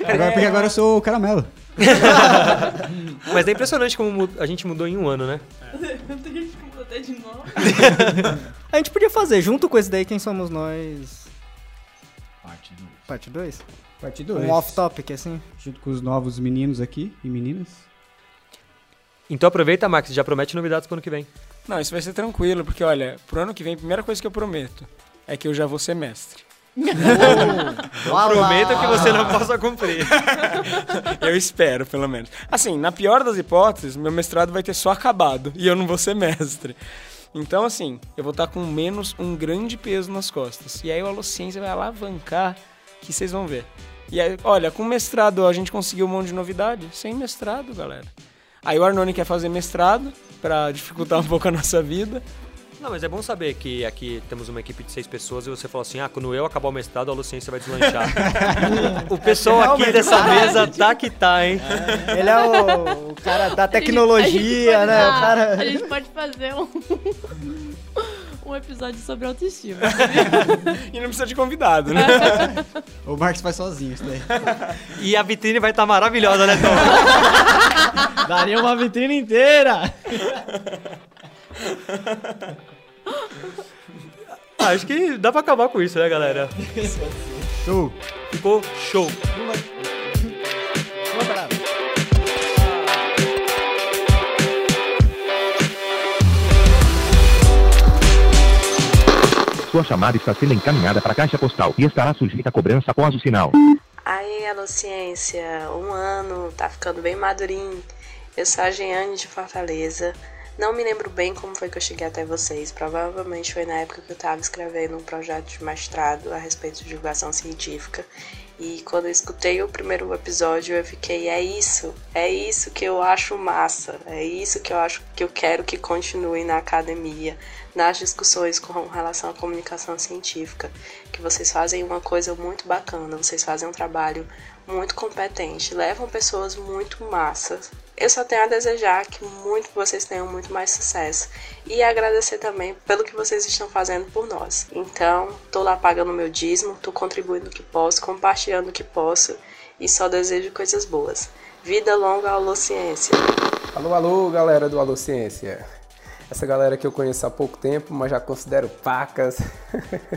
[SPEAKER 5] agora, porque agora eu sou o [LAUGHS] caramelo.
[SPEAKER 1] Mas é impressionante como mu- a gente mudou em um ano, né?
[SPEAKER 7] é. [LAUGHS] até de novo.
[SPEAKER 3] A gente podia fazer junto com esse daí quem somos nós.
[SPEAKER 18] Parte 2.
[SPEAKER 3] Parte 2?
[SPEAKER 5] Parte
[SPEAKER 3] Um off-topic, assim?
[SPEAKER 5] Junto com os novos meninos aqui e meninas.
[SPEAKER 1] Então aproveita, Max, já promete novidades pro ano que vem.
[SPEAKER 6] Não, isso vai ser tranquilo, porque olha, pro ano que vem, a primeira coisa que eu prometo é que eu já vou ser mestre.
[SPEAKER 1] Olá! Prometo que você não possa cumprir. [LAUGHS]
[SPEAKER 6] [LAUGHS] eu espero, pelo menos. Assim, na pior das hipóteses, meu mestrado vai ter só acabado e eu não vou ser mestre. Então, assim, eu vou estar com menos um grande peso nas costas. E aí o Alociência vai alavancar, que vocês vão ver. E aí, olha, com mestrado a gente conseguiu um monte de novidade. Sem mestrado, galera. Aí o Arnone quer fazer mestrado pra dificultar um pouco a nossa vida.
[SPEAKER 1] Não, mas é bom saber que aqui temos uma equipe de seis pessoas e você falou assim: ah, quando eu acabar o mestrado, a Luciência vai
[SPEAKER 3] [LAUGHS]
[SPEAKER 1] deslanchar. o pessoal aqui
[SPEAKER 3] É Realmente,
[SPEAKER 1] dessa
[SPEAKER 3] verdade.
[SPEAKER 1] mesa tá que tá, hein?
[SPEAKER 3] Ele é o, o cara da tecnologia, né? O cara...
[SPEAKER 7] Ah, A gente pode fazer um, um episódio sobre autoestima.
[SPEAKER 6] e não precisa de convidado,
[SPEAKER 7] [LAUGHS] né?
[SPEAKER 5] O Marcos faz sozinho isso daí.
[SPEAKER 1] [LAUGHS] E a vitrine vai estar maravilhosa, né,
[SPEAKER 5] [LAUGHS]
[SPEAKER 1] Tom?
[SPEAKER 2] Daria uma vitrine inteira.
[SPEAKER 1] Ah, acho que dá pra acabar com isso, né, galera?
[SPEAKER 5] show.
[SPEAKER 1] Ficou show.
[SPEAKER 10] Sua chamada está sendo encaminhada para a caixa postal e estará sujeita a cobrança após o sinal.
[SPEAKER 19] Aí, Alociência, um ano, tá ficando bem madurinho. Eu sou a Jeane de Fortaleza. Não me lembro bem como foi que eu cheguei até vocês. Provavelmente foi na época que eu estava escrevendo um projeto de mestrado a respeito de divulgação científica. E quando eu escutei o primeiro episódio, eu fiquei, é isso, é isso que eu acho massa, é isso que eu acho que eu quero que continue na academia, nas discussões com relação à comunicação científica, que vocês fazem uma coisa muito bacana, vocês fazem um trabalho muito competente, levam pessoas muito massas. Eu só tenho a desejar que muito vocês tenham muito mais sucesso e agradecer também pelo que vocês estão fazendo por nós. Então, tô lá pagando meu dízimo, tô contribuindo o que posso, compartilhando o que posso e só desejo coisas boas. Vida longa ao Ciência.
[SPEAKER 20] Alô, alô, galera do Alô Ciência. Essa galera que eu conheço há pouco tempo, mas já considero pacas. [LAUGHS]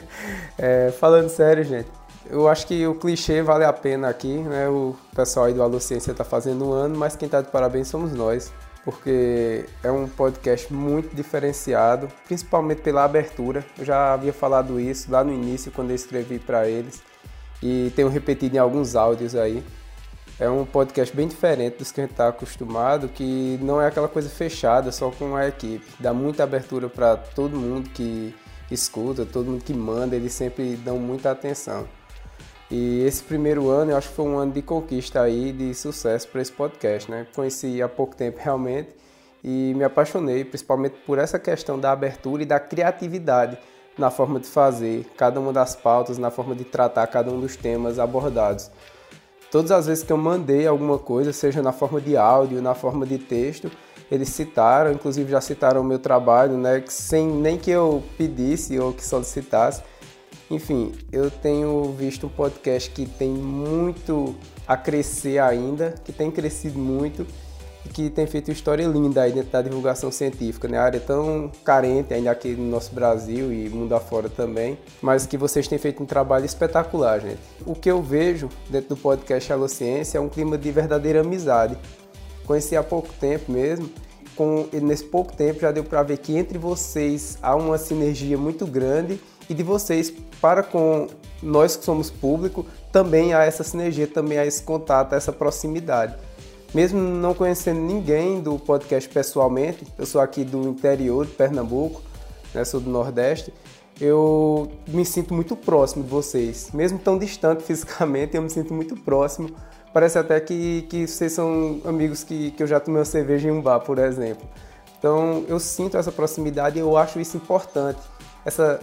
[SPEAKER 20] É, falando sério, gente, eu acho que o clichê vale a pena aqui, né? O pessoal aí do Alô Ciência tá fazendo um ano, mas quem tá de parabéns somos nós. Porque é um podcast muito diferenciado, principalmente pela abertura. Eu já havia falado isso lá no início, quando eu escrevi para eles. E tenho repetido em alguns áudios aí. É um podcast bem diferente dos que a gente está acostumado, que não é aquela coisa fechada só com a equipe. Dá muita abertura para todo mundo que escuta, todo mundo que manda, eles sempre dão muita atenção. E esse primeiro ano eu acho que foi um ano de conquista aí, de sucesso para esse podcast, né? Conheci há pouco tempo realmente e me apaixonei, principalmente por essa questão da abertura e da criatividade na forma de fazer cada uma das pautas, na forma de tratar cada um dos temas abordados. Todas as vezes que eu mandei alguma coisa, seja na forma de áudio, na forma de texto, eles citaram, inclusive já citaram o meu trabalho, né? que Sem nem que eu pedisse ou que solicitasse. Enfim, eu tenho visto um podcast que tem muito a crescer ainda, que tem crescido muito e que tem feito história linda aí dentro da divulgação científica, né? A área tão carente ainda aqui no nosso Brasil e mundo afora também, mas que vocês têm feito um trabalho espetacular, gente. O que eu vejo dentro do podcast Alociência é um clima de verdadeira amizade. Conheci há pouco tempo mesmo, com, e nesse pouco tempo já deu para ver que entre vocês há uma sinergia muito grande e de vocês para com nós que somos público também há essa sinergia, também há esse contato, essa proximidade. Mesmo não conhecendo ninguém do podcast pessoalmente, eu sou aqui do interior de Pernambuco, né, sou do Nordeste, eu me sinto muito próximo de vocês. Mesmo tão distante [LAUGHS] fisicamente, eu me sinto muito próximo. Parece até que, que vocês são amigos que, que eu já tomei uma cerveja em um bar, por exemplo. Então eu sinto essa proximidade e eu acho isso importante, essa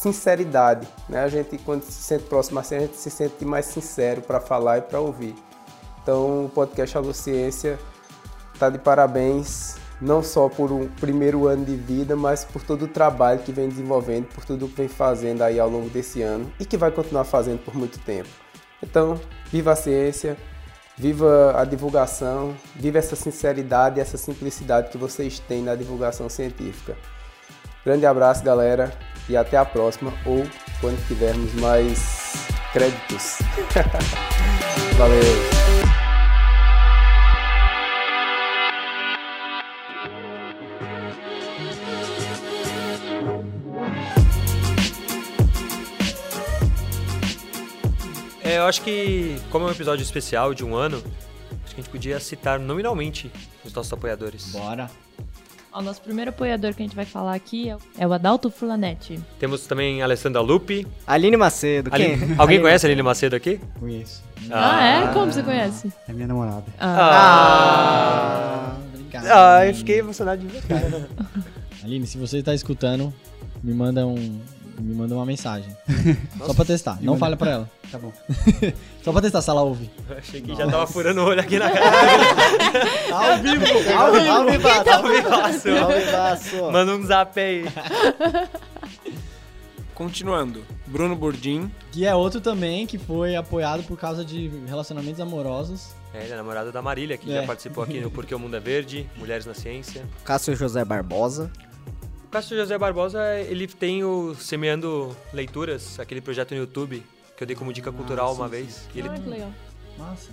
[SPEAKER 20] sinceridade. Né? A gente, quando se sente próximo assim, a gente se sente mais sincero para falar e para ouvir. Então, o podcast Alô Ciência tá de parabéns, não só por um primeiro ano de vida, mas por todo o trabalho que vem desenvolvendo, por tudo que vem fazendo aí ao longo desse ano e que vai continuar fazendo por muito tempo. Então, viva a ciência, viva a divulgação, viva essa sinceridade e essa simplicidade que vocês têm na divulgação científica. Grande abraço, galera, e até a próxima ou quando tivermos mais créditos. [LAUGHS] Valeu.
[SPEAKER 1] É, eu acho que, como é um episódio especial de um ano, acho que a gente podia citar nominalmente os nossos apoiadores.
[SPEAKER 2] Bora!
[SPEAKER 7] Ó, O nosso primeiro apoiador que a gente vai falar aqui é o- é o Adalto Fulanetti.
[SPEAKER 1] Temos também a Alessandra Lupe.
[SPEAKER 3] Aline Macedo,
[SPEAKER 1] Ali-
[SPEAKER 3] quem?
[SPEAKER 1] Alguém
[SPEAKER 3] Aline.
[SPEAKER 1] conhece a Aline Macedo aqui?
[SPEAKER 5] Conheço.
[SPEAKER 7] Ah, é? Como você conhece?
[SPEAKER 5] É minha namorada.
[SPEAKER 2] Ah.
[SPEAKER 1] Ah, eu fiquei emocionado de ver, cara.
[SPEAKER 2] Aline, se você tá escutando, me manda um. Me manda
[SPEAKER 3] [LAUGHS]
[SPEAKER 2] uma mensagem. Só pra testar.
[SPEAKER 5] Me
[SPEAKER 2] Não
[SPEAKER 5] manda-
[SPEAKER 2] fala pra ela.
[SPEAKER 5] Tá bom.
[SPEAKER 2] [LAUGHS] Só pra testar se ela ouve.
[SPEAKER 1] [LAUGHS] Achei que já tava furando o olho aqui na cara.
[SPEAKER 2] Ao vivo,
[SPEAKER 3] [LAUGHS] ao vivo, ao vivaço.
[SPEAKER 1] Ao
[SPEAKER 6] [LAUGHS]
[SPEAKER 1] vivaço.
[SPEAKER 3] Ao vivaço.
[SPEAKER 1] Manda um zap aí.
[SPEAKER 6] Continuando, Bruno Burdim,
[SPEAKER 2] Que é outro também que foi apoiado por causa de relacionamentos amorosos.
[SPEAKER 1] É, ele é namorado da Marília, que
[SPEAKER 2] É.
[SPEAKER 1] já participou aqui no Porque o Mundo é Verde, Mulheres na Ciência.
[SPEAKER 3] Cássio José Barbosa.
[SPEAKER 1] O Cássio José Barbosa, ele tem o Semeando Leituras, aquele projeto no YouTube, que eu dei como dica cultural uma vez. E Ele,
[SPEAKER 7] Ah, que legal.
[SPEAKER 2] Massa.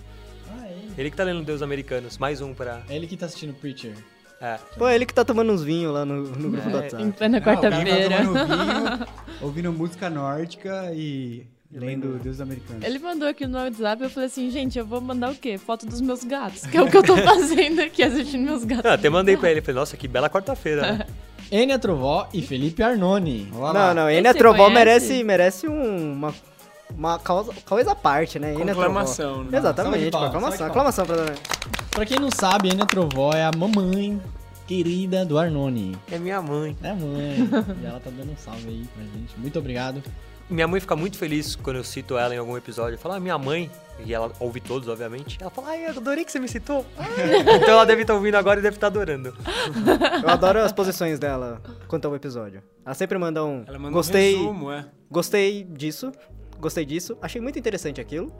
[SPEAKER 2] Ah, é ele.
[SPEAKER 1] ele que tá lendo Deus Americanos, mais um pra...
[SPEAKER 2] É ele que tá assistindo Preacher.
[SPEAKER 1] É.
[SPEAKER 3] Pô, ele que tá tomando uns vinhos lá no, no grupo
[SPEAKER 1] É,
[SPEAKER 3] do WhatsApp.
[SPEAKER 7] em plena
[SPEAKER 5] Ah, o
[SPEAKER 2] tá
[SPEAKER 5] cara tava
[SPEAKER 7] quarta-feira.
[SPEAKER 3] [LAUGHS]
[SPEAKER 7] [LAUGHS]
[SPEAKER 5] tomando vinho, ouvindo música nórdica e lendo Deus Americanos.
[SPEAKER 7] Ele mandou aqui no WhatsApp, eu falei assim, gente, eu vou mandar o quê? Foto dos meus gatos, que é o que eu tô [LAUGHS] fazendo aqui, assistindo meus gatos.
[SPEAKER 1] Não,
[SPEAKER 2] Ah,
[SPEAKER 1] até mandei pra ele, falei, nossa, que bela quarta-feira. né?
[SPEAKER 2] [LAUGHS] Enia Trovó e Felipe Arnone.
[SPEAKER 3] Não, não, Enia
[SPEAKER 7] Esse
[SPEAKER 3] Trovó
[SPEAKER 7] conhece?
[SPEAKER 3] merece, merece um- uma, uma causa, coisa à parte, né? Enia Trovó.
[SPEAKER 6] Conclamação, né?
[SPEAKER 2] Salve de
[SPEAKER 3] Exatamente, com aclamação.
[SPEAKER 2] palmas, salve de
[SPEAKER 3] Aclamação pra Dona.
[SPEAKER 2] Pra quem não sabe, Enia Trovó é a mamãe querida do Arnone.
[SPEAKER 1] É minha mãe.
[SPEAKER 2] É a mãe. e ela tá dando um salve aí pra gente. Muito obrigado.
[SPEAKER 1] Minha mãe fica muito feliz quando eu cito ela em algum episódio. Eu falo, ah, minha mãe, e ela ouve todos, obviamente. Ela fala, ai, eu adorei que você me citou. então ela deve estar ouvindo agora e deve estar adorando.
[SPEAKER 3] Eu adoro as posições dela quanto ao episódio. Ela sempre manda um.
[SPEAKER 6] Ela manda um
[SPEAKER 3] gostei,
[SPEAKER 6] resumo, é.
[SPEAKER 3] Gostei disso. Gostei disso. Achei muito interessante aquilo.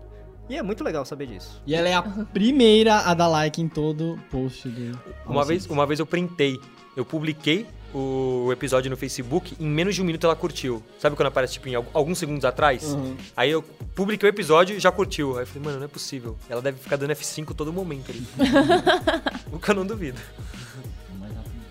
[SPEAKER 3] E é muito legal saber disso.
[SPEAKER 2] E ela é a primeira a dar like em todo post do.
[SPEAKER 1] Uma vez, uma vez eu printei, eu publiquei o episódio no Facebook, em menos de um minuto ela curtiu. Sabe quando aparece, tipo, em al- alguns segundos atrás?
[SPEAKER 2] Uhum.
[SPEAKER 1] Aí eu publiquei o episódio e já curtiu. Aí eu falei, mano, não é possível. Ela deve ficar dando F5 todo momento
[SPEAKER 5] [LAUGHS]
[SPEAKER 1] ali. o que eu não duvido.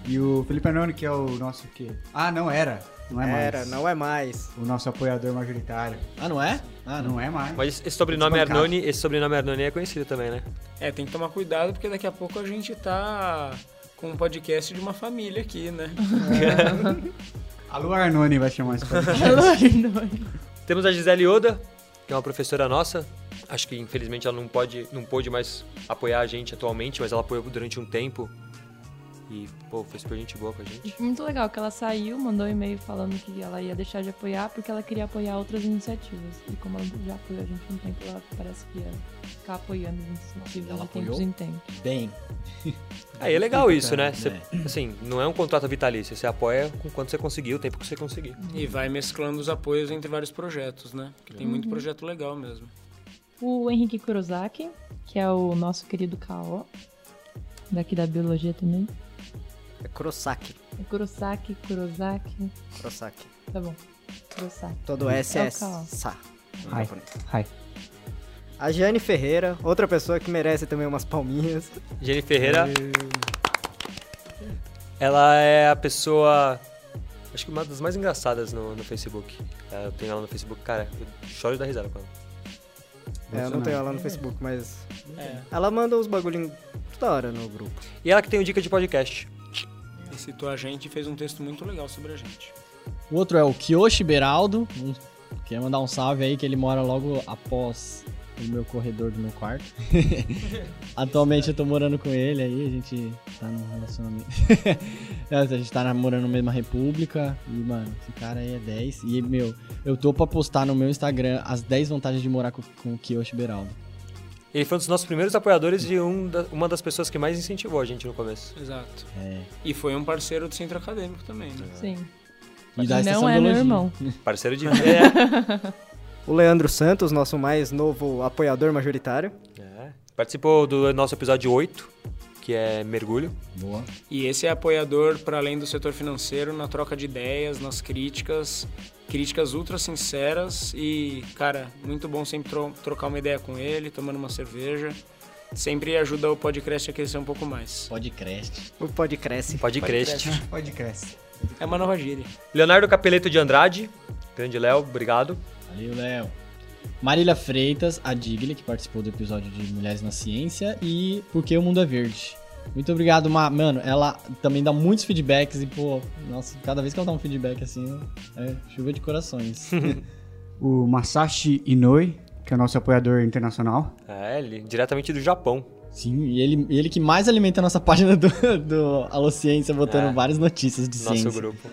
[SPEAKER 5] E o Felipe Arnone, que é o nosso quê? Ah, não era. Não é mais.
[SPEAKER 3] Era, não é mais.
[SPEAKER 5] O nosso apoiador majoritário.
[SPEAKER 2] Ah, não é? Ah,
[SPEAKER 5] não é mais.
[SPEAKER 1] Mas esse sobrenome
[SPEAKER 5] Desbancado.
[SPEAKER 1] Arnone, esse sobrenome Arnone é conhecido também, né?
[SPEAKER 6] É, tem que tomar cuidado porque daqui a pouco a gente tá com um podcast de uma família aqui, né?
[SPEAKER 1] É.
[SPEAKER 5] Alô Arnone vai chamar
[SPEAKER 6] [LAUGHS]
[SPEAKER 5] esse podcast.
[SPEAKER 1] Temos a Gisele Oda, que é uma professora nossa. Acho que infelizmente ela não pode, não pôde mais apoiar a gente atualmente, mas ela apoiou durante um tempo. E, pô, foi super gente boa com a gente.
[SPEAKER 7] Muito legal que ela saiu, mandou um e-mail falando que ela ia deixar de apoiar porque ela queria apoiar outras iniciativas. E como ela já apoiou a gente há um tempo, ela parece que ia ficar apoiando as iniciativas
[SPEAKER 2] Ela
[SPEAKER 7] de tempos
[SPEAKER 2] apoiou?
[SPEAKER 7] em tempos.
[SPEAKER 2] Bem.
[SPEAKER 1] [LAUGHS] Aí é legal isso, né? Você-
[SPEAKER 2] É.
[SPEAKER 1] assim, não é um contrato vitalício. Você apoia com quanto você conseguir, o tempo que você conseguir.
[SPEAKER 6] E vai mesclando os apoios entre vários [LAUGHS] projetos, né? Porque tem muito
[SPEAKER 7] Uhum.
[SPEAKER 6] projeto legal mesmo.
[SPEAKER 7] O Henrique Kurosaki, que é o nosso querido K.O., daqui da biologia também.
[SPEAKER 3] É Kurosaki.
[SPEAKER 7] É Kurosaki, Kurosaki,
[SPEAKER 3] Kurosaki.
[SPEAKER 7] tá bom. Kurosaki.
[SPEAKER 3] Todo S
[SPEAKER 7] É
[SPEAKER 3] é
[SPEAKER 7] o K.O.
[SPEAKER 3] Sa.
[SPEAKER 5] Hi. Hi.
[SPEAKER 3] A Jane Ferreira, outra pessoa que merece também umas palminhas.
[SPEAKER 1] Jenny Ferreira, ela é a pessoa. Acho que uma das mais engraçadas no, no Facebook. É, Eu tenho ela no Facebook, cara, eu choro da risada com ela.
[SPEAKER 3] É, eu não tenho ela no Facebook, mas.
[SPEAKER 6] É.
[SPEAKER 3] Ela manda uns bagulhinhos da hora no grupo.
[SPEAKER 1] E ela que tem o dica de podcast.
[SPEAKER 6] E citou a gente e fez um texto muito legal sobre a gente.
[SPEAKER 2] O outro é o Kiyoshi Beraldo. Um, quer mandar um salve aí, que ele mora logo após o meu corredor do meu
[SPEAKER 1] [LAUGHS]
[SPEAKER 2] quarto. Atualmente eu tô morando com ele aí, a gente tá num relacionamento. [LAUGHS] É, a gente tá na- morando na mesma república. E, mano, esse cara aí é 10. E, meu, eu tô pra postar no meu Instagram as 10 vantagens de morar com, com o Kiyoshi Beraldo.
[SPEAKER 1] Ele foi um dos nossos primeiros apoiadores e um da- uma das pessoas que mais incentivou a gente no começo.
[SPEAKER 6] Exato.
[SPEAKER 2] É.
[SPEAKER 6] E foi um parceiro do centro acadêmico também, né?
[SPEAKER 7] Sim.
[SPEAKER 2] E da
[SPEAKER 7] Não
[SPEAKER 2] Estação
[SPEAKER 7] é meu
[SPEAKER 2] Biologia.
[SPEAKER 7] irmão.
[SPEAKER 1] Parceiro
[SPEAKER 3] [LAUGHS]
[SPEAKER 1] de. é.
[SPEAKER 3] O Leandro Santos, nosso mais novo apoiador majoritário.
[SPEAKER 1] É. Participou do nosso episódio 8, que é Mergulho.
[SPEAKER 2] Boa.
[SPEAKER 6] E esse é apoiador para além do setor financeiro na troca de ideias, nas críticas, Críticas ultra sinceras e, cara, muito bom sempre tro- trocar uma ideia com ele, tomando uma cerveja. Sempre ajuda o podcast a crescer um pouco mais.
[SPEAKER 2] Podcast.
[SPEAKER 3] O podcast.
[SPEAKER 1] Podcast.
[SPEAKER 5] Podcast.
[SPEAKER 6] É uma nova gíria.
[SPEAKER 1] Leonardo Capeleto de Andrade. Grande Léo, obrigado.
[SPEAKER 2] Valeu, Léo. Marília Freitas, a Digli, que participou do episódio de Mulheres na Ciência, e Porque o Mundo é Verde. Muito obrigado, Ma. Mano, ela também dá muitos feedbacks e, pô, nossa, cada vez que ela dá um feedback assim, é chuva de corações.
[SPEAKER 5] O Masashi Inoi, que é o nosso apoiador internacional.
[SPEAKER 1] [LAUGHS] É, ele diretamente do Japão.
[SPEAKER 2] Sim, e ele, e ele que mais alimenta a nossa [LAUGHS] página do, do Alociência, botando
[SPEAKER 1] É.
[SPEAKER 2] várias notícias de
[SPEAKER 1] nosso
[SPEAKER 2] ciência.
[SPEAKER 1] grupo.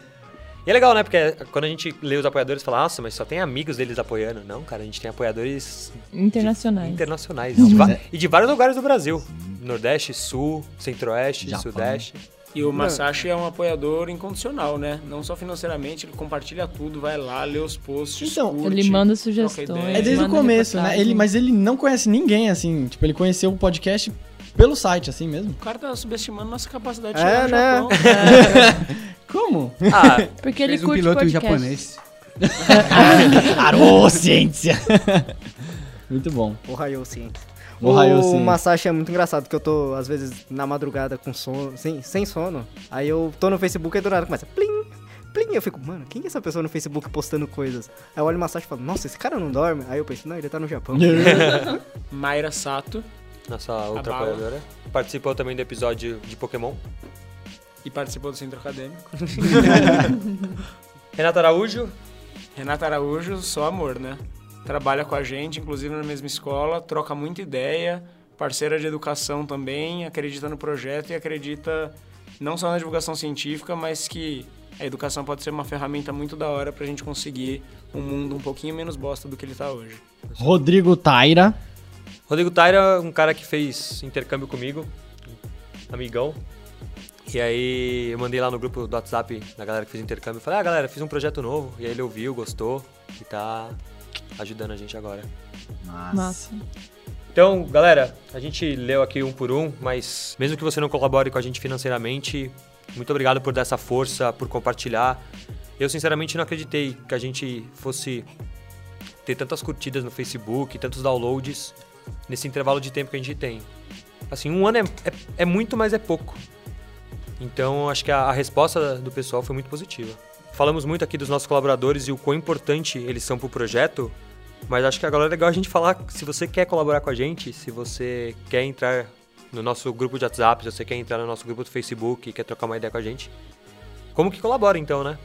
[SPEAKER 1] E é legal, né? Porque quando a gente lê os apoiadores, fala, nossa, mas só tem amigos deles apoiando. Não, cara, a gente tem apoiadores
[SPEAKER 7] Internacionais.
[SPEAKER 1] internacionais.
[SPEAKER 7] Não,
[SPEAKER 1] de
[SPEAKER 7] mas
[SPEAKER 1] va-
[SPEAKER 7] é-
[SPEAKER 1] E de vários lugares do Brasil. Nordeste, Sul, Centro-Oeste,
[SPEAKER 6] Japão.
[SPEAKER 1] Sudeste.
[SPEAKER 6] E o Masashi é um apoiador incondicional, né? Não só financeiramente, ele compartilha tudo, vai lá, lê os posts.
[SPEAKER 2] Então,
[SPEAKER 6] curte,
[SPEAKER 7] ele manda
[SPEAKER 6] troca
[SPEAKER 7] sugestões,
[SPEAKER 6] ideia.
[SPEAKER 2] É desde o começo, né? Ele, mas ele não conhece ninguém, assim. Tipo, ele conheceu o podcast pelo site, assim mesmo.
[SPEAKER 6] O cara tá subestimando nossa capacidade de
[SPEAKER 2] É,
[SPEAKER 6] chegar no
[SPEAKER 2] né? [LAUGHS] É.
[SPEAKER 6] Japão.
[SPEAKER 2] Como?
[SPEAKER 6] [LAUGHS]
[SPEAKER 2] um
[SPEAKER 1] Ah,
[SPEAKER 7] Porque ele curte podcast.
[SPEAKER 2] [LAUGHS] Arô, ciência! Muito bom.
[SPEAKER 3] O Raio Ciência.
[SPEAKER 2] O Raio
[SPEAKER 3] O
[SPEAKER 2] Ciência.
[SPEAKER 3] Masashi é muito engraçado, porque eu tô, às vezes, na madrugada com sono, sem, sem sono. Aí eu tô no Facebook e do nada começa plim, plim. Eu fico, mano, quem é essa pessoa no Facebook postando coisas? Aí eu olho o Masashi e falo, nossa, esse cara não dorme? Aí eu penso, não, ele tá no
[SPEAKER 2] [LAUGHS]
[SPEAKER 3] Japão.
[SPEAKER 6] Mayra é Sato.
[SPEAKER 1] Nossa outra
[SPEAKER 6] bala.
[SPEAKER 1] apoiadora. Participou também do episódio de Pokémon.
[SPEAKER 6] E participou do centro acadêmico.
[SPEAKER 1] Renata Araújo.
[SPEAKER 6] Renata Araújo, só amor, né? Trabalha com a gente, inclusive na mesma escola, troca muita ideia, parceira de educação também, acredita no projeto e acredita não só na divulgação científica, mas que a educação pode ser uma ferramenta muito da hora pra gente conseguir um mundo um pouquinho menos bosta do que ele tá hoje.
[SPEAKER 2] Rodrigo Taira.
[SPEAKER 1] [LAUGHS] Rodrigo Taira, um cara que fez intercâmbio comigo, amigão. E aí eu mandei lá no grupo do WhatsApp da galera que fez intercâmbio. Falei, ah, galera, fiz um projeto novo. E aí ele ouviu, gostou e tá ajudando a gente agora.
[SPEAKER 7] Massa.
[SPEAKER 1] Então, galera, a gente leu aqui um por um, mas mesmo que você não colabore com a gente financeiramente, muito obrigado por dar essa força, por compartilhar. Eu, sinceramente, não acreditei que a gente fosse ter tantas curtidas no Facebook, tantos downloads nesse intervalo de tempo que a gente tem. Assim, um ano é, é, é muito, mas é pouco. Então, acho que a, a resposta do pessoal foi muito positiva. Falamos muito aqui dos nossos colaboradores e o quão importante eles são para o projeto, mas acho que agora é legal a gente falar que se você quer colaborar com a gente, se você quer entrar no nosso grupo de WhatsApp, se você quer entrar no nosso grupo do Facebook, quer trocar uma ideia com a gente, como que colabora então, né?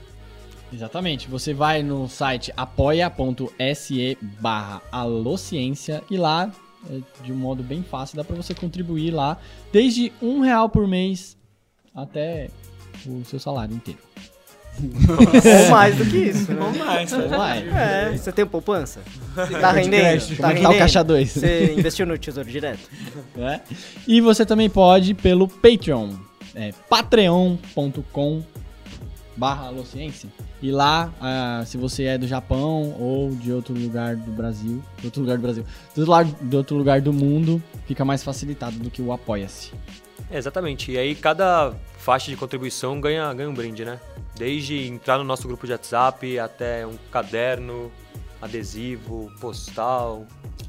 [SPEAKER 2] Exatamente. Você vai no site apoia.se barra alociência e lá, é, de um modo bem fácil, dá pra você contribuir lá desde um real por mês até o seu salário inteiro.
[SPEAKER 3] [LAUGHS] Ou mais do que isso, né?
[SPEAKER 6] Ou mais,
[SPEAKER 3] Ou
[SPEAKER 6] tá?
[SPEAKER 3] mais. É, você tem poupança? Tá
[SPEAKER 2] Cartão de
[SPEAKER 3] rendendo?
[SPEAKER 2] crédito. Como é que tá o caixa dois?
[SPEAKER 3] Você investiu no Tesouro Direto?
[SPEAKER 2] né? E você também pode ir pelo Patreon, é, patreon.com barra Alociência. E lá, ah, se você é do Japão ou de outro lugar do Brasil, de outro lugar do Brasil, do outro lar- de outro lugar do mundo, fica mais facilitado do que o Apoia-se.
[SPEAKER 1] É, exatamente. E aí cada faixa de contribuição ganha, ganha um brinde, né? Desde entrar no nosso grupo de WhatsApp até um caderno, adesivo, postal.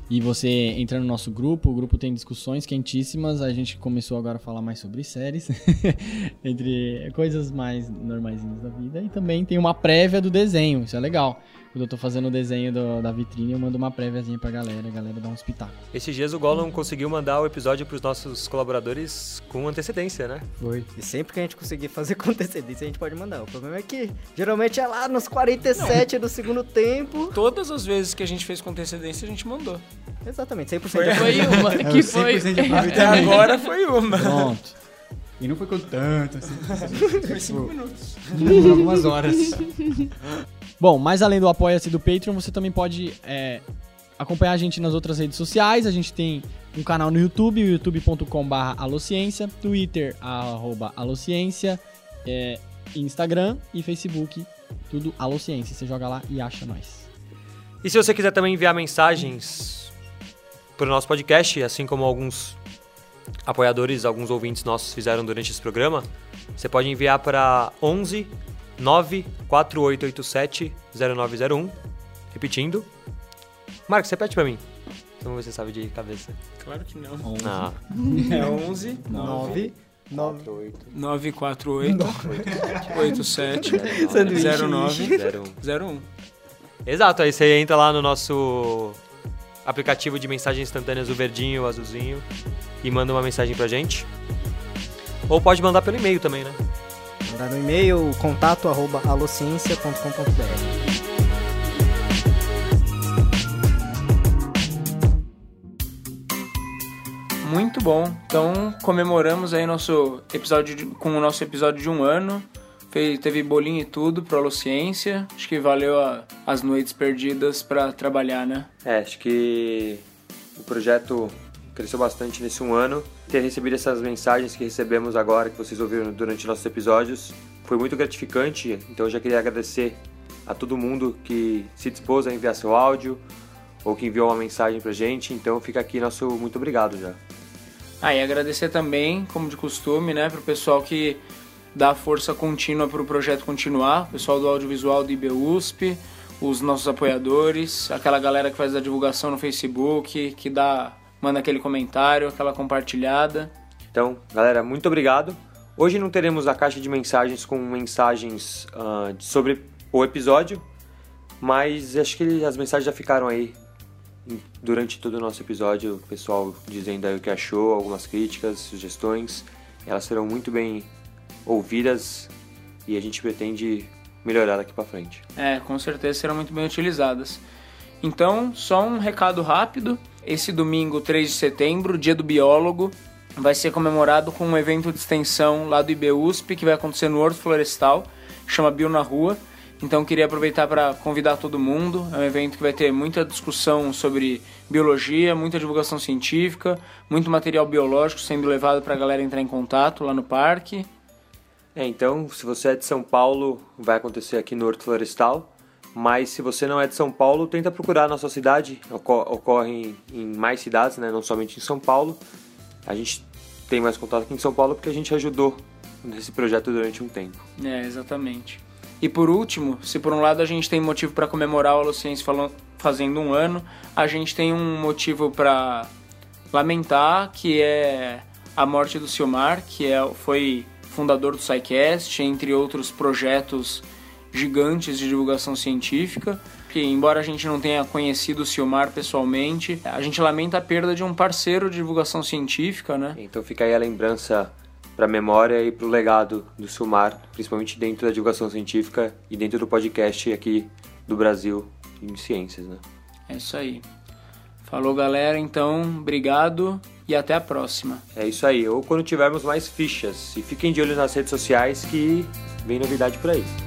[SPEAKER 2] E você entra no nosso grupo, o grupo tem discussões quentíssimas, a gente começou agora a falar mais sobre séries, [LAUGHS] entre coisas mais normaisinhas da vida, e também tem uma prévia do desenho, isso é legal. Quando eu tô fazendo o desenho do- da vitrine, eu mando uma préviazinha pra galera, a galera dá um espetáculo.
[SPEAKER 1] Esses dias o Gollum conseguiu mandar o episódio pros nossos colaboradores com antecedência, né?
[SPEAKER 5] Foi.
[SPEAKER 3] E sempre que a gente conseguir fazer [LAUGHS] com antecedência, a gente pode mandar. O problema é que geralmente é lá nos 47 do segundo tempo.
[SPEAKER 6] Todas as vezes que a gente fez com antecedência, a gente mandou.
[SPEAKER 3] Exatamente,
[SPEAKER 6] Foi,
[SPEAKER 3] 100% de
[SPEAKER 6] foi
[SPEAKER 3] aproveitamento.
[SPEAKER 6] uma.
[SPEAKER 3] É,
[SPEAKER 6] que
[SPEAKER 3] o
[SPEAKER 6] foi. [LAUGHS]
[SPEAKER 3] 100% de
[SPEAKER 6] Até
[SPEAKER 3] aproveitamento.
[SPEAKER 6] agora foi uma.
[SPEAKER 2] Pronto.
[SPEAKER 5] E não foi com tanto,
[SPEAKER 6] [LAUGHS]
[SPEAKER 5] assim.
[SPEAKER 6] [LAUGHS] Foi cinco minutos.
[SPEAKER 5] Por Tipo, algumas horas.
[SPEAKER 2] [LAUGHS] Bom, mas além do Apoia-se e do Patreon, você também pode é, acompanhar a gente nas outras redes sociais. A gente tem um canal no YouTube, o youtube.com.br alociência, Twitter, arroba alociência, é, Instagram e Facebook, tudo alociência. Você joga lá e acha nós.
[SPEAKER 1] E se você quiser também enviar mensagens para o nosso podcast, assim como alguns apoiadores, alguns ouvintes nossos fizeram durante esse programa, você pode enviar para 11 94887-0901. Repetindo. Marcos, repete pra mim. Vamos ver se você sabe de cabeça.
[SPEAKER 6] Claro que não.
[SPEAKER 3] [LAUGHS]
[SPEAKER 1] Ah. [LAUGHS]
[SPEAKER 6] É 11, 9, 948 87 09 01.
[SPEAKER 1] Exato, aí você entra lá no nosso aplicativo de mensagens instantâneas, o verdinho, o azulzinho, e manda uma mensagem pra gente. Ou pode mandar pelo e-mail também, né?
[SPEAKER 3] Mandar no e-mail contato arroba alociência.com.br.
[SPEAKER 6] Muito bom. Então comemoramos aí nosso episódio de- com o nosso episódio de um ano. Fez, teve bolinho e tudo pro Alociência. Acho que valeu a- as noites perdidas pra trabalhar, né?
[SPEAKER 1] É, acho que o projeto cresceu bastante nesse um ano. Ter recebido essas mensagens que recebemos agora, que vocês ouviram durante nossos episódios, foi muito gratificante. Então eu já queria agradecer a todo mundo que se dispôs a enviar seu áudio ou que enviou uma mensagem pra gente. Então fica aqui nosso muito obrigado já.
[SPEAKER 6] Ah, e agradecer também, como de costume, né, pro pessoal que dá força contínua pro projeto continuar, o pessoal do audiovisual do IBUSP, os nossos apoiadores, aquela galera que faz a divulgação no Facebook, que dá, manda aquele comentário, aquela compartilhada.
[SPEAKER 1] Então, galera, muito obrigado. Hoje não teremos a caixa de mensagens com mensagens ah, sobre o episódio, mas acho que as mensagens já ficaram aí em- durante todo o nosso episódio, o pessoal dizendo aí o que achou, algumas críticas, sugestões. Elas serão muito bem ouvidas e a gente pretende melhorar daqui pra frente.
[SPEAKER 6] É, com certeza serão muito bem utilizadas. Então, só um recado rápido. Esse domingo, 3 de setembro, dia do biólogo, vai ser comemorado com um evento de extensão lá do IBUSP, que vai acontecer no Horto Florestal, chama Bio na Rua. Então, queria aproveitar para convidar todo mundo. É um evento que vai ter muita discussão sobre biologia, muita divulgação científica, muito material biológico sendo levado para a galera entrar em contato lá no parque.
[SPEAKER 1] É, então, se você é de São Paulo, vai acontecer aqui no Horto Florestal. Mas se você não é de São Paulo, tenta procurar na sua cidade. Oco- Ocorre em, em mais cidades, né? não somente em São Paulo. A gente tem mais contato aqui em São Paulo porque a gente ajudou nesse projeto durante um tempo.
[SPEAKER 6] É, exatamente. E por último, se por um lado a gente tem motivo para comemorar o Alociense falan- fazendo um ano, a gente tem um motivo para lamentar, que é a morte do Silmar, que é, foi fundador do SciCast, entre outros projetos gigantes de divulgação científica. Que, embora a gente não tenha conhecido o Silmar pessoalmente, a gente lamenta a perda de um parceiro de divulgação científica, né?
[SPEAKER 1] Então fica aí a lembrança para a memória e para o legado do Sumar, principalmente dentro da divulgação científica e dentro do podcast aqui do Brasil em ciências. Né?
[SPEAKER 6] É isso aí. Falou, galera. Então, obrigado e até a próxima.
[SPEAKER 1] É isso aí, ou quando tivermos mais fichas. E fiquem de olho nas redes sociais que vem novidade por aí.